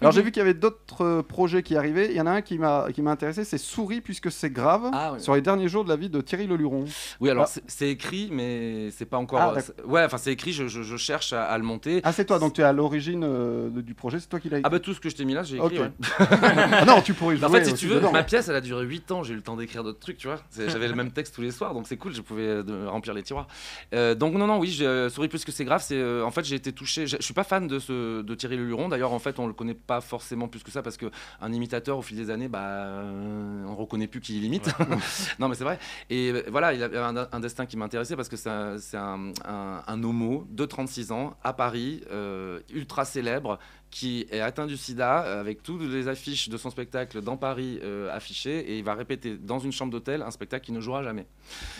Alors Mhm. j'ai vu qu'il y avait d'autres euh, projets qui arrivaient. Il y en a un qui m'a qui m'a intéressé, c'est Souris puisque c'est grave. Ah, oui. Sur les derniers jours de la vie de Thierry Leluron. Oui, alors Ah. c'est- c'est écrit, mais c'est pas encore. Ah, euh, d'accord. c'est- ouais, enfin, c'est écrit, je, je- je cherche à, à le monter. Ah c'est toi, donc tu es à l'origine euh, de- du projet, c'est toi qui l'as Ah, bah, tout ce que je t'ai mis là, j'ai écrit. Ok. ouais. Ah non, tu pourrais [LAUGHS] Bah, jouer. en fait, si aussi tu veux, dedans. ma pièce, elle a duré 8 ans. J'ai eu le temps d'écrire d'autres trucs, tu vois. C'est- J'avais le même texte tous les soirs, donc c'est cool, je pouvais euh, de- remplir les tiroirs. Euh, donc, non, non, oui, je euh, souris plus que c'est grave. C'est euh, En fait, j'ai été touché. Je je suis pas fan de, ce, de Thierry Leluron. D'ailleurs, en fait, on le connaît pas forcément plus que ça parce que un imitateur, au fil des années, bah, euh, on reconnaît plus qui il imite. [LAUGHS] non, mais c'est vrai. Et euh, voilà, il avait un, un destin qui m'intéressait parce que c'est un, c'est un, un- un homo de 36 ans à Paris, euh, ultra célèbre, qui est atteint du sida euh, avec toutes les affiches de son spectacle dans Paris euh, affichées et il va répéter dans une chambre d'hôtel un spectacle qu'il ne jouera jamais.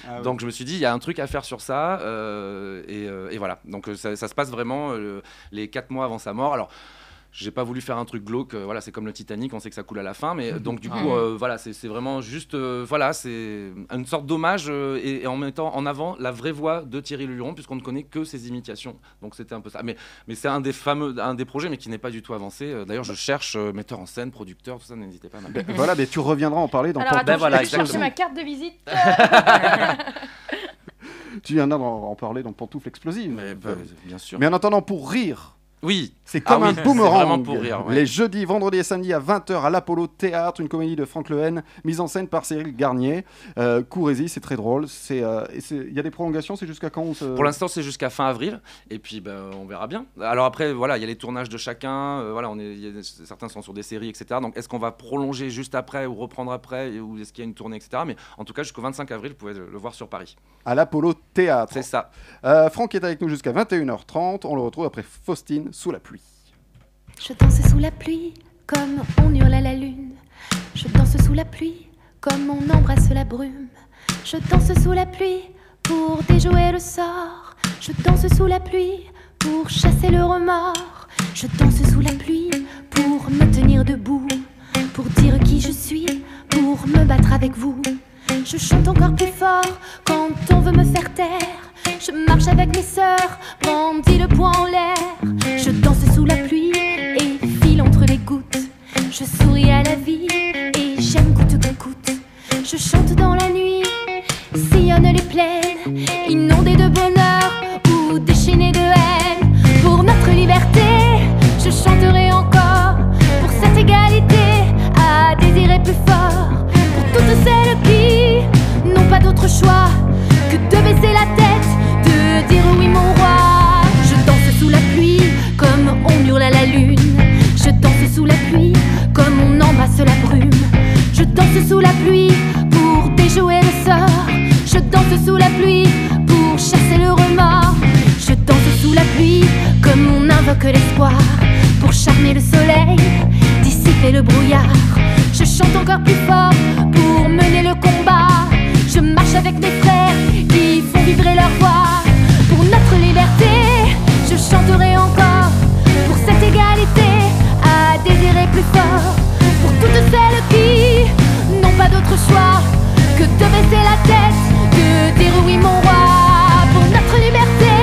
Ah ouais. Donc je me suis dit, il y a un truc à faire sur ça euh, et, euh, et voilà. Donc euh, ça, ça se passe vraiment euh, les quatre mois avant sa mort. Alors. j'ai pas voulu faire un truc glauque. euh, voilà, c'est comme le Titanic, on sait que ça coule à la fin, mais donc du Ah. coup, euh, voilà, c'est c'est vraiment juste, euh, voilà, c'est une sorte d'hommage euh, et, et en mettant en avant la vraie voix de Thierry Luron, puisqu'on ne connaît que ses imitations. Donc c'était un peu ça. Mais, mais c'est un des fameux, un des projets, mais qui n'est pas du tout avancé. Euh, D'ailleurs, je cherche euh, metteur en scène, producteur, tout ça. N'hésitez pas. à m'appeler. Ben, Voilà, mais tu reviendras en parler dans Alors attends, Porte- Ben je voilà, vais chercher exactement. ma carte de visite. tu viendras en en parler dans Pantoufle Explosive. Mais, bah, bien sûr. Mais en attendant, pour rire, Oui. c'est comme Ah oui, un c'est boomerang. vraiment pour rire, ouais. Les jeudis, vendredis et samedis à 20h à l'Apollo Théâtre, une comédie de Franck Lehen, mise en scène par Cyril Garnier. Euh, Courez-y, c'est très drôle. C'est, euh, et c'est- Il y a des prolongations, c'est jusqu'à quand on se- Pour l'instant, c'est jusqu'à fin avril, et puis ben, on verra bien. Alors après, voilà, il y a les tournages de chacun. euh, voilà, on est, il y a- certains sont sur des séries, etc. Donc, est-ce qu'on va prolonger juste après ou reprendre après, et- ou est-ce qu'il y a une tournée, etc. Mais en tout cas, jusqu'au 25 avril, vous pouvez le le voir sur Paris. À l'Apollo Théâtre. C'est ça. Euh, Franck est avec nous jusqu'à 21h30. On le retrouve après Faustine sous la pluie. Je danse sous la pluie, comme on hurle à la lune. Je danse sous la pluie, comme on embrasse la brume. Je danse sous la pluie, pour déjouer le sort. Je danse sous la pluie, pour chasser le remords. Je danse sous la pluie, pour me tenir debout. Pour dire qui je suis, pour me battre avec vous. Je chante encore plus fort quand on veut me faire taire. Je marche avec mes sœurs, brandis le poing en l'air. Je danse sous la pluie et file entre les gouttes. Je souris à la vie et j'aime coûte que coûte. Je chante dans la nuit, sillonne les plaines, inondée de bonheur ou déchaînée de haine. Pour notre liberté, je chanterai encore. Pour cette égalité, à désirer plus fort. Pour toutes celles qui n'ont pas d'autre choix que de baisser la tête, de dire oui mon roi. Je danse sous la pluie comme on hurle à la lune. Je danse sous la pluie comme on embrasse la brume. Je danse sous la pluie pour déjouer le sort. Je danse sous la pluie pour chasser le remords. Je danse sous la pluie comme on invoque l'espoir pour charmer le soleil, dissiper le brouillard. Je chante encore plus fort pour mener le combat. Je marche avec mes frères qui font vibrer leur voix. Pour notre liberté, je chanterai encore. Pour cette égalité, à désirer plus fort. Pour toutes celles qui n'ont pas d'autre choix que de baisser la tête, de dire oui mon roi. Pour notre liberté,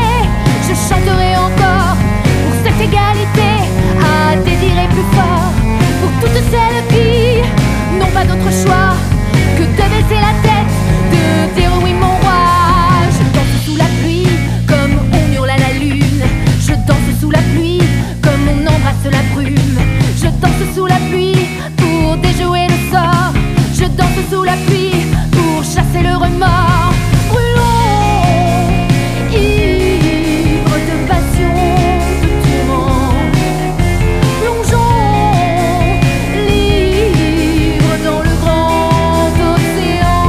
je chanterai encore. Pour cette égalité, à désirer plus fort. Pour toutes celles qui n'ont pas d'autre choix que de baisser la tête, de dire oui mon roi. Je danse sous la pluie comme on hurle à la lune. Je danse sous la pluie comme on embrasse la brume. Je danse sous la pluie pour déjouer le sort. Je danse sous la pluie pour chasser le remords. Brûlons, ivres de passion, de tourment. Plongeons libre dans le grand océan.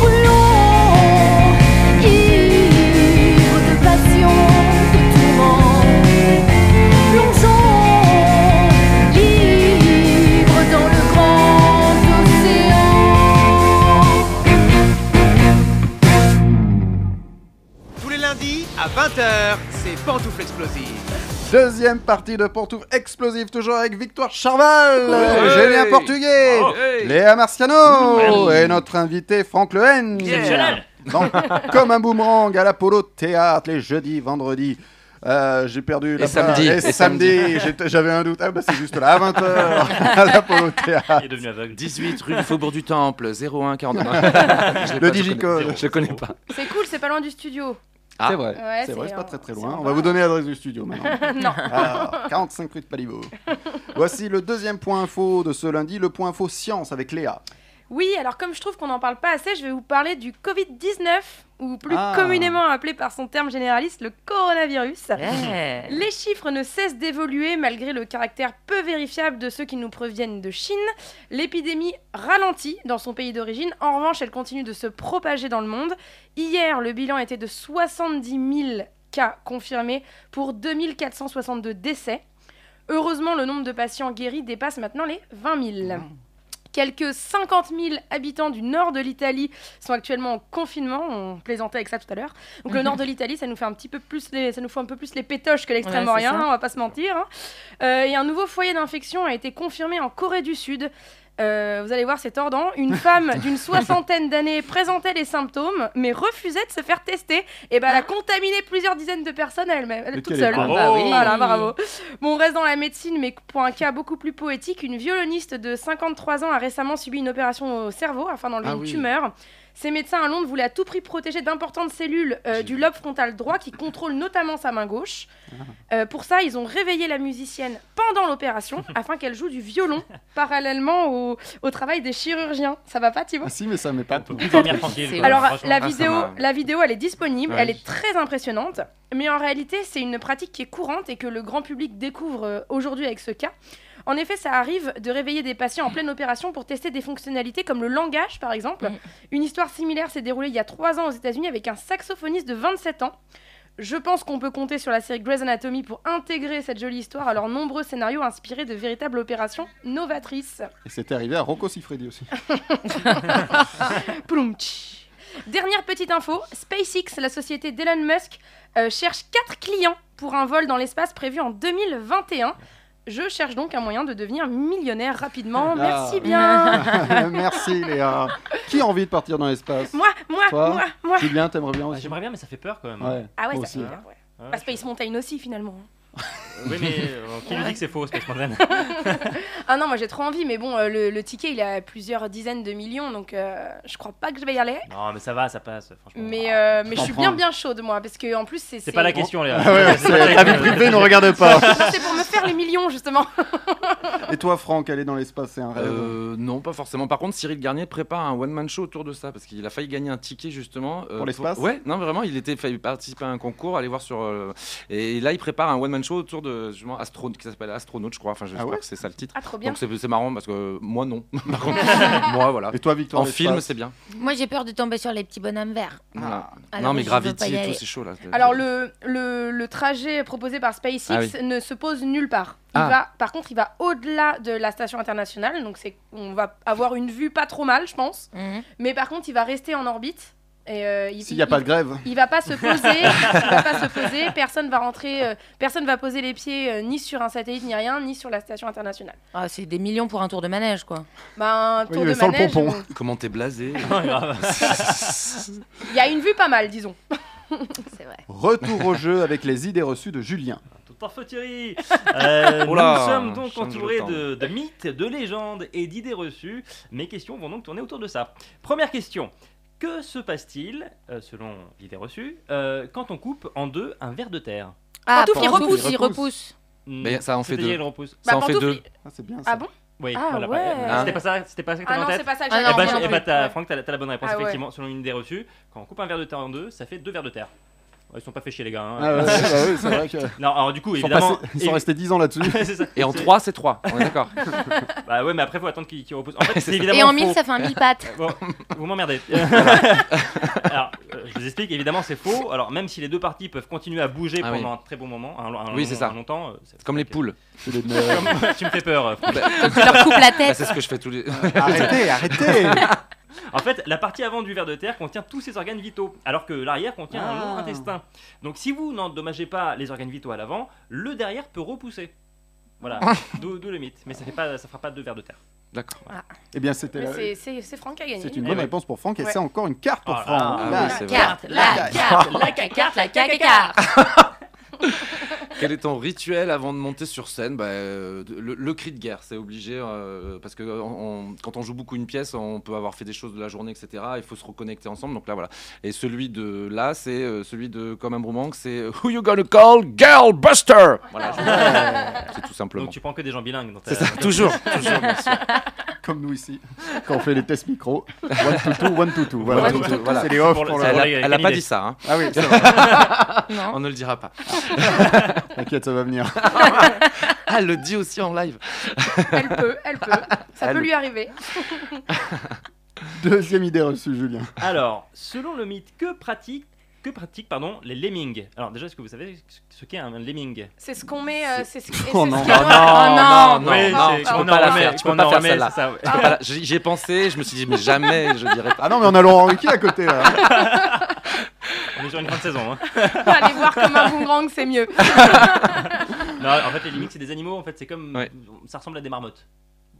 Brûlons ivre de passion, de tourment. Plongeons libre dans le grand océan. Tous les lundis à 20h, c'est Pantoufle Explosive. Deuxième partie de Pantoufle Explosive, toujours avec Victoire Charval, Ouais. Julien Portugais, Bravo. Hey. Léa Marciano Ouais. et notre invité Franck Lehen. Exceptionnel. [LAUGHS] Donc, comme un boomerang à l'Apollo Théâtre, les jeudis, vendredis. Euh, j'ai perdu la samedi. Et Et samedi, j'étais- j'avais un doute. Ah bah c'est juste là, à [LAUGHS] 20h, à l'Apollo Théâtre. Il est devenu aveugle. 18 rue du Faubourg du Temple, 01 49. [LAUGHS] euh, Le digicode. Je connais pas. C'est cool, c'est pas loin du studio. Ah. C'est vrai, Euh, Ouais, c'est vrai, c'est c'est en- pas très très c'est loin. en On va bas. vous donner l'adresse du studio [LAUGHS] maintenant. Alors, 45 rue de Paliveau. Voici le deuxième point info de ce lundi, le point info science avec Léa. Oui, alors comme je trouve qu'on n'en parle pas assez, je vais vous parler du Covid-19, ou plus Ah. communément appelé par son terme généraliste, le coronavirus. Ouais. Les chiffres ne cessent d'évoluer malgré le caractère peu vérifiable de ceux qui nous proviennent de Chine. L'épidémie ralentit dans son pays d'origine, en revanche elle continue de se propager dans le monde. Hier, le bilan était de 70 000 cas confirmés pour Mmh. 2462 décès. Heureusement, le nombre de patients guéris dépasse maintenant les 20 000. Quelques 50 000 habitants du nord de l'Italie sont actuellement en confinement. On plaisantait avec ça tout à l'heure. Donc le Mhm. nord de l'Italie, ça nous fait un petit peu plus les, ça nous fout un peu plus les pétoches que l'extrême-orient. Ouais, c'est hein, ça. on va pas se mentir. hein. Euh, et un nouveau foyer d'infection a été confirmé en Corée du Sud. Euh, vous allez voir, c'est tordant. [LAUGHS] Une femme d'une soixantaine d'années présentait les symptômes, mais refusait de se faire tester. Et ben, elle a contaminé plusieurs dizaines de personnes à elle-même, Mais elle, toute quelle seule. Ah épreuve. Bah oui. Voilà, bravo. Bon, on reste dans la médecine, mais pour un cas beaucoup plus poétique, une violoniste de 53 ans a récemment subi une opération au cerveau afin d'enlever Ah une oui. tumeur. Ses médecins à Londres voulaient à tout prix protéger d'importantes cellules euh, J'ai du vu. lobe frontal droit qui contrôle notamment sa main gauche. Euh, pour ça, ils ont réveillé la musicienne pendant l'opération afin qu'elle joue du violon parallèlement au, au travail des chirurgiens. Ça va pas, Thibaut Ah si, mais ça met pas On peut plus dormir tranquille. C'est- quoi, alors franchement. la Ah, ça vidéo, m'a- la vidéo, elle est disponible, Ouais. elle est très impressionnante, mais en réalité, c'est une pratique qui est courante et que le grand public découvre euh, aujourd'hui avec ce cas. En effet, ça arrive de réveiller des patients en pleine opération pour tester des fonctionnalités comme le langage, par exemple. Mhm. Une histoire similaire s'est déroulée il y a trois ans aux États-Unis avec un saxophoniste de 27 ans. Je pense qu'on peut compter sur la série Grey's Anatomy pour intégrer cette jolie histoire à leurs nombreux scénarios inspirés de véritables opérations novatrices. Et c'était arrivé à Rocco Siffredi aussi. Ploumtch. Dernière petite info, SpaceX, la société d'Elon Musk, euh, cherche 4 clients pour un vol dans l'espace prévu en 2021. Je cherche donc un moyen de devenir millionnaire Ah. rapidement. Oh, [LAUGHS] Merci bien. Merci Léa. Qui a envie de partir dans l'espace Moi, moi, Toi moi, moi. Julien, t'aimerais bien Ah, aussi J'aimerais bien, mais ça fait peur quand même. Ouais. Ah ouais, moi ça aussi. fait peur, ouais. Ouais, Bah, Space Mountain aussi finalement. je- Oui, mais euh, qui nous dit que c'est faux, Space [LAUGHS] Mountain Ah non, moi j'ai trop envie, mais bon, euh, le, le ticket il a plusieurs dizaines de millions, donc euh, je crois pas que je vais y aller. Non, mais ça va, ça passe, franchement. Mais, euh, mais je suis comprends. bien bien chaude moi, parce que en plus c'est... C'est pas la question, Léa. Ah ouais, C'est pas c'est- [LAUGHS] la la vie privée ne regarde pas. Non, c'est pour me faire les millions justement. [LAUGHS] Et toi, Franck, aller dans l'espace, c'est un rêve. Euh, non, pas forcément. Par contre, Cyril Garnier prépare un one-man show autour de ça parce qu'il a failli gagner un ticket justement. euh, Pour l'espace Ouais, non, vraiment, il était failli participer à un concours, aller voir sur. euh, et là, il prépare un one-man show autour de justement astronaute qui s'appelle astronaute, je crois. Enfin, j'espère Ah ouais que c'est ça le titre. [LAUGHS] Ah trop bien. Donc c'est c'est marrant parce que euh, moi non. [LAUGHS] [LAUGHS] Par contre, moi voilà. Et toi, Victoire En film, l'espace c'est bien. Moi, j'ai peur de tomber sur les petits bonhommes verts. Voilà. Ah. Alors, non, mais je veux pas Gravity y et aller. tout, c'est chaud là. Alors le, le, le trajet proposé par SpaceX Ah oui. ne se pose nulle part. Il Ah. va, par contre, il va au-delà de la station internationale, donc c'est, on va avoir une vue pas trop mal, je pense. Mhm. Mais par contre, il va rester en orbite. Et euh, il, S'il n'y a il- pas de grève, il va pas se poser, [LAUGHS] il va pas se poser. Personne va rentrer, euh, personne va poser les pieds euh, ni sur un satellite ni rien, ni sur la station internationale. Ah, c'est des millions pour un tour de manège, quoi. Ben Oui, tour mais de sans le manège. pompon. euh, Comment t'es blasé Il y a une vue pas mal, disons. C'est vrai. retour au jeu avec les idées reçues de Julien. Tout en feu, Thierry Euh, Oula, Nous sommes donc change le entourés temps. de, de mythes, de légendes et d'idées reçues. Mes questions vont donc tourner autour de ça. Première question. Que se passe-t-il, euh, selon l'idée reçue, euh, quand on coupe en deux un verre de terre Ah, il Pantoufle, il repousse, repousse. il repousse. Mais ça en fait C'est-à-dire, deux. il repousse. Ça Bah, en fait pantoufle, deux. Ah, c'est bien ça. Ah bon Oui, Ah voilà, ouais. bah, C'était pas ça, c'était pas ça que Ah t'avais en non, tête c'est pas ça. Que Ah j'avais non, Eh en ben, non, je- tête. eh ben, t'as- Ouais. Franck, t'as la, t'as la bonne réponse, Ah ouais. effectivement. Selon une idée reçue, quand on coupe un verre de terre en deux, ça fait deux verres de terre. Ouais, Ils sont pas fait chier, les gars. hein. Ah ouais, ouais, bah oui, c'est vrai que. [LAUGHS] Non, alors du coup, Ils sont, évidemment. passés- ils sont [LAUGHS] restés 10 ans là-dessus. C'est ça. Et en C'est- trois, c'est trois. On est d'accord. Bah ouais, mais après, faut attendre qu'il qu'il repousse. En fait, c'est évidemment. Et en faux. mille, ça fait un mille [LAUGHS] pattes. Bon, vous m'emmerdez. [LAUGHS] Alors, euh, je vous explique, évidemment, c'est faux. Alors, même si les deux parties peuvent continuer à bouger Ah oui. pendant un très bon moment, un, un- Oui, un- c'est ça. un longtemps, euh, c'est- Comme les [LAUGHS] ok. poules. C'est des merdes. [LAUGHS] Comme- tu me fais peur. euh, Franck. Tu leur coupes la Bah, tête. c'est ce que je fais tous les. arrêtez, arrêtez En fait, la partie avant du verre de terre contient tous ses organes vitaux, alors que l'arrière contient un long Ah. intestin. Donc, si vous n'endommagez pas les organes vitaux à l'avant, le derrière peut repousser. Voilà, d'où d'où le mythe. Mais ça fait pas, ça fera pas deux verres de terre. [LAUGHS] D'accord. Eh bien, c'était. Mais la- c'est- C'est c'est Franck qui a gagné. C'est une Eh bonne ouais. réponse pour Franck et Ouais. c'est encore une carte pour Ah là Franck. là. Là, Ah oui, c'est vrai. Carte, la carte, la carte, la carte. Quel est ton rituel avant de monter sur scène Bah, euh, le, le cri de guerre, c'est obligé. euh, parce que euh, on- quand on joue beaucoup une pièce, on peut avoir fait des choses de la journée, etc. Il faut se reconnecter ensemble. Donc là, voilà. Et celui de là, c'est euh, celui de Comme un Broumank, c'est euh, Who you gonna call Girl Buster Voilà. je- c'est tout simplement. Donc, tu prends que des gens bilingues dans ta. C'est ça, [LAUGHS] toujours. toujours bien sûr. Comme nous ici, quand on fait les tests micro. One to two, one to two. Voilà, One to two, voilà. c'est les off Pour le- pour c'est Elle la. la- a- elle a pas dit ça, hein. Ah oui, c'est vrai. Non. [LAUGHS] on ne le dira pas. T'inquiète, ça va venir. Ah, Elle le dit aussi en live. Elle peut, elle peut. Ça peut lui arriver. Deuxième idée reçue, Julien. Alors, selon le mythe, que pratique que pratiquent pardon, les lemmings Alors déjà, est-ce que vous savez ce- ce qu'est un lemming C'est ce qu'on met. euh, c'est ce et c'est ce Oh qui- non. moi- non, non, non, Oui, non, c'est- tu peux Ah. on pas en la remet, faire, tu peux on pas en faire remet, celle-là. c'est ça, ouais. Je peux pas la- J'y j'y ai pensé, je me suis dit, mais jamais je dirais pas. Ah non, mais on a Laurent Ruquier à côté là. hein, On est sur une grande saison. hein. Allez voir comme un boomerang, c'est mieux. Non, en fait, les lemmings, c'est des animaux. En fait, c'est comme. Ouais. Ça ressemble à des marmottes.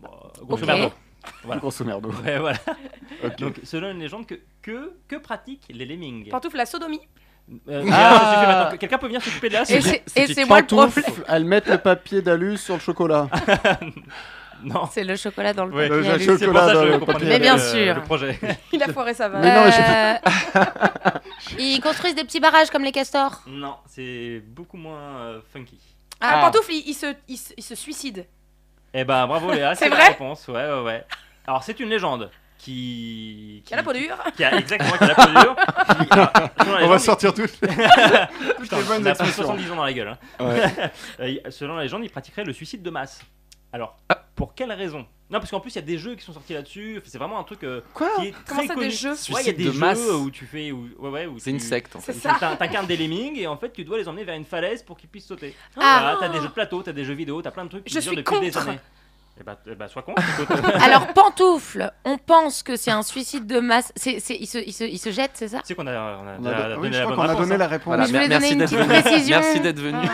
Bon, euh, grosso Ok. merdo. Voilà. Grosso merdo. Ouais, voilà. Ok. Donc, selon une légende, que, que, que pratiquent les lemmings Pantoufle, la sodomie. Euh, Ah. Léa, ça suffit maintenant. Quelqu'un peut venir s'occuper de Léa Et s'il vous plaît c'est et qui c'est moi le Pantoufles, problème. [LAUGHS] elles mettent le papier d'alu sur le chocolat. [LAUGHS] Non. C'est le chocolat dans le Ouais. Le papier à jeu- lui. C'est pour ça dans que je le comprenais papier. pas Mais bien le- euh, sûr. le projet. Il a foiré sa vanne. Mais non, mais je sais ah, Euh, Ils construisent des petits barrages comme les castors. Non, c'est beaucoup moins euh, funky. Ah. Ah, Pantoufle, il, il se, il, se- il se suicide. Eh ben, bravo Léa, [LAUGHS] C'est c'est la vrai réponse. Ouais, ouais, ouais. Alors, c'est une légende qui. Il a la peau dure. Qui a exactement qui a la peau [LAUGHS] dure. Qui- alors, On selon la va légende, sortir toutes les, toutes Putain, les bonnes on a pris expressions. 70 ans dans la gueule. hein. Ouais. [LAUGHS] Euh, y- selon la légende, il pratiquerait le suicide de masse. Alors, Ah. pour quelle raison Non, parce qu'en plus, il y a des jeux qui sont sortis là-dessus. Enfin, C'est vraiment un truc euh, Quoi qui est Comment très ça, des connu. jeux Ouais, il y a Suicide des de jeux masse. où tu fais. Où, ouais, ouais, où C'est une tu- secte. en fait. C'est tu- ça. t'in- T'incarnes des lemmings et en fait, tu dois les emmener vers une falaise pour qu'ils puissent sauter. Ah. Voilà, t'as des jeux de plateau, t'as des jeux vidéo, t'as plein de trucs qui Je durent suis depuis des contre. années. Eh bah, eh bah, sois contre. [LAUGHS] écoute. Alors, pantoufle, on pense que c'est un suicide de masse. C'est, c'est- ils, se, ils se- ils se jettent, c'est ça Tu sais qu'on a, on a- On on a a, donné oui, je la crois bonne qu'on a réponse, donné hein. la réponse. Voilà, je voulais mer- merci donner une d'être petite venu. précision. Merci d'être venu.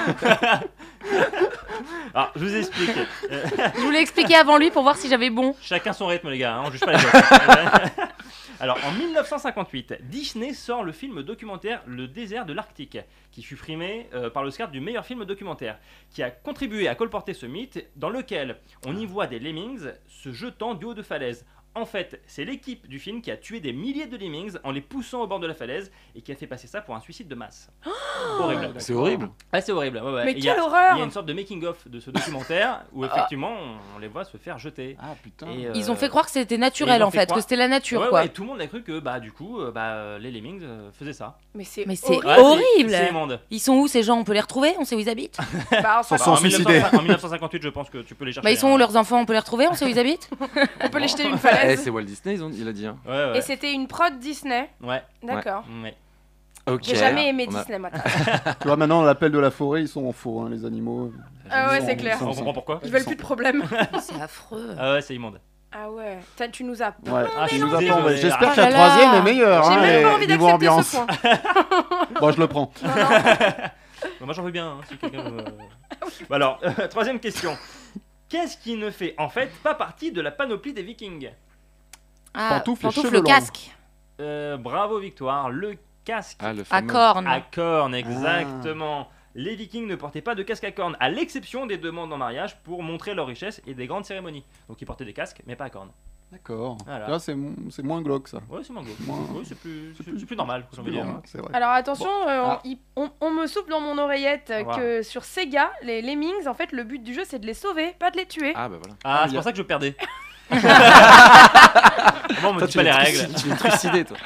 Alors, je vous explique. Euh, Je voulais expliquer avant lui pour voir si j'avais [LAUGHS] bon. chacun son rythme, les gars. hein, on juge pas les autres. [LAUGHS] Alors, en 1958, Disney sort le film documentaire Le désert de l'Arctique, qui fut primé euh, par l'Oscar du meilleur film documentaire, qui a contribué à colporter ce mythe, dans lequel on y voit des lemmings se jetant du haut de falaise. En fait, c'est l'équipe du film qui a tué des milliers de lemmings en les poussant au bord de la falaise et qui a fait passer ça pour un suicide de [GASPS] masse. horrible. C'est horrible. Ah, c'est horrible. ouais, ouais. Mais Et il y a- quelle Il y a horreur une sorte de making-of de [LAUGHS] ce documentaire où effectivement on, on les voit se faire jeter. Ah putain. Et, euh, Ah. Ils ont fait croire que c'était ils naturel ont en fait fait, croire- que c'était la nature ouais, quoi. ouais, et tout le monde a cru que bah du coup euh, bah, euh, les lemmings euh, faisaient ça. Mais c'est. Mais c'est Ouais, horrible. C'est c'est immonde. Ils sont où ces gens On peut les retrouver On sait où ils habitent Bah, enfin, Ils sont en, suicidés. 1950 en 1958, je pense que tu peux les chercher. Bah ils sont où hein. leurs enfants On peut les retrouver On sait où ils habitent on peut les jeter d'une Eh, falaise. c'est Walt Disney, ils ont- il a dit. hein. Ouais, ouais. Et c'était une prod Disney. ouais. D'accord. ouais. Ok. J'ai jamais aimé On a- Disney, moi. [LAUGHS] Tu vois, maintenant, l'appel de la forêt, ils sont en faux, hein, les animaux. Ah ouais, Ils c'est sont- clair. ils sont- On comprend pourquoi. Ils veulent plus de problème. [LAUGHS] C'est affreux. Ah ouais, c'est immonde. Ah ouais. T'as- Tu nous as. Ouais, Ah, tu je nous suis attends, désolé. mais J'espère Ah que la là là. troisième est meilleure. J'ai hein, même et- pas envie niveau d'accepter ambiance. ce point. [LAUGHS] Bon, je le prends. Non, non. Non, moi j'en veux bien. hein, si quelqu'un veut- [LAUGHS] Bah alors, [LAUGHS] euh, troisième question. Qu'est-ce qui ne fait en fait pas partie de la panoplie des Vikings Ah, Pantoufles et cheveux le longs. casque Euh, Bravo Victoire, le casque. Ah, le à fameux. cornes. À cornes, exactement. Les vikings ne portaient pas de casque à cornes, à l'exception des demandes en mariage pour montrer leur richesse et des grandes cérémonies. Donc ils portaient des casques, mais pas à cornes. D'accord. Voilà. Là, c'est mon- c'est moins glauque, ça. Ouais, c'est mango. Moins- Ouais, c'est plus, c'est- c'est plus normal, j'ai envie de dire. Bon, C'est vrai. Alors attention, euh, on- Ah. il- on, on me souffle dans mon oreillette euh, Voilà. que sur Sega, les Lemmings, en fait, le but du jeu, c'est de les sauver, pas de les tuer. Ah, bah voilà. Ah, c'est il y a- pour ça que je perdais. [LAUGHS] Bon, on me Toi, dit tu pas les l'as règles. trucidé- Tu l'as trucidé, [LAUGHS] toi.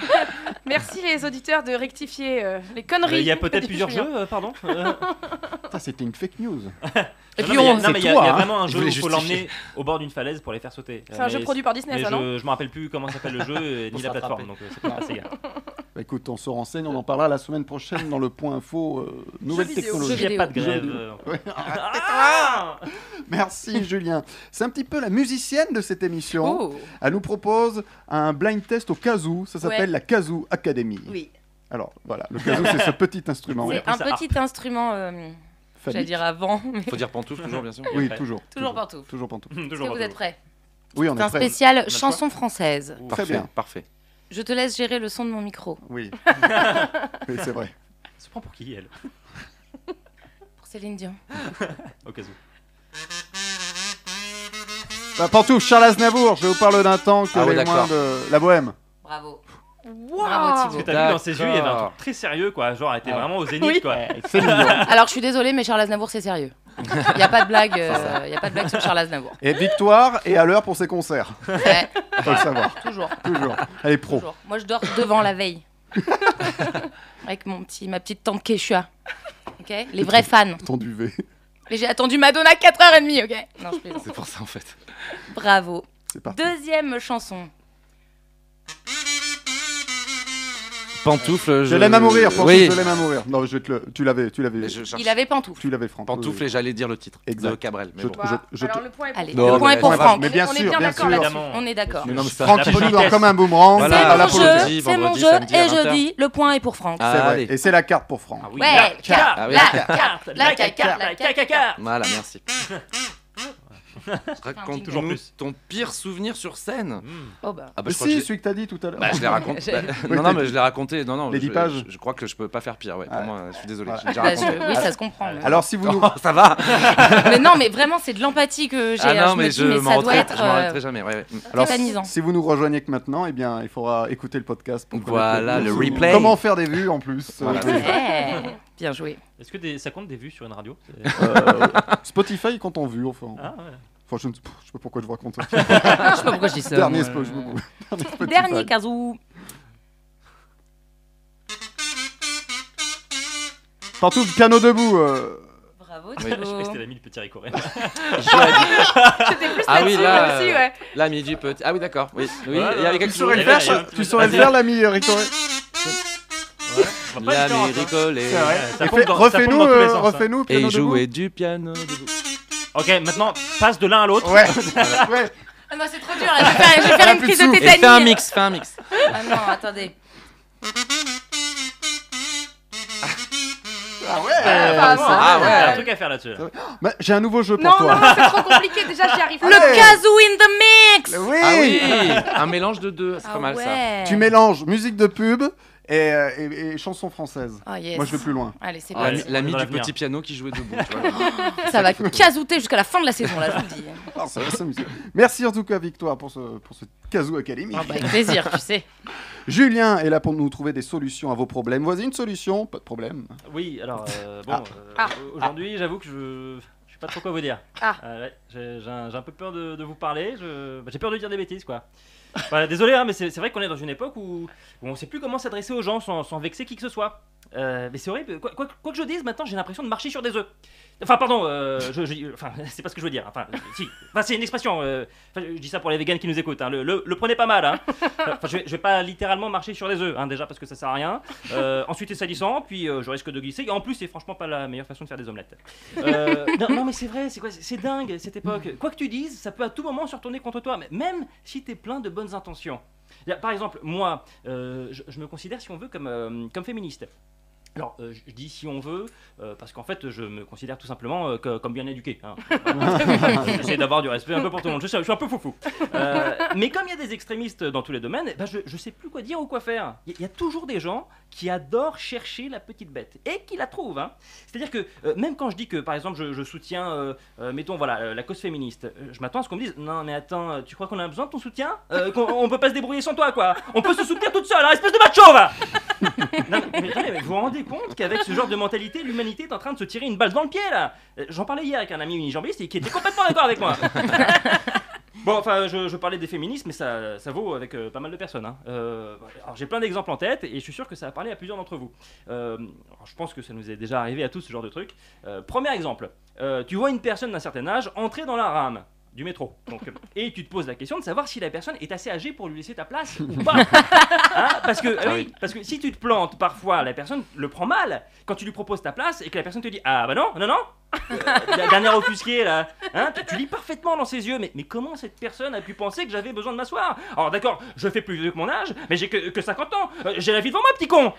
Merci les auditeurs de rectifier euh, les Mais conneries. Il y a que peut-être dit plusieurs Julien. jeux, euh, pardon. Euh, Putain, Ah, c'était une fake news. Et non, puis non, mais il y a- on non, mais il y a, toi, il y a hein. vraiment un Je jeu où voulais il faut justifier. l'emmener au bord d'une falaise pour les faire sauter. Euh, C'est un jeu produit par Mais Disney, ça, non je, je me rappelle plus comment s'appelle le jeu et Faut ni la se plateforme, rattraper. donc euh, c'est pas Sega. Bah, écoute, on se renseigne, on en parlera la semaine prochaine dans le point info euh, nouvelle vidéo. Il technologie. n'y a pas de Jeux grève. vidéo. euh, Ouais. Ah Merci Julien. C'est un petit peu la musicienne de cette émission. Oh. Elle nous propose un blind test au kazoo. Ça s'appelle Ouais. la Kazoo Academy. Oui. Alors voilà, le kazoo c'est ce [LAUGHS] petit instrument. Oui. C'est après, un ça petit instrument, euh, j'allais Phallique. dire avant, [LAUGHS] mais Faut dire pantoufle, toujours, bien sûr. Oui, Après. toujours. toujours partout. Toujours pantoufle. Est-ce que [LAUGHS] Toujours vous êtes prêts Oui, on C'est est un prêt. spécial le choix chanson française. Très Parfait, bien. Parfait. Je te laisse gérer le son de mon micro. [LAUGHS] Oui. oui, c'est vrai. Elle se prend pour qui, elle Pour Céline Dion. Au cas où. Bah, pantoufle, Charles Aznavour, je vous parle d'un temps que Ah ouais, les moins d'accord. de la bohème. Bravo. Waouh Bravo, Parce Thibaut. que t'as vu dans ses yeux, il y avait un D'accord. truc très sérieux, quoi. Genre, elle était bah, Ah. vraiment au zénith, Oui. quoi. C'est mignon. [LAUGHS] Alors je suis désolée, mais Charles Aznavour, c'est sérieux. Il n'y a pas de blague, euh, y a pas de blague sur Charles Aznavour. Et victoire et à l'heure pour ses [LAUGHS] concerts. Ouais, Faut le savoir. toujours, Toujours. Elle est pro. toujours. Moi, je dors devant la veille. Avec mon petit, ma petite tante Quechua. Ok Les vrais fans. Ton duvet. Et j'ai attendu Madonna 4h30, ok Non, je [LAUGHS] plaisante. C'est pour ça, en fait. Bravo. C'est parti. Deuxième chanson. Pantoufle. Je l'aime à mourir, Pantoufle, Oui. je l'aime à mourir. Non, je vais te le... Tu l'avais, tu l'avais. Mais je cherche Il avait pantoufle. Tu l'avais, Franck. Pantoufle et j'allais dire le titre Exact. de Cabrel. Mais Je- bon. Voilà. je te- Alors le point est pour Allez, Non, le point mais- est pour Ouais, Franck. mais bien on est sûr, bien bien d'accord sûr. là-dessus. Évidemment. On est d'accord. Mais non, mais ça- Franck, La il joue dans politesse. comme un boomerang. Voilà, à la la c'est politesse. mon jeu, vendredi, c'est mon vendredi, jeu, samedi à et 20. je dis le point est pour Franck. Ah, C'est vrai. allez. bah, Et c'est la carte pour Franck. Ah oui, Ouais, la carte, carte, ah oui. la carte, la la carte, la carte, carte, carte. Voilà, [LAUGHS] merci. Enfin, Raconte toujours toujours plus. plus ton pire souvenir sur scène. Hmm. Oh bah. Ah Mais crois que si, j'ai- celui que t'as dit tout à l'heure. Bah, je [LAUGHS] l'ai raconté. Bah, Oui, non, non, t'as- mais je l'ai raconté. Non, non, Les je, dix pages. je crois que je peux pas faire pire. Ouais, pour Ouais. moi, je suis désolé. Ouais. J'ai déjà Bah, je- raconté. [LAUGHS] oui, ça se comprend. Alors, Alors, si vous nous. Oh, ça va mais non, mais vraiment, c'est de l'empathie que j'ai. Ah hein, non, je me mais dis, je mais m'en ça doit remettrai être euh, je m'en remettrai jamais. ouais, ouais. Alors, tétanisant. si vous nous rejoignez que maintenant, eh bien, il faudra écouter le podcast pour connaître Voilà, le plus. replay. Comment faire des vues en plus Voilà. Euh, Eh, bien joué. Est-ce que des- ça compte des vues sur une radio [LAUGHS] C'est- euh, Spotify quand on vue, enfin. Ah, ouais. Enfin, je ne pff, je sais pas pourquoi je vous [LAUGHS] raconte ça. Je sais pas pourquoi je dis ça. Dernier, moi. spo- je vous- [LAUGHS] dernier Spotify. Dernier casou. Pantoufle, piano debout. euh, Bravo, Oui. Je Thibaut. crois que c'était l'ami de Petit Ricoré. [LAUGHS] C'était plus Ah oui, là-dessus là, aussi, euh, ouais. L'ami du petit. Ah oui, d'accord. Oui, oui. Voilà. Il y avait quelque Tu chose saurais à le le faire, faire. ça. Tu saurais le faire, l'ami euh, Ricoré On va pas le dire L'ami en fait. rigolé. hein. C'est vrai. ça Et compte fais- dans- ça Refais-nous, compte dans tous les euh, sens, hein. refais-nous, piano Et debout. jouer du piano. Ok, maintenant, passe de l'un à l'autre. Ouais, [LAUGHS] ouais. Ah non, c'est trop dur, là. Je vais faire, je vais faire Elle a une plus de crise de souffle. Et fais un tétanie. mix, fais un mix. Ah non, attendez. Ah Euh, ouais. Ah, Vraiment, Ah il y a hein, un ouais. truc à faire là-dessus. là. Bah, J'ai un nouveau jeu pour Non, non, toi. non, c'est trop compliqué. Déjà, j'y arrive pas. Le Ouais. casou in the mix. Oui. Ah oui Un mélange de deux, c'est Ah pas mal ça. ouais. Tu mélanges musique de pub et, euh, et- et chansons françaises. Ah, yes. Moi, je vais plus loin. Allez, c'est Ouais. parti. L'ami- L'ami Dans du l'avenir. petit piano qui jouait debout. tu vois. Ça va casouter jusqu'à la fin de la saison, là, je vous le dis. Ah, ça va s'amuser. Merci en tout cas, Victoire, pour ce, pour ce Kazoo Academy. Ah bah, avec plaisir, tu sais. Julien est là pour nous trouver des solutions à vos problèmes. Voici une solution, pas de problème. Oui, alors, euh, bon, Ah. euh, Ah. aujourd'hui, j'avoue que je... je sais pas trop quoi vous dire. Ah. Euh, ouais, j'ai, j'ai un, j'ai un peu peur de, de vous parler, je- bah, j'ai peur de dire des bêtises, quoi. [LAUGHS] Voilà, désolé, hein, mais c'est, c'est vrai qu'on est dans une époque où, où on sait plus comment s'adresser aux gens sans, sans vexer qui que ce soit. Euh, mais c'est horrible, quoi, quoi- quoi que je dise, maintenant j'ai l'impression de marcher sur des œufs. Enfin, pardon, euh, je, je- enfin, [LAUGHS] c'est pas ce que je veux dire. Enfin, si. Enfin, c'est une expression. euh, enfin, je dis ça pour les véganes qui nous écoutent. hein, le, le- le prenez pas mal. [LAUGHS] Hein. Enfin, je, vais, je vais pas littéralement marcher sur des œufs, hein, déjà parce que ça sert à rien. Euh, ensuite, c'est salissant, puis euh, je risque de glisser. Et en plus, c'est franchement pas la meilleure façon de faire des omelettes. Euh, [LAUGHS] non, non, mais c'est vrai, c'est quoi C'est- C'est dingue cette époque. Quoi que tu dises, ça peut à tout moment se retourner contre toi, mais même si t'es plein de bonnes intentions. Là, Par exemple, moi, euh, je, je me considère, si on veut, comme, euh, comme féministe. Alors, euh, je- je dis si on veut, euh, parce qu'en fait, je me considère tout simplement euh, que- comme bien éduqué. hein. J'essaie d'avoir du respect un peu pour tout le monde. Je, sais, je suis un peu foufou. Euh, mais comme il y a des extrémistes dans tous les domaines, ben, je ne sais plus quoi dire ou quoi faire. Il y, a- il y a toujours des gens qui adorent chercher la petite bête et qui la trouvent. hein. C'est-à-dire que euh, même quand je dis que, par exemple, je, je soutiens, euh, euh, mettons, voilà, euh, la cause féministe, euh, je m'attends à ce qu'on me dise Non, mais attends, euh, tu crois qu'on a besoin de ton soutien Euh, qu'on- On peut pas se débrouiller sans toi, quoi. On peut se soutenir toute seule, hein, espèce de macho, va non, mais, mais attendez, mais vous vous rendez compte qu'avec ce genre de mentalité, l'humanité est en train de se tirer une balle dans le pied là Euh, J'en parlais hier avec un ami unijambiste et qui était complètement d'accord avec moi. Bon, enfin, je, je parlais des féministes, mais ça, ça vaut avec euh, pas mal de personnes. hein. Euh, alors, j'ai plein d'exemples en tête et je suis sûr que ça a parlé à plusieurs d'entre vous. Euh, alors, je pense que ça nous est déjà arrivé à tous ce genre de truc. Euh, premier exemple Euh, tu vois une personne d'un certain âge entrer dans la rame du métro. Donc, euh, et tu te poses la question de savoir si la personne est assez âgée pour lui laisser ta place ou pas. Hein, parce que, euh, oui, parce que si tu te plantes, parfois la personne le prend mal quand tu lui proposes ta place et que la personne te dit Ah bah non, non, non Euh, d'un- D'un air offusqué là. Hein, tu, tu lis parfaitement dans ses yeux, mais, mais comment cette personne a pu penser que j'avais besoin de m'asseoir Alors d'accord, je fais plus vieux que mon âge, mais j'ai que, que 50 ans. Euh, j'ai la vie devant moi, petit con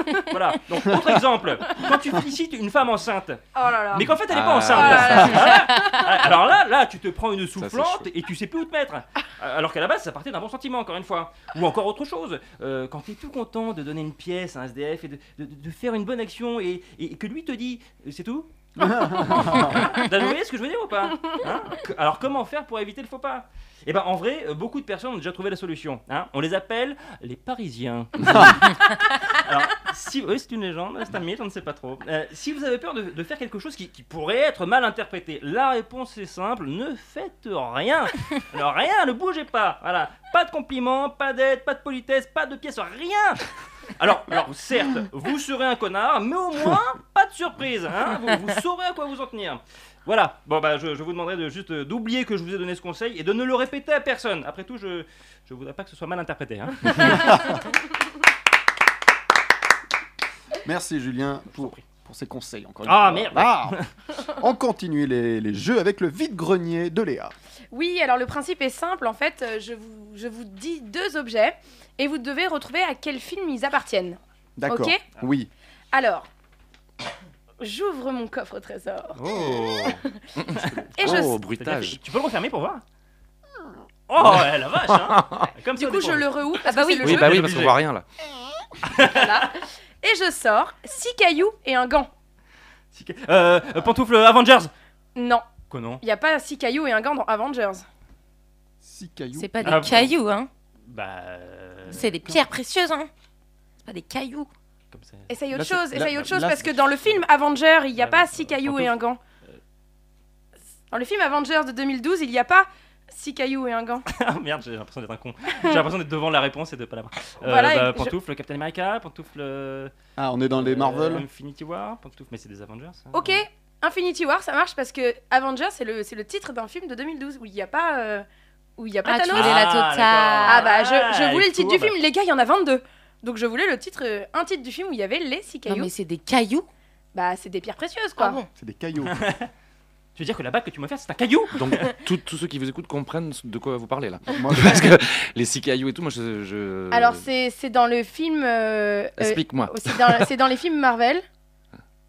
[LAUGHS] Voilà, donc autre exemple. Quand tu félicites une femme enceinte, Oh là là. mais qu'en fait elle n'est Ah. pas enceinte. Ah là Ah, [LAUGHS] Alors là, là, tu te prends une soufflante chaud. et tu sais plus où te mettre. Euh, Alors qu'à la base, ça partait d'un bon sentiment, encore une fois. Ou encore autre chose, euh, quand t'es tout content de donner une pièce à un SDF et de, de- de faire une bonne action et, et que lui te dit, euh, c'est tout Vous voyez ce que je veux dire ou pas Hein Que- Alors comment faire pour éviter le faux pas eh ben en vrai, euh, beaucoup de personnes ont déjà trouvé la solution. hein. On les appelle les Parisiens. Alors, si oui, c'est une légende, c'est un mythe, on ne sait pas trop. Euh, si vous avez peur de, de faire quelque chose qui, qui pourrait être mal interprété, la réponse est simple ne faites rien. Alors, rien, ne bougez pas. Voilà, pas de compliments, pas d'aide, pas de politesse, pas de pièces, rien. Alors, alors, certes, vous serez un connard, mais au moins, pas de surprise. hein. vous, vous saurez à quoi vous en tenir. Voilà, bon bah je, je vous demanderai de juste euh, d'oublier que je vous ai donné ce conseil et de ne le répéter à personne. Après tout, je je voudrais pas que ce soit mal interprété. hein. Merci Julien t'en pour, prie. pour ces conseils encore une fois. Ah, merde. Ah. On continue les, les jeux avec le vide-grenier de Léa. Oui, alors le principe est simple. En fait, euh, je vous, je vous dis deux objets et vous devez retrouver à quel film ils appartiennent. D'accord. Ok. Oui. Alors, j'ouvre mon coffre au trésor Oh. Oh, et je T'as bien fait. bruitage. Tu peux le refermer pour voir Oh, ouais, la vache [LAUGHS] hein. Comme Ah. Du ça, coup, on est je le rouvre Ah bah oui. le Oui, jeu. bah oui, Obligé. parce qu'on voit rien là. Voilà. Et je sors six cailloux et un gant. pour- Euh, euh, pantoufle Avengers Non, Quoi non il n'y a pas six cailloux et un gant dans Avengers. Six cailloux. C'est pas des Ah bon. cailloux, hein. Bah. euh, C'est des pierres précieuses, hein. C'est pas des cailloux. comme ça. Essaye autre Là, c'est- chose, là- essaye autre chose, là, parce que c'est- dans le film Avengers, il n'y a Ouais, pas bah, six euh, cailloux pantoufles. et un gant. Dans le film Avengers de 2012, il n'y a pas six cailloux et un gant. [LAUGHS] Ah merde, j'ai l'impression d'être un con. J'ai l'impression d'être devant la réponse et de pas l'avoir. Euh, Voilà, bah, et je- pantoufle Captain America, pantoufle. euh, Ah, on est dans les euh, Marvel. Infinity War, pantoufle. Mais c'est des Avengers. hein. Ok, Infinity War, ça marche parce que Avengers, c'est le, c'est le titre d'un film de 2012 où il n'y a pas, euh, où il y a pas Ah, tu Thanos. voulais la Ah, totale. d'accord. Ah bah, je, je Ah, voulais il le titre faut, du bah. film, les gars, il y en a 22. Donc je voulais le titre, euh, un titre du film où il y avait les six Non, cailloux. mais c'est des cailloux. Ah Bah, c'est des pierres précieuses, Ah quoi. C'est des cailloux. Tu veux dire que la bague que tu m'as faite, c'est un caillou Donc, tous- tous ceux qui vous écoutent comprennent de quoi vous parlez là. Moi, je- [LAUGHS] Parce que les six cailloux et tout, moi je. je- Alors, c'est c'est dans le film... euh, euh, Explique-moi. c'est dans, c'est dans les films Marvel.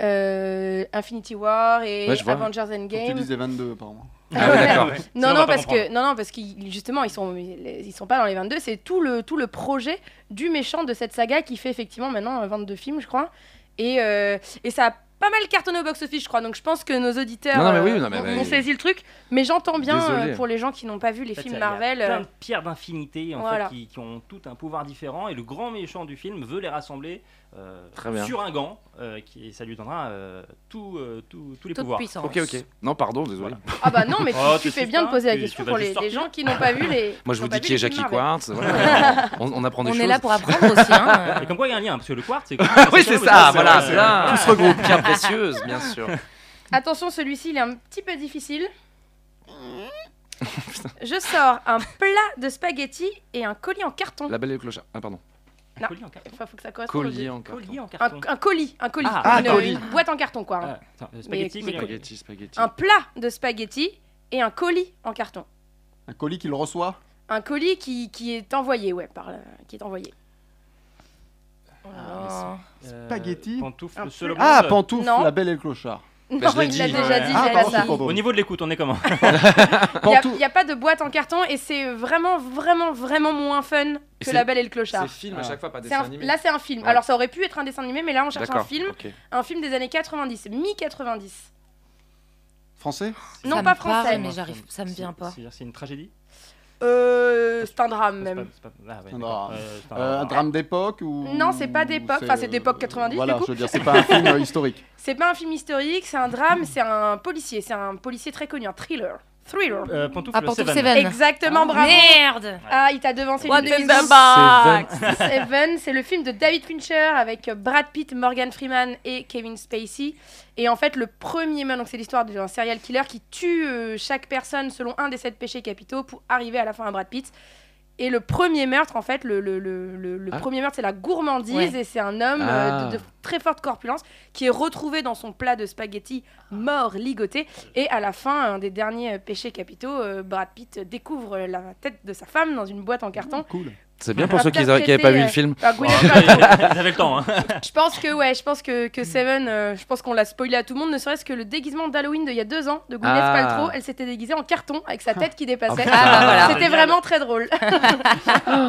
euh, Infinity War et Ouais, je vois. Avengers Faut que tu Endgame. disais 22 apparemment. Ah oui, d'accord. Ouais. Sinon, [LAUGHS] Non on va non, pas parce que, comprendre. non, non, parce qu'ils justement, ils sont, ils sont pas dans les 22. C'est tout le, tout le projet du méchant de cette saga qui fait effectivement maintenant euh, 22 films, je crois. Et, euh, et ça a pas mal cartonné au box-office, je crois. Donc je pense que nos auditeurs Non, non, mais euh, oui, non, mais- ont, mais- ont saisi le truc. Mais j'entends bien euh, Désolé. pour les gens qui n'ont pas vu les En fait, films il y a- Marvel. Il y a euh, plein de pierres d'infinité en Voilà. fait, qui, qui ont tout un pouvoir différent et le grand méchant du film veut les rassembler euh, Très bien. sur un gant euh, qui et ça lui donnera euh, tout, euh, tout- tous les Toute pouvoirs. puissance. Ok, ok. Non, pardon, désolé. Voilà. Ah bah non, mais tu, Oh, tu t'es fais bien de super, poser la tu- tu question vas pour juste les, les sortir. gens qui n'ont pas vu [LAUGHS] les. Moi je qui n'ont vous pas dis vu qui est les films Jackie Marvel. Quartz. [LAUGHS] voilà. on, on apprend des On choses. est là pour apprendre aussi, hein. [LAUGHS] Et comme quoi il y a un lien, parce que le [LAUGHS] quartz c'est. oui, c'est ça, voilà. c'est- là. voilà. Tout se regroupe. Pierre précieuse, bien sûr. Attention, celui-ci, il est un petit [LAUGHS] peu difficile. Je sors un plat de spaghettis et un colis en carton. La belle et le clochard. Ah, pardon. Un collier en carton. Enfin, faut que ça corresponde. aux Collier deux. en carton. Collier en Un, carton. un colis, un colis, Ah, une, un colis. une boîte en carton quoi. Ah, attends, euh, spaghetti, Mais- collier en carton. Spaghetti, spaghetti. Un plat de spaghettis et un colis en carton. Un colis qu'il reçoit Un colis qui, qui est envoyé, ouais, par le- qui est envoyé. Oh. Ah. Euh, Spaghetti. Pantoufle, Un seul euh, Ah, homme. pantoufle, Non. la belle et le clochard. Non, je l'ai il dit. l'a déjà Ouais. dit, Ah, j'ai pardon, la- c'est pardon. Au niveau de l'écoute, on est comment Il Pantou- n'y a, pas de boîte en carton et c'est vraiment, vraiment, vraiment moins fun que c'est- La Belle et le Clochard. C'est film à chaque fois, pas C'est dessin un- animé. là, c'est un film. Ouais. Alors, ça aurait pu être un dessin animé, mais là, on cherche un D'accord. film, ok. un film des années 90, mi-90. Français Ça Non, pas me parle, français. mais j'arrive, ça me vient pas. C'est- C'est une tragédie Euh, c'est un drame, C'est pas- même. c'est pas- ah, ouais, Un d'accord. drame. Euh, c'est Euh, Un drame d'époque ou Non, c'est pas d'époque. Enfin, c'est d'époque 90, Voilà, du coup. je veux dire, c'est pas un film euh, historique. C'est pas un film historique, c'est un drame, c'est un policier. C'est un policier très connu, un thriller. Thriller. Euh, pantoufle, Ah, Pantoufle Seven. Seven. Exactement, bravo. Merde Ah, il t'a devancé What une the demi-seconde. babac Seven, c'est le film de David Fincher avec euh, Brad Pitt, Morgan Freeman et Kevin Spacey. Et en fait, le premier man, donc c'est l'histoire d'un serial killer qui tue euh, chaque personne selon un des sept péchés capitaux pour arriver à la fin à Brad Pitt. Et le premier meurtre, en fait, le, le- le- le- le Ah. premier meurtre, c'est la gourmandise Ouais. et c'est un homme euh, Ah. de, de très forte corpulence qui est retrouvé dans son plat de spaghettis mort, ligoté. Et à la fin, un des derniers euh, péchés capitaux, euh, Brad Pitt découvre la tête de sa femme dans une boîte en carton. Cool. C'est bien On pour va ceux qui peut-être n'avaient pas vu traiter, le film. Enfin, Wow, [LAUGHS] Gwyneth Ils Oh, Paltrow. avaient le temps. hein. Je pense que ouais, je pense que, que Seven, euh, je pense qu'on l'a spoilé à tout le monde, ne serait-ce que le déguisement d'Halloween d'il y a deux ans de Gwyneth Ah. Paltrow, elle s'était déguisée en carton avec sa tête qui dépassait. Ah, bah voilà. C'était Génial. vraiment [LAUGHS] très drôle.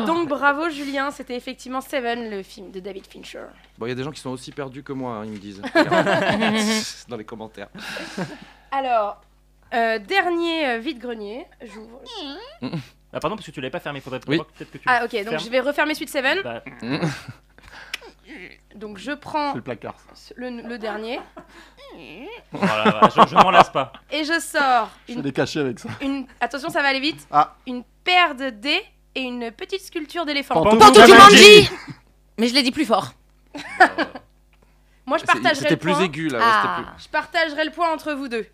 Donc bravo Julien, c'était effectivement Seven, le film de David Fincher. Bon, il y a des gens qui sont aussi perdus que moi, hein, ils me [LAUGHS] disent. Dans les commentaires. Ah, Alors euh, dernier vide grenier. J'ouvre. Ah, pardon, parce que tu l'avais pas fermé. Faudrait Oui. peut-être que tu. Ah ok, donc fermes. je vais refermer suite Seven. Bah, Donc je prends C'est le placard. ce- le, le dernier voilà, voilà, je je ne m'en lasse [LAUGHS] pas. et je sors Je vais une, les cacher avec ça. une- attention ça va aller vite. Ah. Une paire de dés et une petite sculpture d'éléphant. Pantoufle Jumanji Jumanji Mais je l'ai dit plus fort. Moi je C'est- partagerai C'était le plus point. aigu là. ouais, c'était Ah. Je partagerai le point entre vous deux.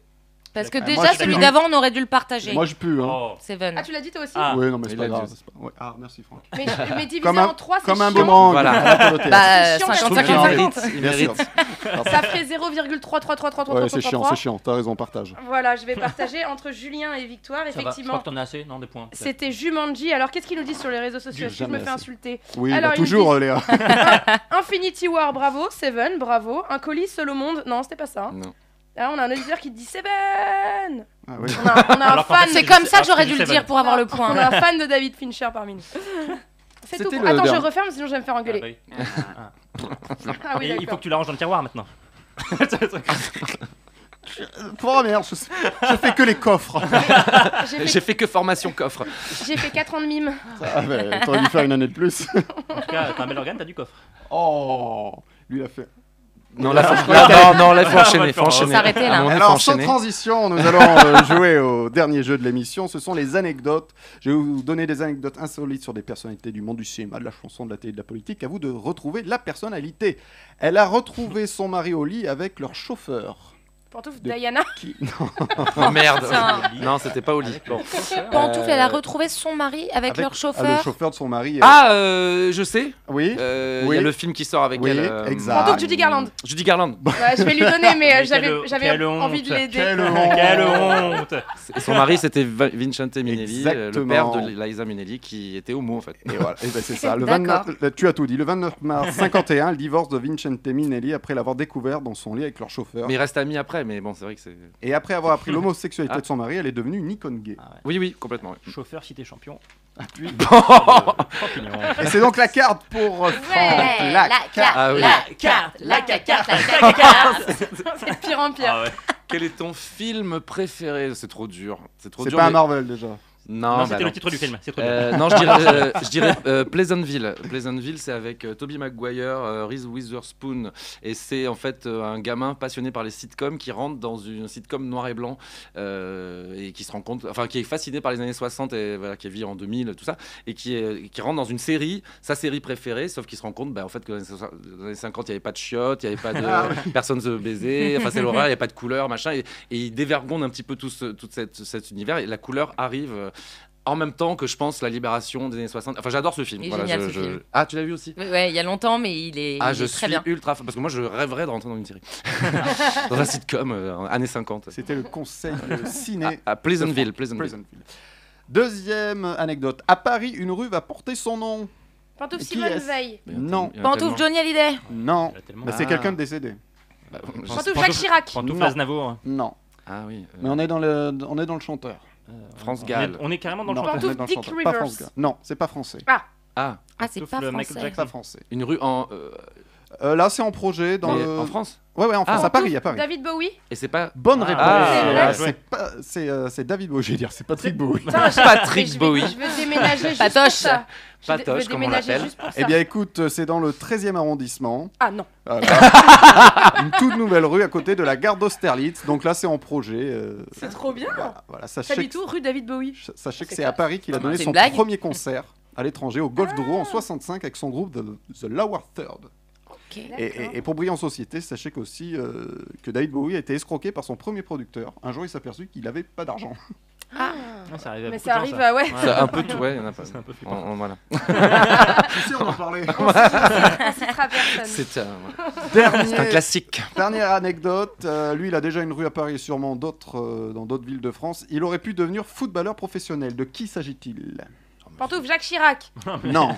Parce que D'accord. déjà, moi, je suis celui d'accord. d'avant, on aurait dû le partager. Moi, je pue. Hein. Oh. Seven. Ah, tu l'as dit toi aussi Ah. Oui, non, mais c'est Il pas a grave. dit. c'est pas- ouais. Ah, merci Franck. mais, mais divisé Comme un- en 3, c'est Comme un chiant. boomerang. Voilà. la Dorothée. Bah, chiant, Je trouve 50, qu'il en 50. mérite, il Bien mérite. sûr. Ça ferait 0,3333333. Ouais, c'est chiant, c'est chiant. T'as raison, partage. Voilà, je vais partager entre Julien et Victoire, Ça va, je crois effectivement. que t'en as assez, non, des points. C'était Jumanji. Alors, qu'est-ce qu'ils nous disent sur les réseaux sociaux Du Est-ce que je me jamais fais assez. insulter Oui, Alors, bah, il me toujours, euh, Léa. Infinity War, bravo. Seven, bravo. Un colis seul au monde. Non, c'était pas ça. hein. Non. Ah, on a un auditeur qui dit Seven Ah, [LAUGHS] oui. On a, [LAUGHS] on a un Alors qu'en fait, fan. C'est Je comme sais ça pas que j'aurais ce dû que le c'est, dire Van. pour avoir [LAUGHS] le On point. a un fan de David Fincher parmi nous. C'est tout. C'était pour- le Attends, je dernier. referme, sinon je vais me faire bah engueuler. [LAUGHS] Ah, Ah oui, Et il faut d'accord. que tu la ranges dans le tiroir [LAUGHS] maintenant. Pour la merde, je, je fais que les coffres. J'ai J'ai fait- fait que formation coffre. J'ai fait 4 ans de mime. Ah, bah, T'aurais dû faire une année de plus. En tout cas, t'as un bel organe, t'as du coffre. Oh Lui, il a fait. Non, là, faut, non, non, là, Ah, faut enchaîner. Faut enchaîner. s'arrêter, là. À mon avis, faut Alors, sans enchaîner. transition, [LAUGHS] nous allons euh, jouer au dernier jeu de l'émission. Ce sont les anecdotes. Je vais vous donner des anecdotes insolites sur des personnalités du monde du cinéma, de la chanson, de la télé, de la politique. À vous de retrouver la personnalité. Elle a retrouvé son mari au lit avec leur chauffeur. Pantouf De- Diana. Qui... Non, Oh, merde. Putain. Non, c'était pas au lit. Bon. Pantoufle, elle a retrouvé son mari avec, leur Ah, le chauffeur. chauffeur de son mari. euh, Ah, euh, je sais. Oui Euh, Il Oui. y a le film qui sort avec Oui, elle. euh, exact. Pantoufle Judy Garland. Judy Garland. [LAUGHS] Ouais, je vais lui donner, mais euh, Mais j'avais- quelle- j'avais quelle envie de honte. l'aider. Quelle honte [LAUGHS] Quelle honte [LAUGHS] Et Son mari, c'était Va- Vincente Minnelli, euh, le père Exactement. de Liza Minnelli, qui était homo en fait. Et voilà, et ben c'est ça. Le D'accord. 29, le- tu as tout dit. Le 29 [LAUGHS] mars 51, le divorce de Vincente Minelli après l'avoir découvert dans son lit avec leur chauffeur. Mais il reste ami après, mais bon, c'est vrai que c'est. Et après avoir appris l'homosexualité [LAUGHS] Ah. de son mari, elle est devenue une icône gay. Oui, oui, complètement. oui. Euh, Chauffeur, si [LAUGHS] t'es champion. Ah, bah, euh, Bon. [LAUGHS] Champignon. Et c'est donc la carte pour euh, Franck Ouais, Lac. carte, Ah oui. la carte, la carte, la carte. [LAUGHS] [LAUGHS] C'est pire en pire. Ah ouais. Quel est ton film préféré C'est trop dur. C'est trop C'est dur. pas un mais- Marvel déjà. [LAUGHS] Non, Non, bah c'était non. le titre du film. C'est trop Euh, non, je dirais, euh, je dirais euh, Pleasantville. Pleasantville, c'est avec euh, Tobey Maguire, euh, Reese Witherspoon, et c'est en fait euh, un gamin passionné par les sitcoms qui rentre dans une sitcom noir et blanc euh, et qui se rend compte, enfin qui est fasciné par les années 60 et voilà, qui vit en 2000 tout ça, et qui, est- qui rentre dans une série, sa série préférée, sauf qu'il se rend compte, bah, en fait que dans les so- dans les années 50 il n'y avait pas de chiottes, il n'y avait pas [LAUGHS] Euh, de personne se baiser, [LAUGHS] enfin c'est l'horreur, il n'y avait pas de couleur, machin, et, et il dévergonde un petit peu tout, ce- tout cette- cet univers et la couleur arrive. euh, en même temps que je pense la libération des années 60. Enfin, j'adore ce film. Il est génial, je- ce je- film. Ah, tu l'as vu aussi Ouais, ouais, il y a longtemps, mais il est, Ah, il je est très suis bien. ultra fan. Parce que moi, je rêverais de rentrer dans [LAUGHS] une série. dans un sitcom, euh, années 50. C'était le [LAUGHS] conseil euh, ciné. À, à Pleasantville, de Franck. Pleasantville. Deuxième anecdote. À Paris, une rue va porter son nom. Pantouf Qui Simone est-ce Veil. Mais il y en a Non, tellement- Pantoufle Johnny Hallyday. non. Bah, c'est Ah. quelqu'un de décédé. Bah, je- Pantouf Pantouf- Jacques Chirac. Pantoufle Non. Aznavour. Non. Ah oui. euh, Mais on est dans le, on est dans le chanteur. France On est, Gall. on est carrément dans le Non, chanteur. on est dans le Dick chanteur. Pas Rivers. France Gall. Non, c'est pas français. Ah, Ah, c'est pas Pantoufle, Michael français. Jackson. Pas français. une rue en, euh, Euh, là, c'est en projet dans mais le- en France. Ouais, ouais, en France, Ah. à Paris, à Paris. David Bowie. Et c'est pas Bonne Ah, réponse. ah, Euh, bien là, joué. c'est pas- c'est euh, c'est David Bowie, je veux dire, c'est Patrick Bowie. Je Patrick vais- Bowie. Je vais déménager juste pour Patoche. ça. Je vais- Patoche, je vais comme on déménager l'appelle. juste pour Eh ça. bien, écoute, euh, c'est dans le 13e arrondissement. Ah non. Voilà. Une toute nouvelle rue à côté de la gare d'Austerlitz. Donc là, c'est en projet. euh, C'est trop bien. voilà, voilà, sachez, J'habite que- tout rue David Bowie. ch- sachez que C'est c'est à Paris qu'il a Ah, donné c'est une son blague premier concert à l'étranger au Golf de Rouen en 65 avec son groupe The, The Lower Third. Et, et- et pour briller en société, sachez qu'aussi euh, que David Bowie a été escroqué par son premier producteur. Un jour, il s'est aperçu qu'il n'avait pas d'argent. Non, ça arrive à Mais beaucoup ça de gens, arrive à ouais. [LAUGHS] C'est un peu tout, ouais, il y en a pas. C'est un peu On- on- voilà. Euh, Si, on en parlait. On citera personne. C'est [LAUGHS] un, euh, Dernier, c'est un classique. Dernière anecdote, euh, lui il a déjà une rue à Paris et sûrement d'autres euh, dans d'autres villes de France. Il aurait pu devenir footballeur professionnel. De qui s'agit-il Pantouf Jacques Chirac. Non,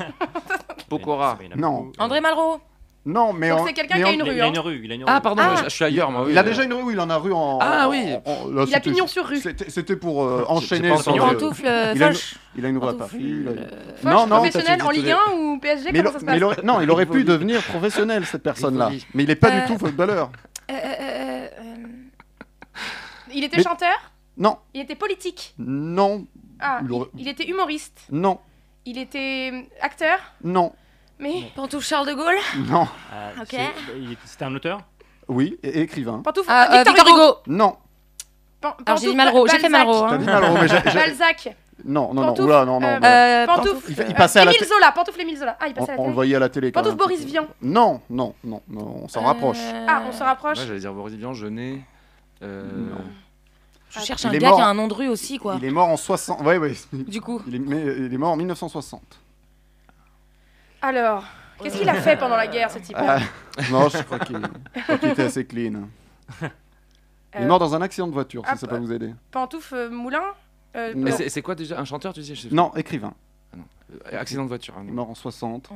Pokora. Ah. Il y en a Non. beaucoup. André Malraux. non, mais Donc on- c'est quelqu'un mais qui a on- une Il a- rue. il a hein. une rue. Il a une rue. Ah, pardon, Ah. je, je suis ailleurs, moi. oui, Il a euh, déjà une rue, il en a rue en. Ah oui. en- en- là, Il a c'était- pignon sur rue. C'était c'était pour euh, enchaîner. pas sur entendu. le- Pantoufle il a une- Foch. Il a une rue à Pantoufle, Paris. il a- euh, Foch, Non, non, professionnel t'as- en tu- tu- Ligue 1 ou PSG, Mais il comment aurait- ça se mais passe il aurait- non, il aurait pu devenir professionnel cette personne-là, Rivoli. mais il n'est pas Euh, du tout footballeur. euh, euh, euh, Il était mais- chanteur Non, Il était politique non, Ah, Il il- aurait- il était humoriste non, Il était euh, acteur non, Mais Pantoufle Charles de Gaulle. non. Ah, Ok. c'est- il est- C'était un auteur Oui, et- et écrivain. Pantouf, Ah, euh, Victor Hugo. Non. Pan- Alors j'ai Pantouf, dit Malraux. Ba- J'ai fait Balzac. Malraux. T'as hein. dit Malraux, mais j'ai- j'ai- [LAUGHS] Balzac, [LAUGHS] Non, non, non. Pantouf, Oula, non, non. Ah. euh, bah, Euh, Pantouf, Il fa- il euh, passait à la Émile télé. Zola, Pantouf Émile Zola. Ah, il On, passait à la on le télé. voyait à la télé. quand Pantouf même. Boris Vian. Non, non, non, non, on s'en rapproche. Euh, Ah, on se Ah, rapproche. Ouais, j'allais dire Boris Vian, Jeunet. euh, Non. Je cherche Il un est gars mort. qui a un nom de rue aussi, quoi. Il est mort en 60. Ouais, ouais. Du coup. Il est, mais il est mort en 1960. Alors, qu'est-ce qu'il a fait pendant la guerre, ce type Ah, non, je crois qu'il je crois qu'il était assez clean. hein. Euh, Il est mort dans un accident de voiture, si ah, ça bah. peut vous aider. Pantouf euh, Moulin Euh, Non. Mais non. c'est c'est quoi déjà Un chanteur, tu disais je sais- Non, écrivain. Euh, Accident de voiture. hein, Il est non. mort en 60.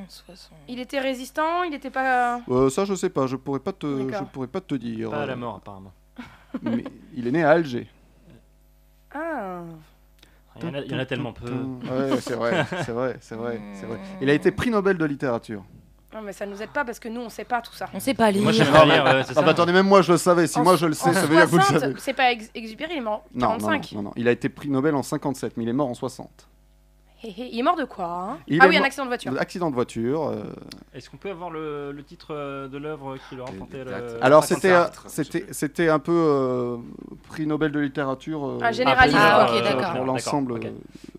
Il était résistant, il était pas. Euh, ça, je sais pas, je pourrais pas te, je D'accord. pourrais pas te dire. Pas à la mort, apparemment. Mais il est né à Alger. Ah. Il y en a, il y en a tellement peu. Ouais, c'est vrai, c'est vrai, c'est vrai, c'est vrai. Il a été Hmm. prix Nobel de littérature. Non, mais ça nous aide pas parce que nous, on sait pas tout ça. On sait pas lire. Moi, j'aime Ah, pas mais- lire, ouais, c'est Ah bah ça. attendez, même moi je le savais. Si En- moi je le sais, en ça veut dire que vous le 60, savez. C'est pas ex- exupéry, il est mort en Non, non, non, 45. non, non. il a été prix Nobel en 57, mais il est mort en 60. Hé, hé, Il est mort de quoi hein Il Ah est oui, un mort- accident de voiture. Accident de voiture. euh, Est-ce qu'on peut avoir le, le titre euh, de l'œuvre qui leur Les- empruntait les le... dates. Alors 54, c'était, euh, hein, je sais c'était, plus. c'était un peu euh, prix Nobel de littérature. euh, Ah, généraliste, Ah, pour- ok, d'accord. Pour D'accord, l'ensemble ok. euh,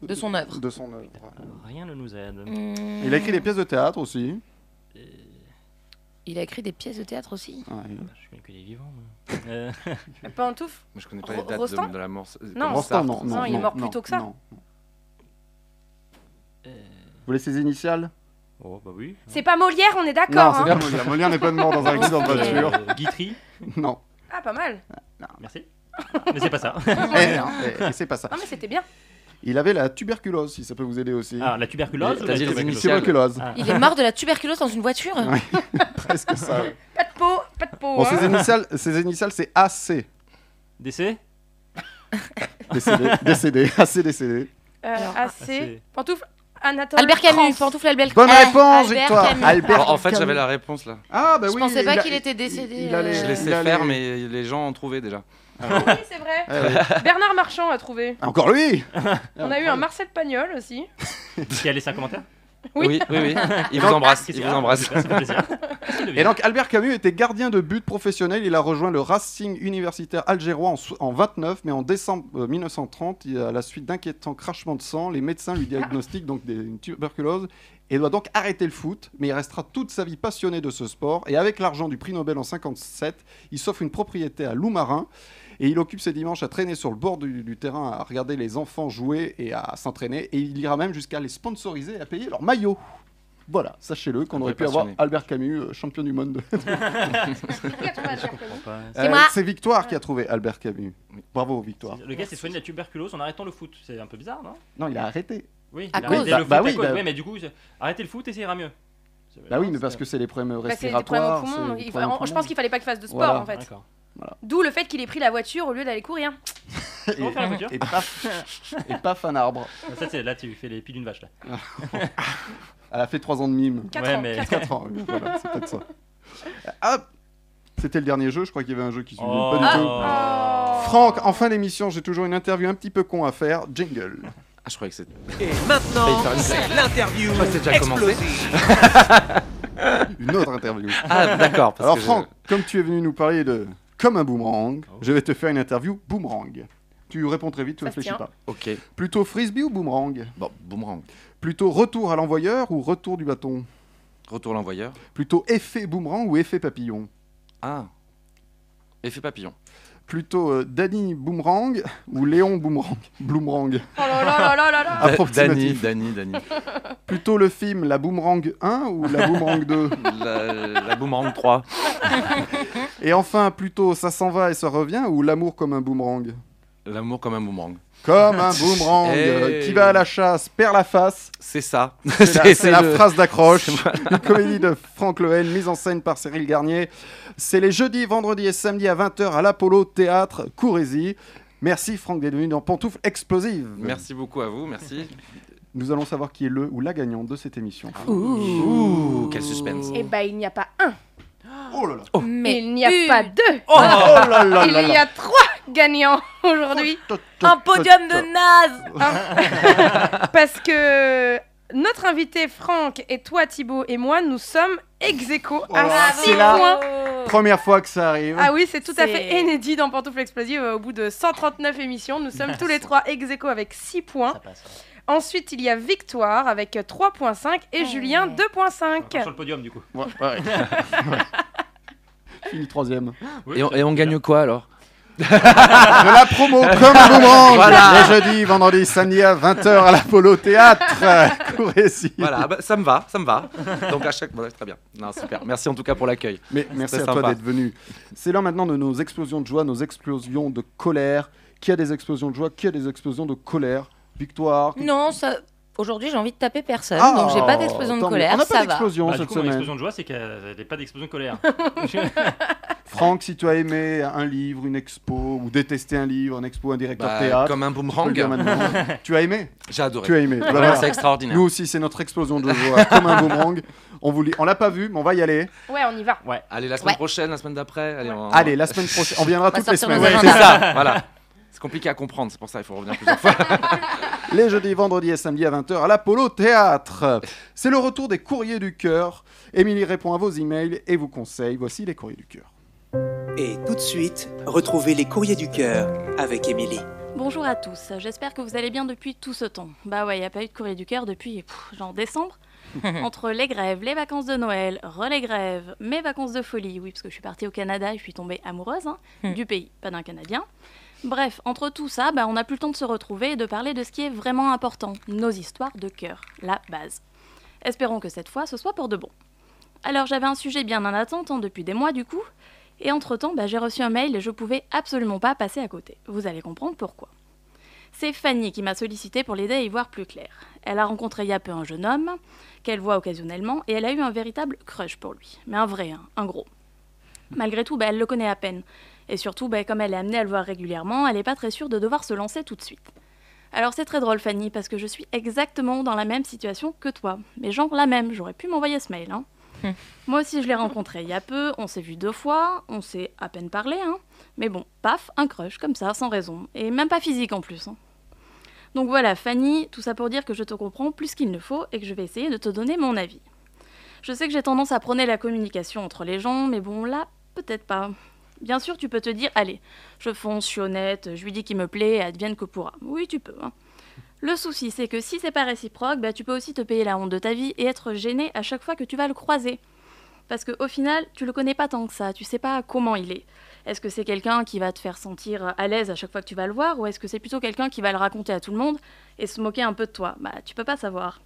De son œuvre. de son œuvre. Euh, Rien ne nous aide. Hmm. Il a écrit des pièces de théâtre aussi. Il a écrit des pièces de théâtre aussi. Ouais, il- Je connais que les vivants. moi. Euh, Pantouf Moi, je connais pas Ro- les dates Rostand de, de la mort. c'est- Non, comme Rostand, Sartre. non, non, Non, il est mort plus non, tôt que ça. non. euh, Vous voulez ses initiales Oh, bah oui. C'est pas Molière, on est Non, d'accord. c'est bien hein Molière. Molière n'est pas mort dans un accident de voiture. Euh, Guitry, [LAUGHS] Non. Ah, pas mal. merci. Mais c'est pas [LAUGHS] ça. Ah, Eh, non, eh, eh, c'est pas ça. Non, mais c'était bien. Il avait la tuberculose, si ça peut vous aider aussi. Ah, la tuberculose T'as ou la dit les tuberculose initiales. Tuberculose, Ah. Il est mort de la tuberculose dans une voiture. Ouais. presque ça. ouais. Pas de peau, pas de peau. Bon, ses hein. initiales, ses initiales c'est AC. Décès Décédé, décédé, AC décédé. Euh, Alors, assez. assez. Pantouf, Anatole. Albert Camus, France. pantoufle Albert [LAUGHS] Bonne Ah, réponse, Albert Victoire. Camus. Albert Alors, en fait, Camus. j'avais la réponse là. Ah, bah Je oui, pensais pas il a- qu'il était il- décédé, il allait- euh, Je Euh, les sais il allait- faire, mais les gens ont trouvé déjà. Oui, c'est [LAUGHS] vrai. Ah, ouais. Bernard Marchand a trouvé. Encore [LAUGHS] lui On a eu un Marcel Pagnol [LAUGHS] Bah, aussi. Qui a laissé un commentaire Oui. oui, oui. [LAUGHS] oui. Ils vous embrassent. Qu'est-ce Ils qu'il vous y a embrassent. Ça [LAUGHS] fait plaisir. Qu'est-ce qu'il Et devient donc Albert Camus était gardien de but professionnel, il a rejoint le Racing universitaire algérois en, so- en 29, mais en décembre euh, 1930, il- à la suite d'inquiétants crachements de sang, les médecins lui diagnostiquent donc des, une tuberculose et doit donc arrêter le foot, mais il restera toute sa vie passionné de ce sport et avec l'argent du prix Nobel en 57, il s'offre une propriété à Loup-Marin et il occupe ses dimanches à traîner sur le bord du, du terrain, à regarder les enfants jouer et à s'entraîner et il ira même jusqu'à les sponsoriser et à payer leur maillot. Voilà, sachez-le qu'on Un aurait vrai pu avoir passionné. Albert Camus, euh, champion du monde de- Qui a trouvé Albert Camus C'est moi. c'est Victoire qui a trouvé Albert Camus. Bravo, Victoire. Le gars s'est soigné de la tuberculose en arrêtant le foot. C'est un peu bizarre, non Non, il a arrêté. Oui, À il a cause. arrêté Bah- le foot bah à oui, cause. bah- Ouais, mais du coup, arrêtez le foot et ça ira mieux. Euh, Bah oui, mais parce que c'est les problèmes Bah, c'est des problèmes respiratoires. au poumon. c'est donc des il problèmes fa- au Je pense poumon. qu'il fallait pas qu'il fasse de sport Voilà. en fait. D'accord. D'où le fait qu'il ait pris la voiture au lieu d'aller courir. Comment faire la voiture Et paf, et paf, un arbre. Ah, Ça, c'est- là, tu fais les pieds d'une vache. Là. Elle a fait 3 ans de [LAUGHS] mime. 4 Ouais, ans. mais- quatre- 4 ans, oui, voilà, c'est peut-être ça. Ah, c'était le dernier jeu, je crois qu'il y avait un jeu qui suivait. Oh. Pas du tout. Oh. Franck, en fin d'émission, j'ai toujours une interview un petit peu con à faire. Jingle. Ah, je croyais que c'était. Et Failli maintenant, faire une c'est l'interview Je crois que c'est déjà commencé. explosive. Une autre interview. [LAUGHS] Ah, d'accord. parce Alors que je- Franck, comme tu es venu nous parler de comme un boomerang, je vais te faire une interview boomerang. Tu réponds très vite, tu Ça se réfléchis tient. pas. Ok. Plutôt frisbee ou boomerang Bon, boomerang. Plutôt retour à l'envoyeur ou retour du bâton Retour l'envoyeur. Plutôt effet boomerang ou effet papillon Ah. Effet papillon. Plutôt euh, Danny boomerang ou Léon boomerang [LAUGHS] Bloomerang Oh là là là là là là. Da- Dani, Approximatif. Dani, [LAUGHS] Dani. Plutôt le film La Boomerang 1 ou La Boomerang 2 La, la boomerang 3. Et enfin, plutôt Ça s'en va et ça revient ou L'amour comme un boomerang L'amour comme un boomerang. [LAUGHS] Comme un boomerang euh, qui va à la chasse, perd la [LAUGHS] face. C'est ça. C'est la, [LAUGHS] c'est la le- phrase d'accroche. Une comédie de Franck Lehen, mise en scène par Cyril Garnier. C'est les jeudis, vendredis et samedis à 20h à l'Apollo Théâtre, Courésy. Merci Franck d'être venu dans Pantoufle Explosive. Merci beaucoup à vous, merci. Nous allons savoir qui est le ou la gagnante de cette émission. Ah. Ouh, quel suspense. Et bah il n'y a pas un, Oh là là Mais il n'y a une- pas deux. Oh là là Il y a trois gagnants aujourd'hui. Un podium de naze Parce que notre invité Franck et toi Thibaut et moi, nous sommes ex aequo à là, six Bah, c'est là. Euh, points. Première fois que ça arrive. Ah oui, c'est tout à C'est- fait inédit dans Pantoufle Explosive. Au bout de 139 émissions, nous sommes tous les trois ex aequo avec 6 points. Ça passe. Ensuite, il y a Victoire avec 3.5 et Julien Encore 2.5. Sur le podium, du coup. [LAUGHS] Ouais, ouais. Fini troisième. Oui, bah, Et on, ça- et on gagne quoi alors de la promo comme un boomerang. Voilà. Le jeudi, vendredi, samedi à 20h à l'Apollo Théâtre. Courez-y. Voilà, bah, ça me va, ça me va. Donc à chaque. Voilà, très bien. Non, super. Merci en tout cas pour l'accueil. Mais merci à C'était toi sympa. d'être venu. C'est l'heure maintenant de nos explosions de joie, nos explosions de colère. Qui a des explosions de joie Qui a des explosions de colère Victoire Non, ça. Aujourd'hui, j'ai envie de taper personne, Ah, donc j'ai pas d'explosion de tant mieux. On colère, n'a pas ça va. d'explosion Bah, du cette coup, mon semaine. explosion de joie, c'est qu'elle n'est pas d'explosion de [LAUGHS] colère. [LAUGHS] Franck, si tu as aimé un livre, une expo, ou détesté un livre, un expo, un directeur Bah, théâtre, comme un tu peux le dire boomerang, [LAUGHS] maintenant. tu as aimé j'ai adoré. Tu as aimé. Bah, Vraiment, voilà. c'est extraordinaire. Nous aussi, c'est notre explosion de joie, comme un boomerang. On vous lit- on l'a pas vu, mais on va y aller. Ouais, on y va. Allez, la semaine Ouais. prochaine, la semaine d'après. Allez, on- Allez, la semaine prochaine, on viendra va toutes les sortir nos semaines. agendas. C'est ça, voilà. C'est compliqué à comprendre, c'est pour ça qu'il faut revenir plusieurs fois. les jeudis, vendredis et samedis à 20h à l'Apollo Théâtre. C'est le retour des courriers du cœur. Émilie répond à vos emails et vous conseille. Voici les courriers du cœur. Et tout de suite, retrouvez les courriers du cœur avec Émilie. Bonjour à tous, j'espère que vous allez bien depuis tout ce temps. Bah ouais, il a pas eu de courrier du cœur depuis pff, genre décembre. Entre les grèves, les vacances de Noël, relais grèves, mes vacances de folie, oui, parce que je suis partie au Canada et je suis tombée amoureuse hein, Hmm. du pays, pas d'un Canadien. Bref, entre tout ça, bah, on n'a plus le temps de se retrouver et de parler de ce qui est vraiment important, nos histoires de cœur, la base. Espérons que cette fois, ce soit pour de bon. Alors j'avais un sujet bien en attente hein, depuis des mois du coup, et entre-temps, bah, j'ai reçu un mail et je pouvais absolument pas passer à côté. Vous allez comprendre pourquoi. C'est Fanny qui m'a sollicité pour l'aider à y voir plus clair. Elle a rencontré il y a peu un jeune homme, qu'elle voit occasionnellement, et elle a eu un véritable crush pour lui. Mais un vrai, hein, un gros. Malgré tout, bah, elle le connaît à peine. Et surtout, bah, comme elle est amenée à le voir régulièrement, elle n'est pas très sûre de devoir se lancer tout de suite. Alors c'est très drôle Fanny, parce que je suis exactement dans la même situation que toi. Mais genre la même, j'aurais pu m'envoyer ce mail. hein. Moi aussi, je l'ai rencontré il y a peu, on s'est vu deux fois, on s'est à peine parlé, hein. Mais bon, paf, un crush, comme ça, sans raison. Et même pas physique en plus. hein. Donc voilà, Fanny, tout ça pour dire que je te comprends plus qu'il ne faut et que je vais essayer de te donner mon avis. Je sais que j'ai tendance à prôner la communication entre les gens, mais bon, là, peut-être pas. Bien sûr, tu peux te dire, allez, je fonce, je suis honnête, je lui dis qu'il me plaît, advienne que pourra. Oui, tu peux. hein. Le souci, c'est que si c'est pas réciproque, bah, tu peux aussi te payer la honte de ta vie et être gêné à chaque fois que tu vas le croiser. Parce que au final, tu le connais pas tant que ça, tu sais pas comment il est. Est-ce que c'est quelqu'un qui va te faire sentir euh, à l'aise à chaque fois que tu vas le voir ou est-ce que c'est plutôt quelqu'un qui va le raconter à tout le monde et se moquer un peu de toi Bah, tu peux pas savoir.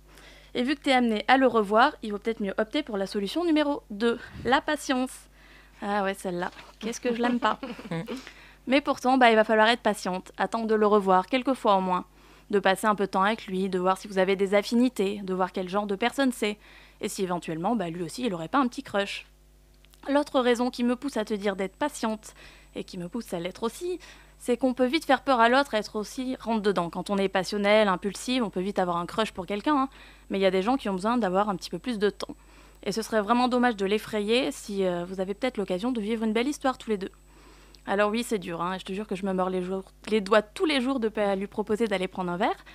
Et vu que t'es amené à le revoir, il vaut peut-être mieux opter pour la solution numéro 2, la patience. Ah ouais, celle-là. Qu'est-ce que je l'aime pas. Mais pourtant, bah, il va falloir être patiente, attendre de le revoir quelques fois au moins, de passer un peu de temps avec lui, de voir si vous avez des affinités, de voir quel genre de personne c'est et si éventuellement, bah, lui aussi, il aurait pas un petit crush. L'autre raison qui me pousse à te dire d'être patiente, et qui me pousse à l'être aussi, c'est qu'on peut vite faire peur à l'autre et être aussi rentre-dedans. Quand on est passionnel, impulsif, on peut vite avoir un crush pour quelqu'un, hein, mais il y a des gens qui ont besoin d'avoir un petit peu plus de temps. Et ce serait vraiment dommage de l'effrayer si euh, vous avez peut-être l'occasion de vivre une belle histoire tous les deux. Alors oui, c'est dur, hein, et je te jure que je me mords les, jours- les doigts tous les jours de pas lui proposer d'aller prendre un verre,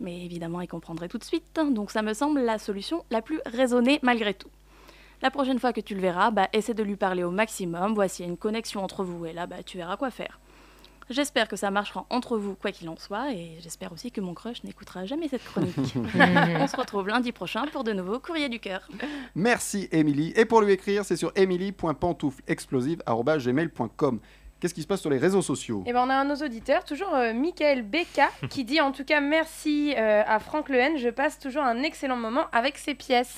mais évidemment, il comprendrait tout de suite, hein, donc ça me semble la solution la plus raisonnée malgré tout. La prochaine fois que tu le verras, bah, essaie de lui parler au maximum, voici une connexion entre vous, et là, bah, tu verras quoi faire. J'espère que ça marchera entre vous, quoi qu'il en soit, et j'espère aussi que mon crush n'écoutera jamais cette chronique. On se retrouve lundi prochain pour de nouveaux courriers du cœur. Merci Émilie. Et pour lui écrire, c'est sur émilie.pantoufleexplosive.com. Qu'est-ce qui se passe sur les réseaux sociaux Et ben on a un de nos auditeurs, toujours euh, Michael BK, qui dit en tout cas merci euh, à Franck Lehen, je passe toujours un excellent moment avec ses pièces.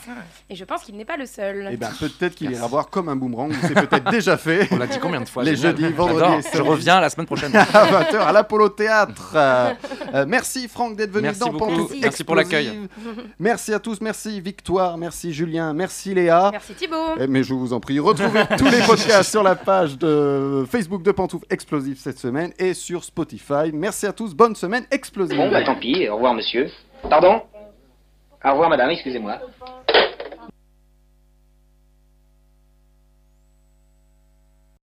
Et je pense qu'il n'est pas le seul. Eh bien, peut-être qu'il ira voir comme un boomerang, ou c'est peut-être [LAUGHS] déjà fait. On l'a dit combien de fois Les génial. jeudis, vendredis J'adore. et Je samedis. reviens la semaine prochaine. à 20h à l'Apollo Théâtre. Euh, euh, merci Franck d'être venu Merci dans beaucoup. Pantoufles Merci pour l'accueil. Explosives. Merci à tous, merci Victoire, merci Julien, merci Léa. Merci Thibaut. Eh, Mais je vous en prie, retrouvez tous les podcasts sur la page de Facebook de Pantoufles Explosives cette semaine et sur Spotify. Merci à tous, bonne bah, semaine explosive. Bon, bah tant pis, au revoir monsieur. Pardon Au revoir madame, excusez-moi.